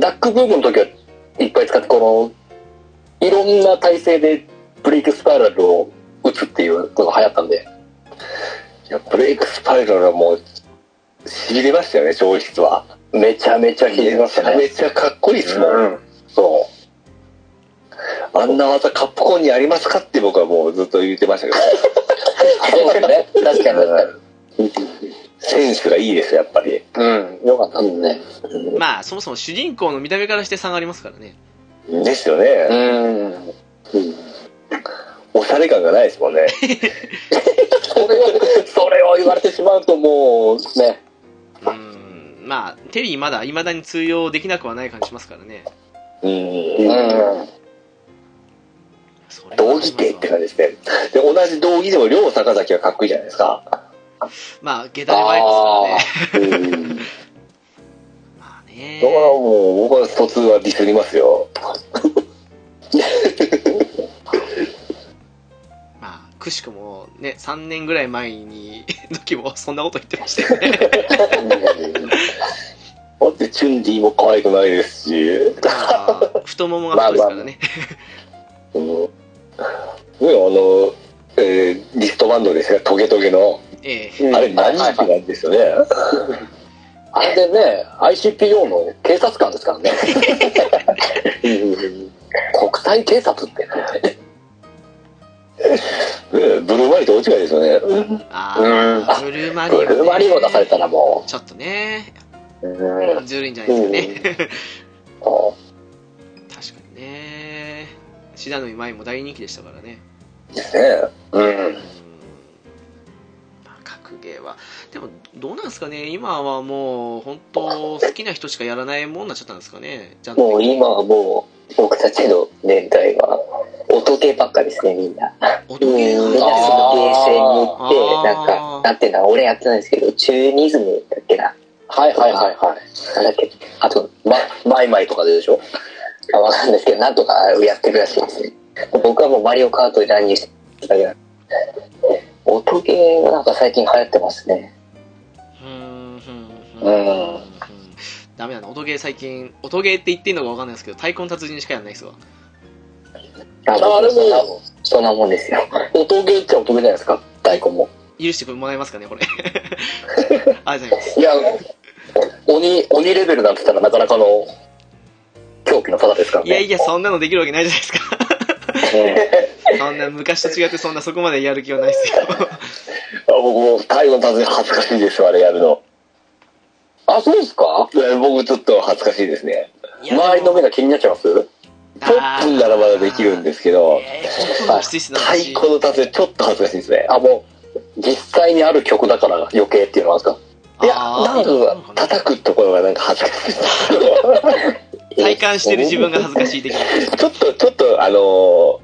S2: ダックブームの時はいっぱい使って、この、いろんな体勢でブレイクスパイラルを打つっていうのが流行ったんで、
S5: いや、ブレイクスパイラルはもう、しびれましたよね、消失は。
S2: めちゃめちゃ響いてま
S5: め
S2: し
S5: ち
S2: た
S5: ゃめ
S2: ね。
S5: ちゃかっこいいっすもん。
S2: うん。そう。
S5: あんな技カップコーンにありますかって僕はもうずっと言ってました けど、
S2: そうですね。確かに確かに。
S5: センスがいいですよ、やっぱり。
S2: うん。よかったですね。
S1: まあそもそも主人公の見た目からして差がありますからね
S5: ですよね。
S2: うん。
S5: おしゃれ感がないです もんね。
S2: それを、それを言われてしまうともう、ね。
S1: うんまあテリーまだいまだに通用できなくはない感じしますからね
S5: うん。
S2: ん。
S1: それは
S5: 道義系って感じですね。で、同じ道義でも、両坂崎はかっこいいじゃないですか。
S1: まあ下駄で参り ますからね
S5: うん。
S1: まあね
S5: だからもう、僕は疎通はディスりますよ。
S1: まあ、くしくもね、3年ぐらい前に、 時もそんなこと言ってましたよ ね。
S5: だって、チュンディも可愛くないですし。
S1: まあ太ももが太いですからね。
S5: うんね、あの、えーリストバンドですが、トゲトゲの、
S1: ええ
S5: あれ何って感じですよね。
S2: あれでね、ICPO の警察官ですからね。国際警察って。
S5: ねブルーマリと大違いですよね。
S1: ああ、ブルーマリ
S2: ブ
S1: オ、ね。
S2: ルーマリオ出されたらも
S1: ちょっとね、
S2: う。うん。
S1: ずるいんじゃないですかね。
S2: そ
S1: 確かにね。シダノイ舞も大人気でしたからね。
S5: ですね。
S2: うん。
S1: まあ格ゲーは。でも、どうなんですかね今はもう、本当好きな人しかやらないもんになっちゃったんですかねじゃあ、
S4: もう今はもう、僕たちの年代は、音ゲーばっかですね、みんな。
S1: 音
S4: みんな
S1: ゲー
S4: そ
S1: な
S4: の
S1: ん
S4: ゲーセンに
S1: だ
S4: 行
S1: あ
S4: って、
S1: ー
S4: なんか、なんていうの、俺やってないんですけど、チューニズムだっけな。
S2: はいはいはいはい。
S4: なんだっけ。あと、
S2: ま、マイマイとかででしょ
S4: あわかんないですけど、なんとかやってるらしいですね。僕はもうマリオカートに乱入してただけなんで。音ゲーがなんか最近流行ってますね。
S1: うんうんうん
S2: うん
S1: ダメだな、音ゲー最近、音ゲーって言っていいのかわかんないですけど、太鼓の達人しかやらないですわ。
S5: あ
S2: あれも、
S5: そんなもんですよ。
S2: 音ゲーっちゃ音ゲーじゃないですか、太鼓も。
S1: 許してもらえますかね、これ。 ありがとうございます。
S2: いや、鬼、鬼レベルなんて言ったらなかなかの、狂気の方ですからね。
S1: いやいや、そんなのできるわけないじゃないですか。 そんな、昔と違ってそんなそこまでやる気はないですよ。
S2: あ僕も太鼓の達人恥ずかしいですよ、あれやるの。
S5: あ、そうですか
S2: いや僕ちょっと恥ずかしいですね。
S1: いや
S2: 周りの目が気になっちゃいます
S1: あー
S2: ポップンならまだできるんですけど、
S1: えー、こんなのきついっすな、
S2: 太
S1: 私。
S2: 鼓の達人ちょっと恥ずかしいですね。
S5: あ、もう、実際にある曲だから余計っていうのはですか
S2: いや、
S1: あー
S2: なんか叩くところがなんか恥ずかしい。
S1: 体感してる自分が恥ずかし い的な。
S2: ちょっと、ちょっと、あの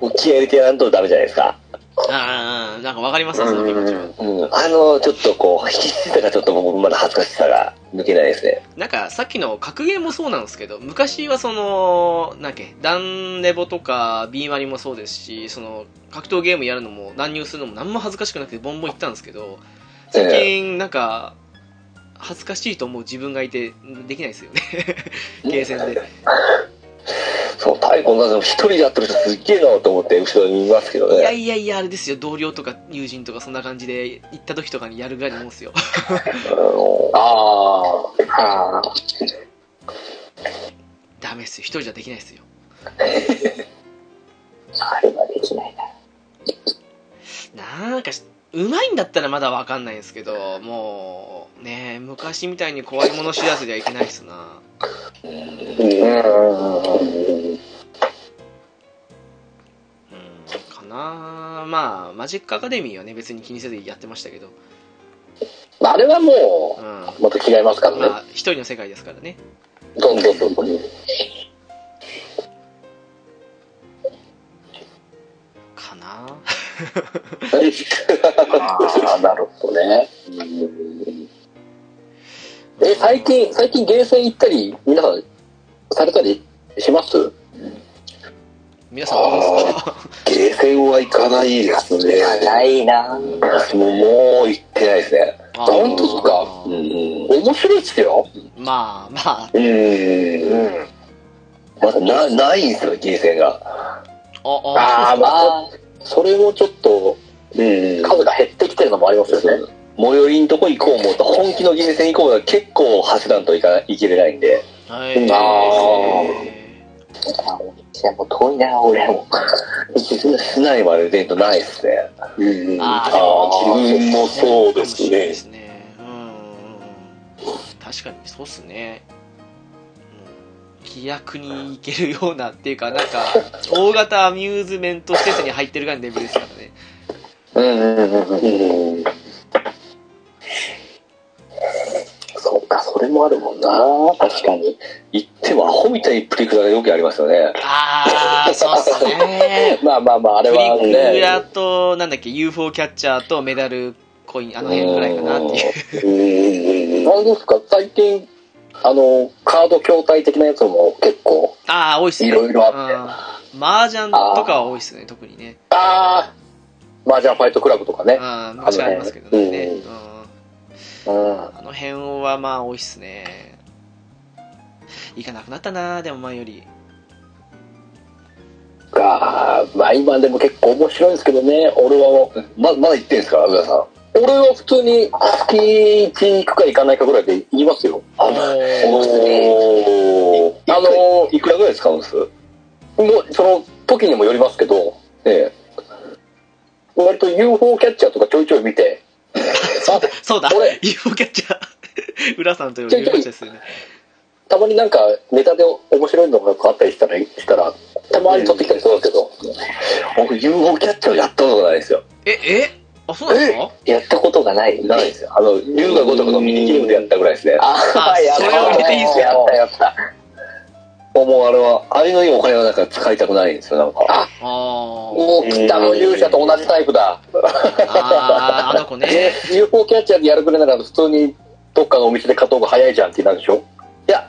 S2: ー、気合入れてやらんとダメじゃないですか。
S1: ああ、なんかわかりますね、その気持ちは。
S2: うん。あの、ちょっとこう、引きついたがちょっと僕まだ恥ずかしさが抜けないですね。
S1: なんかさっきの格ゲーもそうなんですけど昔はそのなんだっけダンレボとかビーマリもそうですしその格闘ゲームやるのも乱入するのも何も恥ずかしくなくてボンボン行ったんですけど最近なんか恥ずかしいと思う自分がいてできないですよねゲーセンで
S2: そう、太鼓の達人も一人でやってる人すっげえなと思って後ろに見ますけど
S1: いや
S2: ね。
S1: いやいやあれですよ同僚とか友人とかそんな感じで行った時とかにやるぐらいのもんですよ
S2: あの
S5: ああ、はあ。
S1: ダメですよ一人じゃできないですよ
S5: あれはできないな。
S1: なんかし、うまいんだったらまだわかんないんですけど、もう、ねえ昔みたいに怖いもの知らずではいけないっすな。うん、かなまあ、マジックアカデミーはね、別に気にせずやってましたけど、
S5: あれは
S1: う
S5: も
S1: ん。
S5: う、また違いますからね。
S1: まあ、一人の世界ですからね。
S5: どんどんどんどん。
S1: かな
S5: ああ、なるほどね。え、最近、最近ゲーセン行ったり、皆さん、されたりします
S1: 皆さんどうですか
S4: ゲーセンは行かないですね。
S5: ないな
S2: 私ももう行ってないですね。
S1: あー
S5: 本当ですか
S2: うんうん。
S5: 面白いっすよ。
S1: まあまあ、
S2: うん。まだな、ないんですよ、ゲーセンが。
S1: あ、あ、
S5: ああ、まあ、それもちょっと、
S2: うん
S5: 数が減ってきてるのもありますよね。
S2: 最寄りのとこ行こう思うと、本気のゲーセン行こうと結構走らんといかない、行けれないんで。
S1: はい。
S5: いや、もう遠いな、俺も。
S2: 市内まで出んとないですね。
S4: うん
S1: あー
S4: あー自分もそうで
S1: かも
S4: す
S1: しれない
S4: ね
S1: で。すねうんうんうん確かにそうっすね、うん、気楽に行けるようなっていうかなんか大型アミューズメント施設に入ってるぐらいのレベルですからね
S2: うん。
S5: そうか、それもあるもんな。確かに。
S2: 行ってもアホみたいにプリクラがよくありますよね。
S1: ああそうっすね
S5: まあまあまあ、あ
S1: プ
S5: れは
S1: リクラ
S5: ね。
S1: となんだっけ UFO キャッチャーとメダルコインあの辺ぐらいかなっていう
S5: あれですか、最近、あの、カード筐体的なやつも結構、
S1: ああ多いっすね
S5: いろいろ
S1: あってマージャンとかは多いっすね特にね
S5: ああ、マージャンファイトクラブとかね。
S1: ああ昔ありますけどねうん
S5: うん。
S1: あの辺はまあ多いっすね。行かなくなったなでも前より。
S5: か、まあ今でも結構面白いんですけどね、俺は。
S2: ま、まだ行ってんすか、皆さん。
S5: 俺は普通に月1行くか行かないかぐらいで言いますよ。
S1: おー
S2: おー。
S5: あ
S2: あ
S5: の
S2: のいくらぐらい使うんです
S5: もうその時にもよりますけど、
S2: え
S5: 割と UFO キャッチャーとかちょいちょい見て、あ
S1: そうだ
S5: 俺
S1: !UFO キャッチャー。 浦さんと UFO キャッチャーですよね。
S5: たまになんかネタで面白いのがあったりしたら、したらたまに取ってきたりするんですけど、
S2: 僕 UFO キャッチャーやったことないですよ。
S1: え、えあ、そうなんですか
S5: やったことがない。
S2: ないですよ。あの、龍が如くのミニゲームでやったぐらいですね。
S5: あ
S1: あ
S5: あ、やった
S1: それを入れていいですよ
S5: やったやった。
S2: もうあれは、あれのいいお金はなんか使いたくないんですよ、なんか。
S5: あ
S1: あー
S5: もう北の勇者と同じタイプだ。
S1: あー、あの子
S5: で
S1: ね。
S5: UFO キャッチャーでやるぐらいなら普通にどっかのお店で買った方が早いじゃんってなるでしょ
S2: いや、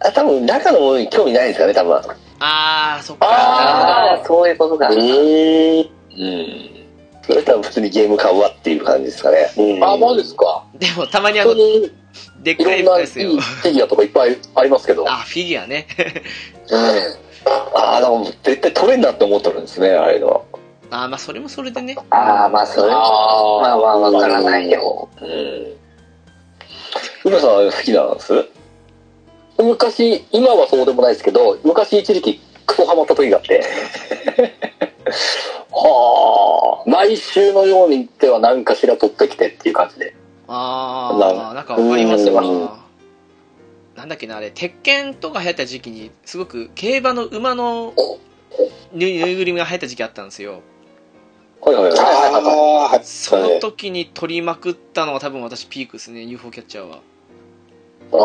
S2: あ多分中のものに興味ないんですよね、多分。
S1: あー、そっか。なる
S5: あ、そういうことか。
S2: うん。
S5: それとは普通にゲーム買うわっていう感じですかね。
S2: うんあ、マジですか。
S1: でもたまにあ
S2: 本当
S1: の、
S2: にい
S1: でっかいの
S2: ろんな
S1: で
S2: いい
S1: すよ。
S2: フィギュアとかいっぱいありますけど。
S1: あ、フィギュアね。
S5: ああ、でも絶対取れんなって思っとるんですね、あれの。
S1: あ、まあそれもそれでね。
S4: ああ、まあ、それは、
S2: あ
S4: ま
S2: あ、
S4: あまあ、わからないよ。
S5: うん。浦さんは好きなんです
S2: 昔、今はそうでもないですけど、昔一時期クソハマった時があって。はあ、毎週のようにでは何かしら取ってきてっていう感じで。
S1: あ
S5: な
S1: あ、なんかわかります
S5: う
S1: わ。なんだっけな、あれ、鉄拳とか流行った時期に、すごく競馬の馬のぬいぬいぐるみが流行った時期あったんですよ。
S5: はいはいはい。
S14: ああ、
S1: その時に取りまくったのが多分私ピークですね、UFO キャッチャーは。
S2: ああ。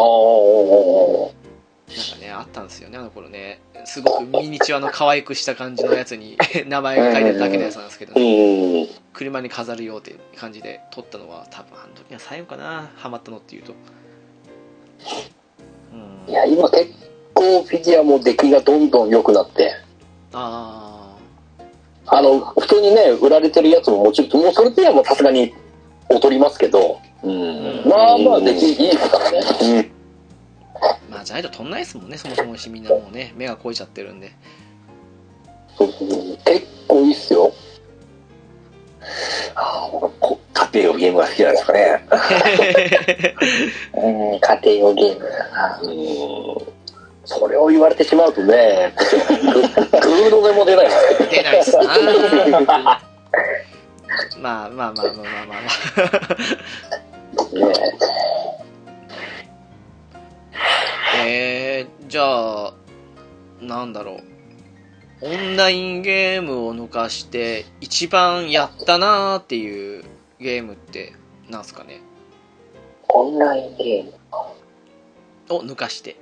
S1: なんかね、あったんですよね、あの頃ね。すごくミニチュアの可愛くした感じのやつに 名前が書いてるだけのやつなんですけど、
S5: うん。
S1: 車に飾るよって感じで撮ったのは、多分あの時が最後かな、ハマったのっていうと。うん
S2: いや、今結構フィギュアも出来がどんどん良くなって。
S1: あ
S2: あの、普通にね、売られてるやつももちろん、もうそれではもうさすがに劣りますけど、
S1: あ、
S5: うん。
S2: まあまあ出来いいですからね。
S1: まあじゃないと取んないですもんねそもそもしみんなもうね目が肥えちゃってるんで
S2: そうそうそう結構いいっすよ。
S5: あーこ家庭用ゲームが好きなんですかね。
S4: うん、家庭用ゲーム。
S5: うん。
S2: それを言われてしまうとね、グーの音も出ないですけ
S1: 出
S2: ど
S1: ないっすなあーまあまあまあまあまあまあま
S2: ね。
S1: あえー、じゃあなんだろうオンラインゲームを抜かして一番やったなーっていうゲームってなんすかね
S4: オンラインゲーム。
S1: を抜かして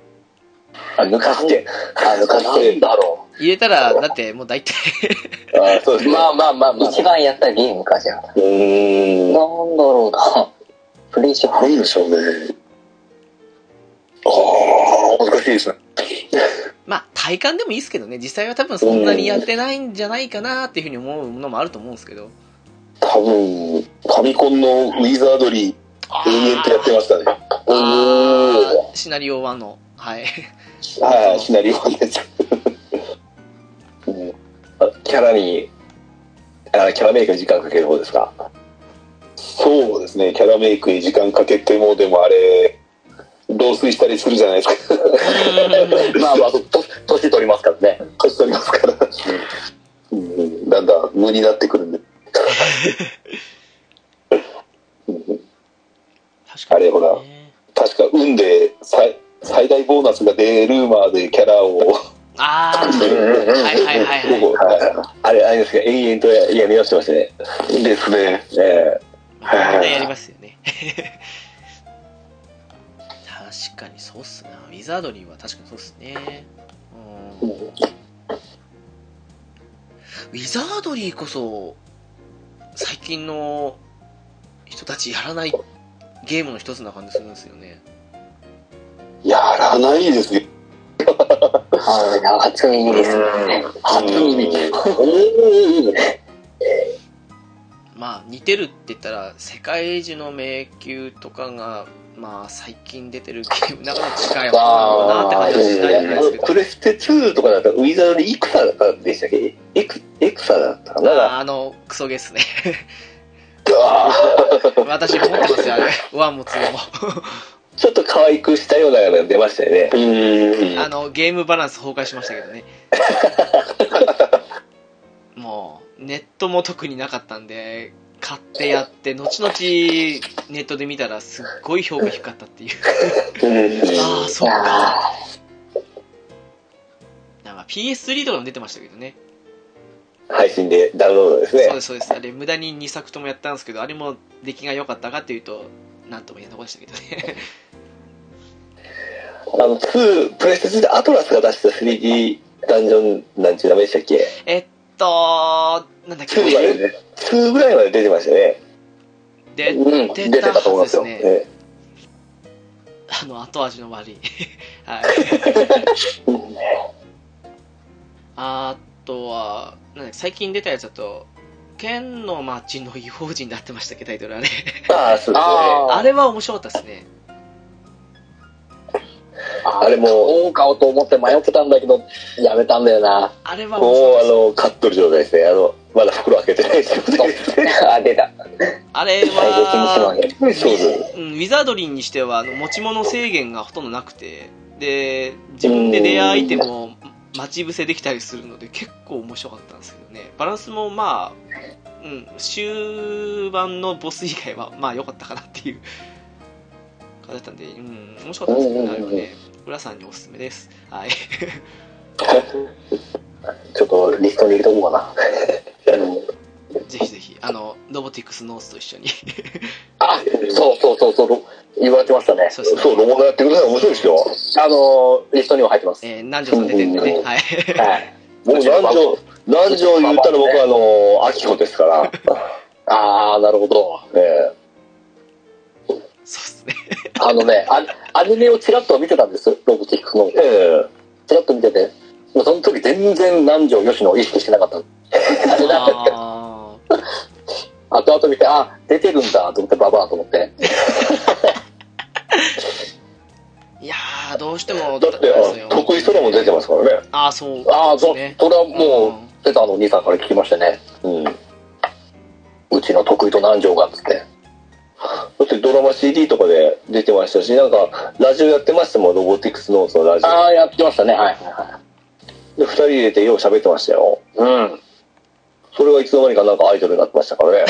S5: あ、抜かして。
S2: あの、なんだろ
S1: 入れたらだってもう大体
S5: あー そうです
S2: う。
S5: ね。
S2: まあまあまあまあ。
S4: 一番やったゲームか、じゃあ。なんだ
S5: うーん。
S4: ろうな。プレイショ
S14: なんでしょうね。ああ、難しいですね。
S1: まあ体感でもいいですけどね実際は多分そんなにやってないんじゃないかなーっていうふうに思うものもあると思うんですけど
S14: 多分、ファミコンのウィザードリー、延々とやってましたね。
S1: あーシナリオ1のはい
S14: はい、シナリオのやつ。
S5: あキャラに、あキャラメイクに時間かける方ですか。
S14: そうですね、キャラメイクに時間かけても、でもあれ、漏水したりするじゃないですか。
S2: まあまあ、と年取りますからね。
S14: 年取りますから。うん、だんだん無になってくるんで。
S1: 確
S14: かにねあれほら確か、運で最最大ボーナスが出るまでキャラ を、
S1: ああ、はいはいはいはい。
S14: 僕は
S5: あれ、あれですか、永遠とややり直してましたね。
S14: いですね。
S5: え
S1: まあみんなやりますよね。確かにそうっすな。ウィザードリーは確かにそうっすね。うんウィザードリーこそ、最近の人たちやらないゲームの一つな感じするんですよね。
S14: やらないですね。
S4: ン。ああ、初耳ですね。
S2: 初耳。
S1: まあ似てるって言ったら世界中の迷宮とかがまあ最近出てるゲームなかなか近いものなのかなって感じはしないじゃないですけ
S5: プ
S1: ど
S5: レステ2とかだったら、ウィザードリーいくさだったんでしたっけエクエクサだったかな
S1: あーあのクソゲーっすね私持ってますよあれワンもツーも
S5: ちょっと可愛くしたようなのが出ましたよね。
S1: あのゲームバランス崩壊しましたけどねもうネットも特になかったんで買ってやって後々ネットで見たらすっごい評価低かったっていうああそうか
S4: あ
S1: なんか PS3 とかも出てましたけどね。
S5: 配信でダウンロードですね
S1: そう。です、そうです。あれ、無駄に2作ともやったんですけど、あれも出来が良かったかっていうと、なんとも言えないとこでしたけどね。
S5: あの、2、プレステ2でアトラスが出した 3D ダンジョンなんちゅう名前でしたっけ
S1: えっと、なんだっけ、
S5: ?2 までね。2ぐらいまで出てましたね。
S1: で
S5: うん、
S1: 出て
S5: 出て
S1: たは
S5: たと
S1: ず
S5: 思い
S1: で
S5: ます
S1: す
S5: よ。
S1: ね。
S5: え
S1: あの、後味の悪い。 はい。 あとは、なんだっけ最近出たやつだと、天の町の異邦人になってましたっけ、タイトルはね。
S5: ああ、そうですね。
S1: あれは面白かったですね。
S5: あれも、
S2: どう買おうと思って迷ってたんだけど、やめたんだよな。
S1: あれは面白かった
S5: もう、あ
S1: です
S5: の、買っとる状態ですね。あの、まだ袋開けてないですよね。
S4: あ、出た。
S1: あれ
S4: 大激にしろ
S1: は、
S4: ね。
S5: そうです。
S1: うんウィザードリーにしてはあの持ち物制限がほとんどなくてで自分でレアアイテムを待ち伏せできたりするので結構面白かったんですけどねバランスもまあ、うん、終盤のボス以外はまあ良かったかなっていう感じだったんで、うん、面白かったんですけどねあれはね浦さんにおすすめですはい
S2: ちょっとリストに入れとこうか な。
S1: ぜひぜひあのロボティクスノースと一緒に
S2: あ、そうそうそうそう、言われてましたね。
S1: そうですね
S5: そう、ロボがやってください。面白いですよ。
S2: あの、リストにも入ってます。
S1: えー南條さん出てるんでねはい
S2: はい。
S5: もう、南條、南條言ったら僕は、あの、アキホですから。
S2: ああ、なるほど。
S5: え
S1: そうですね
S2: あのね、あアニメをちらっと見てたんです、ロボティックの
S5: え。え
S2: ちらっと見てて。もうその時全然南條吉野を意識してなか った。あれだ
S1: あー
S2: 後々見て、あ、出てるんだと思って、ババアと思って。
S1: いやーどうしても
S5: えだって、あ得意空も出てますからね。
S1: ああ、そう
S2: ああ、
S1: そ
S2: そう
S1: ね
S2: それはもう、出たのお兄さんから聞きましてね。
S5: うん。
S2: うちの得意と南條がっつって。
S5: だってドラマ CD とかで出てましたし、なんか、ラジオやってましたもん、ロボティクスノーツのラジ
S2: あ
S5: オ。
S2: あ、やってましたね、はいはいは
S5: で、二人入れてよう喋ってましたよ。
S2: い。うん。
S5: それはいつの間にかなんかアイドルになってましたからね。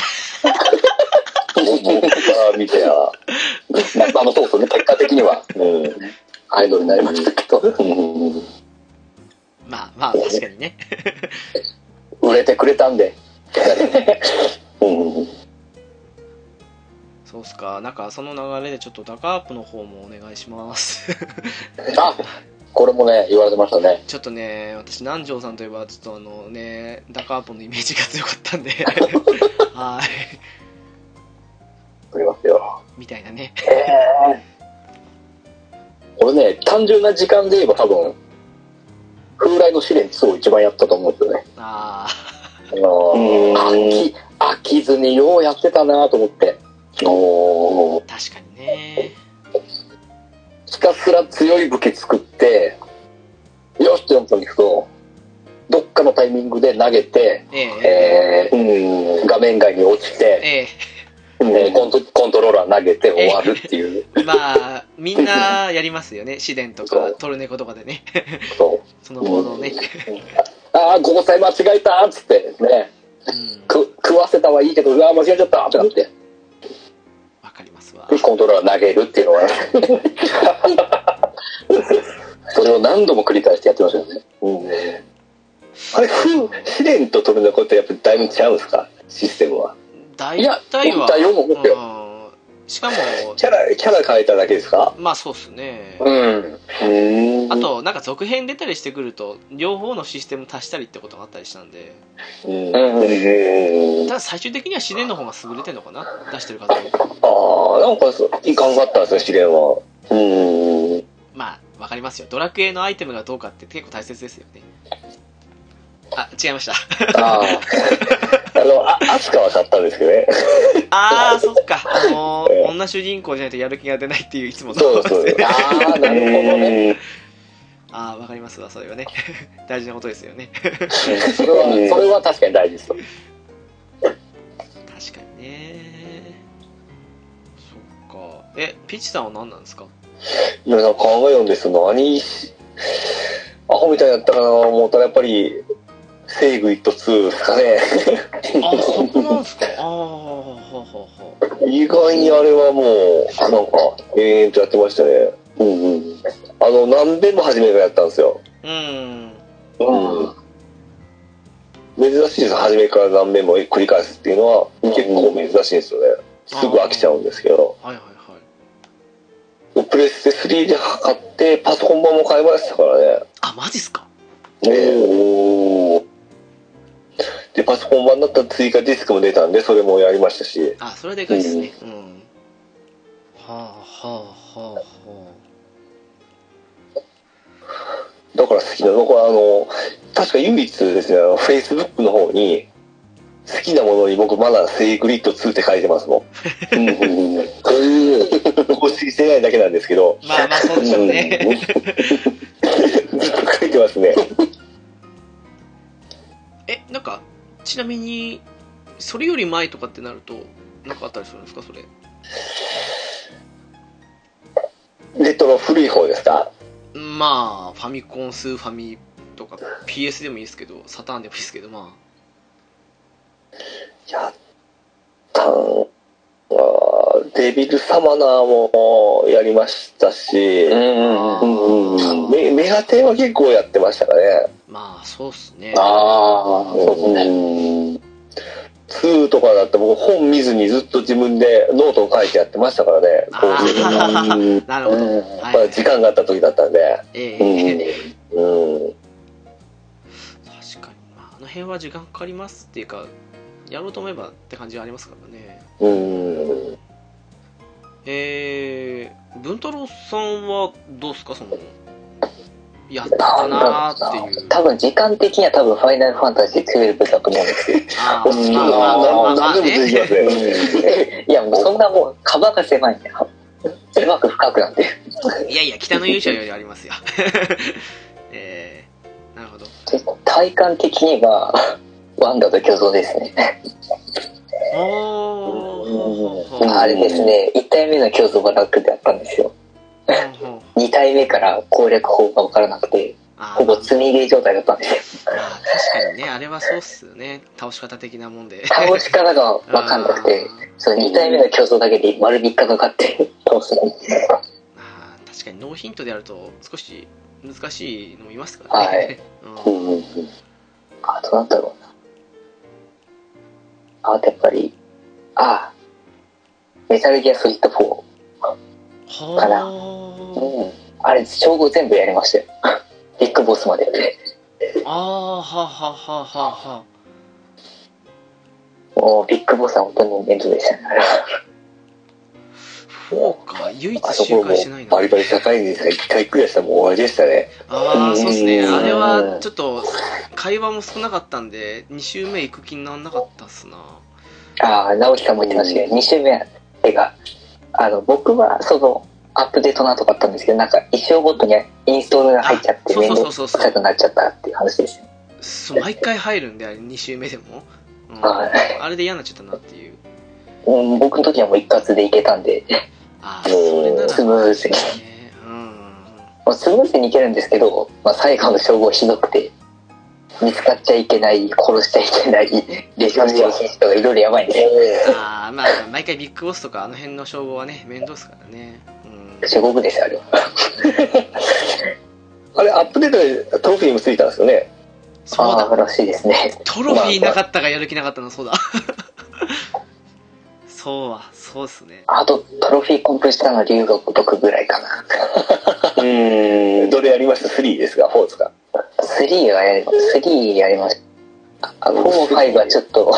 S5: 僕から見てや。
S2: まあ、あの、そうそうね、結果的には
S5: うん。
S2: アイドルになりましたけど、
S1: まあまあ、確かにね。
S2: 売れてくれたん で。
S5: うん。
S1: そうっすか。なんか、その流れでちょっとダカープの方もお願いします。
S2: あ、これもね、言われてましたね。
S1: ちょっとね、私、南條さんといえば、ちょっとあのね、ダカープのイメージが強かったん で、はい。
S2: ありますよ。
S1: みたいなね。
S2: 俺ね、単純な時間で言えば多分、風来の試練2を一番やったと思うんですよね。
S1: あ
S2: あのー飽き、飽きずにようやってたなと思って。
S1: あ、確かにね。
S2: ひたすら強い武器作って、よしって思ったんですけど、どっかのタイミングで投げて、
S1: ええ
S2: えー画面外に落ちて、
S1: え
S2: えーコントコントローラー投げて終わるっていう、
S1: えまあ、みんなやりますよね。試練と
S2: そ
S1: か、
S2: う
S1: トルネコとかでね。
S2: そう
S1: その行動ね。
S2: ああ、合成間違えたっつって、ね、
S1: うん。
S2: く食わせたはいいけど、うわー、間違えちゃったってなって、
S1: わかりますわ。
S2: コントローラー投げるっていうのは、 それを何度も繰り返してやってましたよね。
S5: あれ、ふ試練とトルネコってやっぱだいぶ違うんですかシステムは。
S1: 大
S2: いや、
S1: 体は、
S2: だよ、思ってよ。
S1: うん。しか も、
S5: キャラ、キャラ変えただけですか
S1: まあそうっすね。
S2: うん。
S1: あと、なんか続編出たりしてくると、両方のシステム足したりってことがあったりしたんで、
S5: うん。
S1: ただ最終的には試練の方が優れてるのかな、出してる方も。
S5: ああ、なんかそう、いかんかったんですよ、試練は。うん。
S1: まあ、わかりますよ。ドラクエのアイテムがどうかって結構大切ですよね。あ、違いました。
S2: あ
S5: あの、あ、アスカは買ったんですけどね。
S1: あー、そっか。あのー女主人公じゃないとやる気が出ないっていういつもの。
S5: そうそう。
S2: あ、ああ、なるほどね。
S1: あー、わかりますわ、それはね。 大事なことですよね。
S2: それは、それは確かに大事です。
S1: 確かにね。そっか。え、ピッチさんは何なんですか
S5: いや、なんか考えようんですよ。何し、アホみたいだったかな思ったら、やっぱり、セイグイット2ですかね。
S1: あ、そこなんですか。あー、ほうほうほう。
S5: 意外にあれはもう、なんか、延々とやってましたね。うんうん。あの、何遍も初めからやったんですよ。
S1: うーん。
S5: 珍しいです。初めから何遍も繰り返すっていうのは、
S2: うん
S5: 結構珍しいんですよね。すぐ飽きちゃうんですけど。
S1: はいはいはい。
S5: プレステ3で買って、パソコン版も買いましたからね。
S1: あ、マジっすか
S5: おおでパソコン版だったら追加ディスクも出たんでそれもやりましたし
S1: あ、それはでかいですね。うん。はあはあはあは
S5: だから好きなのこれあの確か唯一ですねフェイスブックの方に好きなものに僕まだセイグリッド2って書いてますもん。うんうんうん。そういう、公式してないだけなんですけど。
S1: まあまあそうでしょうね。
S5: ずっと書いてますね。
S1: え、なんか、ちなみに、それより前とかってなると、なんかあったりするんですか、それ。
S5: レトロ古い方ですか
S1: まあ、ファミコン、スーファミとか、PS でもいいですけど、サターンでもいいですけど、ま
S5: やったんは、デビルサマナーもやりましたし、
S1: あ、
S5: うんメメガテンは結構やってましたかね。
S1: まあ、そうっすね。
S11: ああ、そうですね。
S5: ね。2とかだって僕本見ずにずっと自分でノートを書いてやってましたからね。
S1: あ
S5: こういう
S1: ー
S5: うん
S1: なるほど。
S5: ま
S1: は
S5: だ
S1: い。
S5: 時間があった時だったんで。
S1: え
S5: う
S1: え
S5: んうん
S1: 確かに、まあ、あの辺は時間かかりますっていうか、やろうと思えばって感じはありますからね。
S5: うん
S1: えー、文太郎さんはどうっすか、その、やったなーっていう。
S4: 多分時間的には多分ファイナルファンタジー12だと思うんですよ。
S1: あ
S5: お
S1: ー
S5: 好きな
S1: まあまあまあまあまあ
S5: 何でも続きます ね。
S4: いや、もうそんなもう、幅が狭いんだよ。狭く深くなってる。
S1: いやいや、北の勇者よりありますよ。 えー、なるほど。
S4: 体感的には、ワンダと巨像ですね。
S1: おー、ほうほうほう
S4: あれですね、1体目の巨像が楽であったんですよ。
S1: ほうほう
S4: 2体目から攻略法が分からなくて、
S1: あ
S4: ほ
S1: ーま
S4: ぼ積み入れ状態だったんです
S1: あ
S4: よ。
S1: 確かにね、あれはそうっすよね。倒し方的なもん で。
S4: 倒し方が分かんなくて、その2体目の競争だけで丸3日かかって倒すのに。
S1: あー確かにノーヒントでやると少し難しいのもいますから
S4: は
S1: ね
S4: い。
S1: うん
S4: あとなんだろうな。あとやっぱり、ああ、メタルギアソリッド4。
S1: ほ
S4: かな
S1: ー
S4: うん、あれ、称号全部やりましたよ。 ビッグボスまで。
S1: あーははははは
S4: もうビッグボスは本当に面倒でしたね。
S1: そうか唯一
S5: あそ
S1: 周
S5: こも
S1: 回しないな
S5: バリバリ高いんですが、一回クリアしたらもう終わりでしたね。
S1: ああそうですね
S5: うん
S1: あれはちょっと会話も少なかったんで2周目行く気にならなかったっすな
S4: ああ、直樹さんも言ってましたけど、2周目は、てか、あの、僕はその、アップデートなんとかあったんですけど、なんか一生ごとにインストールが入っちゃって、
S1: あそう
S4: 面
S1: そう
S4: 倒
S1: そう
S4: く
S1: そう
S4: さくなっちゃったっていう話ですよ。
S1: そう毎回入るんであれ2周目でも、うん
S4: はい
S1: あれで嫌になっちゃったなっていう
S4: うん、僕の時はもう一括でいけたんで、
S1: ああそれなら
S4: スムーズに。
S1: ねうん
S4: まあ、スムーズにいけるんですけど、まあ、最後の称号ひどくて、見つかっちゃいけない、殺しちゃいけない、レジオンしちゃいけないとかいろいろやばいんですよ。
S1: ああまあ毎回ビッグボスとかあの辺の称号はね面倒っすからねうん
S4: 地獄ですよ、あれは。
S5: あれ、アップデートでトロフィーもついたんですよね。
S1: そうだ
S4: あーらしいですね。
S1: トロフィーなかったがやる気なかったのそうだ そうはそうっすね
S4: あと、トロフィーコンプしたのは留学僕ぐらいかな。
S5: うん。どれやりました ?3 ですか ?4 ですか
S4: 3はやりま、3やりました。あ4、5はちょっと、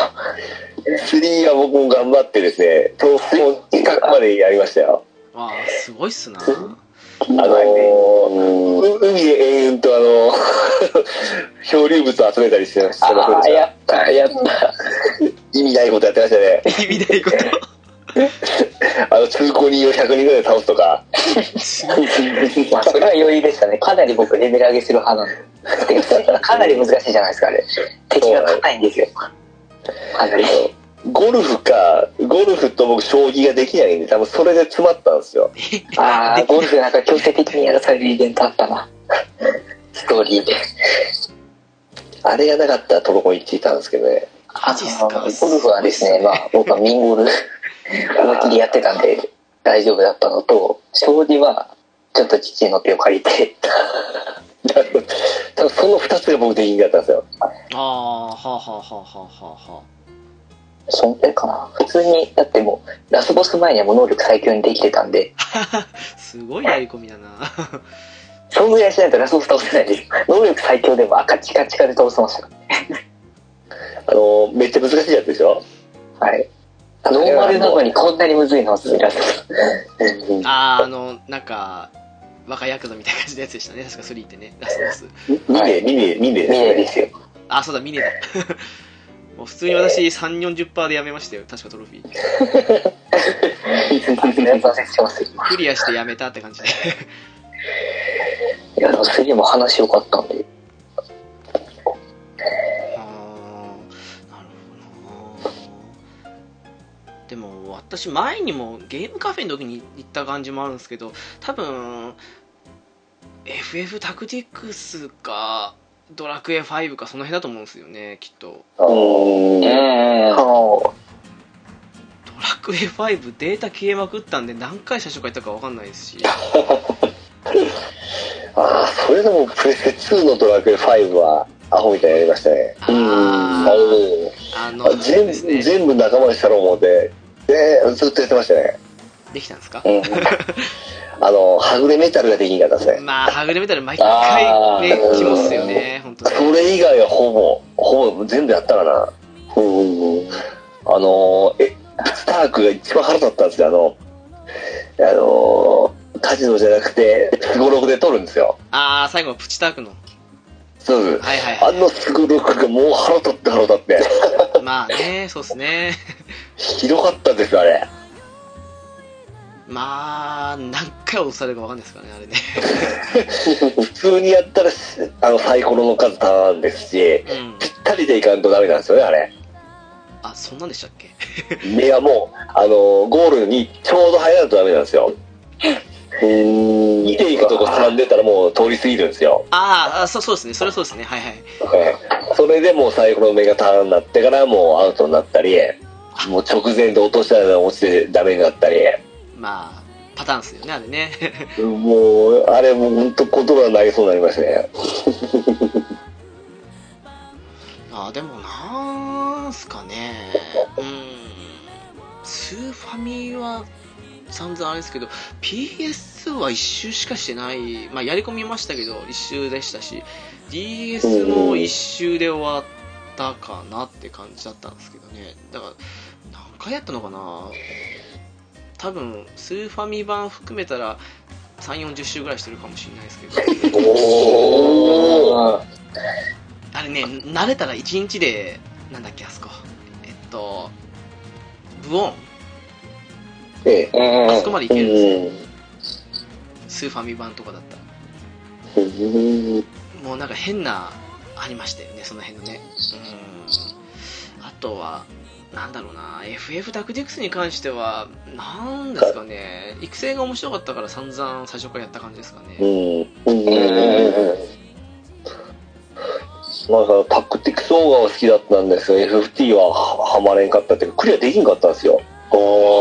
S5: 3は僕も頑張ってですね、東京近くまでやりましたよ。
S1: わあすごいっすな
S5: あのー、う海で延々とあの ー、漂流物を集めたりしてました。
S4: ああ、やった、やった。
S5: 意味ないことやってましたね。
S1: 意味ないこと
S5: あの、通行人を100人ぐらいで倒すとか。
S4: まあ、それは余裕でしたね。かなり僕レベル上げする派なんで。かなり難しいじゃないですか、あれ。敵が硬いんですよ。かなり。
S5: ゴルフか、ゴルフと僕、将棋ができないんで、多分それで詰まったんですよ。
S4: ああ、ゴルフなんか強制的にやらされるイベントあったな。ストーリーで。
S5: あれがなかったらトロコに行っていたんですけどね。
S4: あ
S1: ジっすか
S4: ゴルフはですね、まあ僕はミンゴル思いっきりやってたんで大丈夫だったのと、将棋はちょっと父の手を借りて、
S5: 多分その2つが僕できなかったんですよ。
S1: ああはあはあはあはあはあ
S4: そんくらいかな。普通に、だってもうラスボス前にはもう能力最強にできてたんで、
S1: すごいやり込みだな
S4: そんぐらいしないとラスボス倒せないです。能力最強でも赤チカチカで倒せましたか
S5: あのー、めっちゃ難しいやつでしょ
S4: ら。はい。ノーマルなのにこんなにむずいのはすラスボス。
S1: あーあのなんか若ヤクザみたいな感じのやつでしたね確か3ってねラスボス
S5: 2名、2名、2名
S4: 見えないですよ。
S1: あそうだミネだ もう普通に私3、40%でやめましたよ、確かトロフィー。
S4: 挫折してます、今。
S1: クリアしてやめたって感じで。
S4: いや、でも次も話良かったんで。
S1: あーなるほどなでも私前にもゲームカフェの時に行った感じもあるんですけど多分 FF タクティクスかドラクエ5かその辺だと思うんですよねきっと
S4: あの
S1: ドラクエ5データ消えまくったんで何回最初からやったか分かんないですし
S5: ああ、それでもプレステ2のドラクエ5はアホみたいにやりましたね。
S1: あ
S5: お
S1: ーあの
S5: ー全
S1: です
S5: 部、
S1: ね
S5: 全部仲間にしたろう思って、で、ずっとやってましたね。
S1: できたんですか
S5: あの、はぐれメタルができんかったですね。
S1: まあはぐれメタル毎回ね
S5: あー
S1: きますよね本当に
S5: それ以外はほぼ、ほぼ全部やったかな。あのー、え、スタークが一番腹立ったんですよ、あの、あのー、カジノじゃなくて、スゴロクで取るんですよ。
S1: ああ最後のプチタークの
S5: そうです。
S1: はいはいは
S5: あのスゴロクがもう腹立って腹立って。
S1: いまあねそうっすね
S5: ひどかったですよ、あれ。
S1: まあ、何回落とされるか分かんないですからね、あれね。
S5: 普通にやったらしあのサイコロの数足らんです
S1: う
S5: し
S1: ん
S5: ぴ。ったりでいかんとダメなんですよねあ れ
S1: あ、そんなんでしたっけ
S5: いやもうあのゴールにちょうど入らないとダメなんですよ見ていくとこ並んでたらもう通り過ぎるんですよ、
S1: あーあ、そうそうですね、それはそうですね、はいはい。
S5: ええそれでもうサイコロの目が足らんなってからもうアウトになったりもう直前で落としたら落ちてダメになったり
S1: まあ、パターンですよね、あれね。
S5: もうあれもう本当言葉投げそうになりましたね
S1: あーでも、なんすかね。うん。スーファミは散々あれですけど、PS2 は一周しかしてない。まあ、やり込みましたけど、一周でしたし、DS も一周で終わったかなって感じだったんですけどね。だから、何回やったのかな多分スーファミ版含めたら340周ぐらいしてるかもしれないですけど
S5: おお
S1: あれね慣れたら1日でなんだっけあそこえっとブオン
S5: ええ
S1: あそこまでいけるんですよ
S5: う
S1: スーファミ版とかだったら
S5: ん
S1: もうなんか変なありましたよねその辺のねうんあとはなんだろうな FF タクティクスに関してはなんですかね育成が面白かったから散々最初からやった感じですかね
S5: うんなんかタクティクスオーガは好きだったんですが FFT はははまれんかったっていうかクリアできんかったんですよ
S1: あ
S5: あ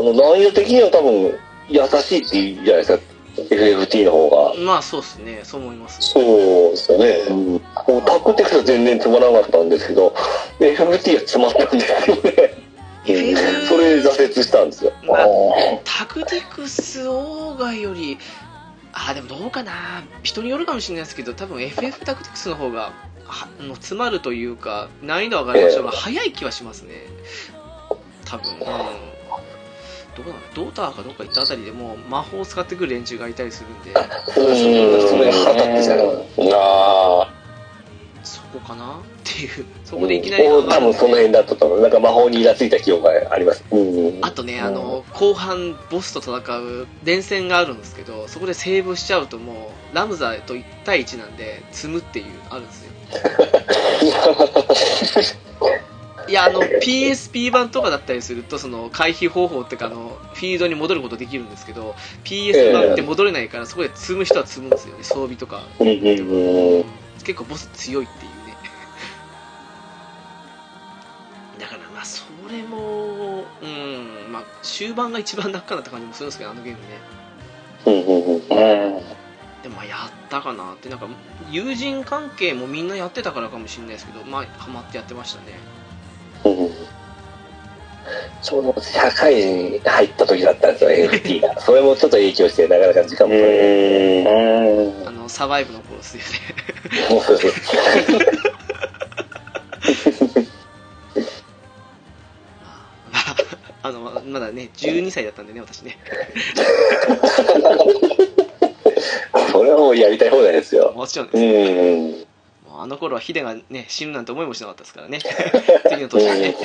S5: の難易度的には多分優しいっていいじゃないですか FFT の方
S1: まあそうっすねそう思います
S3: そうですよね
S5: が、もうタクティクスは全然つまらなかったんですけど FFT は詰まったんですよね
S1: FF
S5: それで挫折したんですよ
S1: まあ
S5: あー
S1: タクティクスオーガよりあーでもどうかな人によるかもしれないですけど多分 FF タクティクスの方がはあの詰まるというか難易度上がりましたが早い気はしますね多分、うん、どうなのドーターかどうか行ったあたりでもう魔法を使ってくる連中がいたりするんで
S5: そうですねそれが腹立ってきたから
S3: あ
S1: そこかなっていうそこでいきなり上
S5: お
S1: が
S5: 多
S1: る
S5: 分その辺だったと思うなんか魔法にイラついた記憶がありますうん
S1: あとね、あの、後半、ボスと戦う連戦があるんですけど、そこでセーブしちゃうともう、ラムザと1対1なんで、積むっていう、あるん ですよ。いや、あの、PSP 版とかだったりすると、その、回避方法っていうか、あの、フィールドに戻ることできるんですけど、PS 版って戻れないから、そこで積む人は積むんですよね、装備とか。
S5: うんうんうん
S1: 結構ボス強いっていうね だからまあそれもうんまあ終盤が一番楽かなって感じもするんですけどあのゲームね
S5: うんうんうん
S1: でもまあやったかなってなんか友人関係もみんなやってたからかもしれないですけどまあハマってやってましたね
S5: ちょうど社会人に入った時だったんですよ NFT がそれもちょっと影響してなかなか時間も取れない
S2: 呃
S1: あのサバイブの頃ですよね
S5: もうそうそう
S1: まああのまだね12歳だったんでね私ね
S5: それはもうやりたい放題ですよ
S1: もちろんです
S5: うん
S1: もあの頃はヒデがね、死ぬなんて思いもしなかったですからね。次の年にね。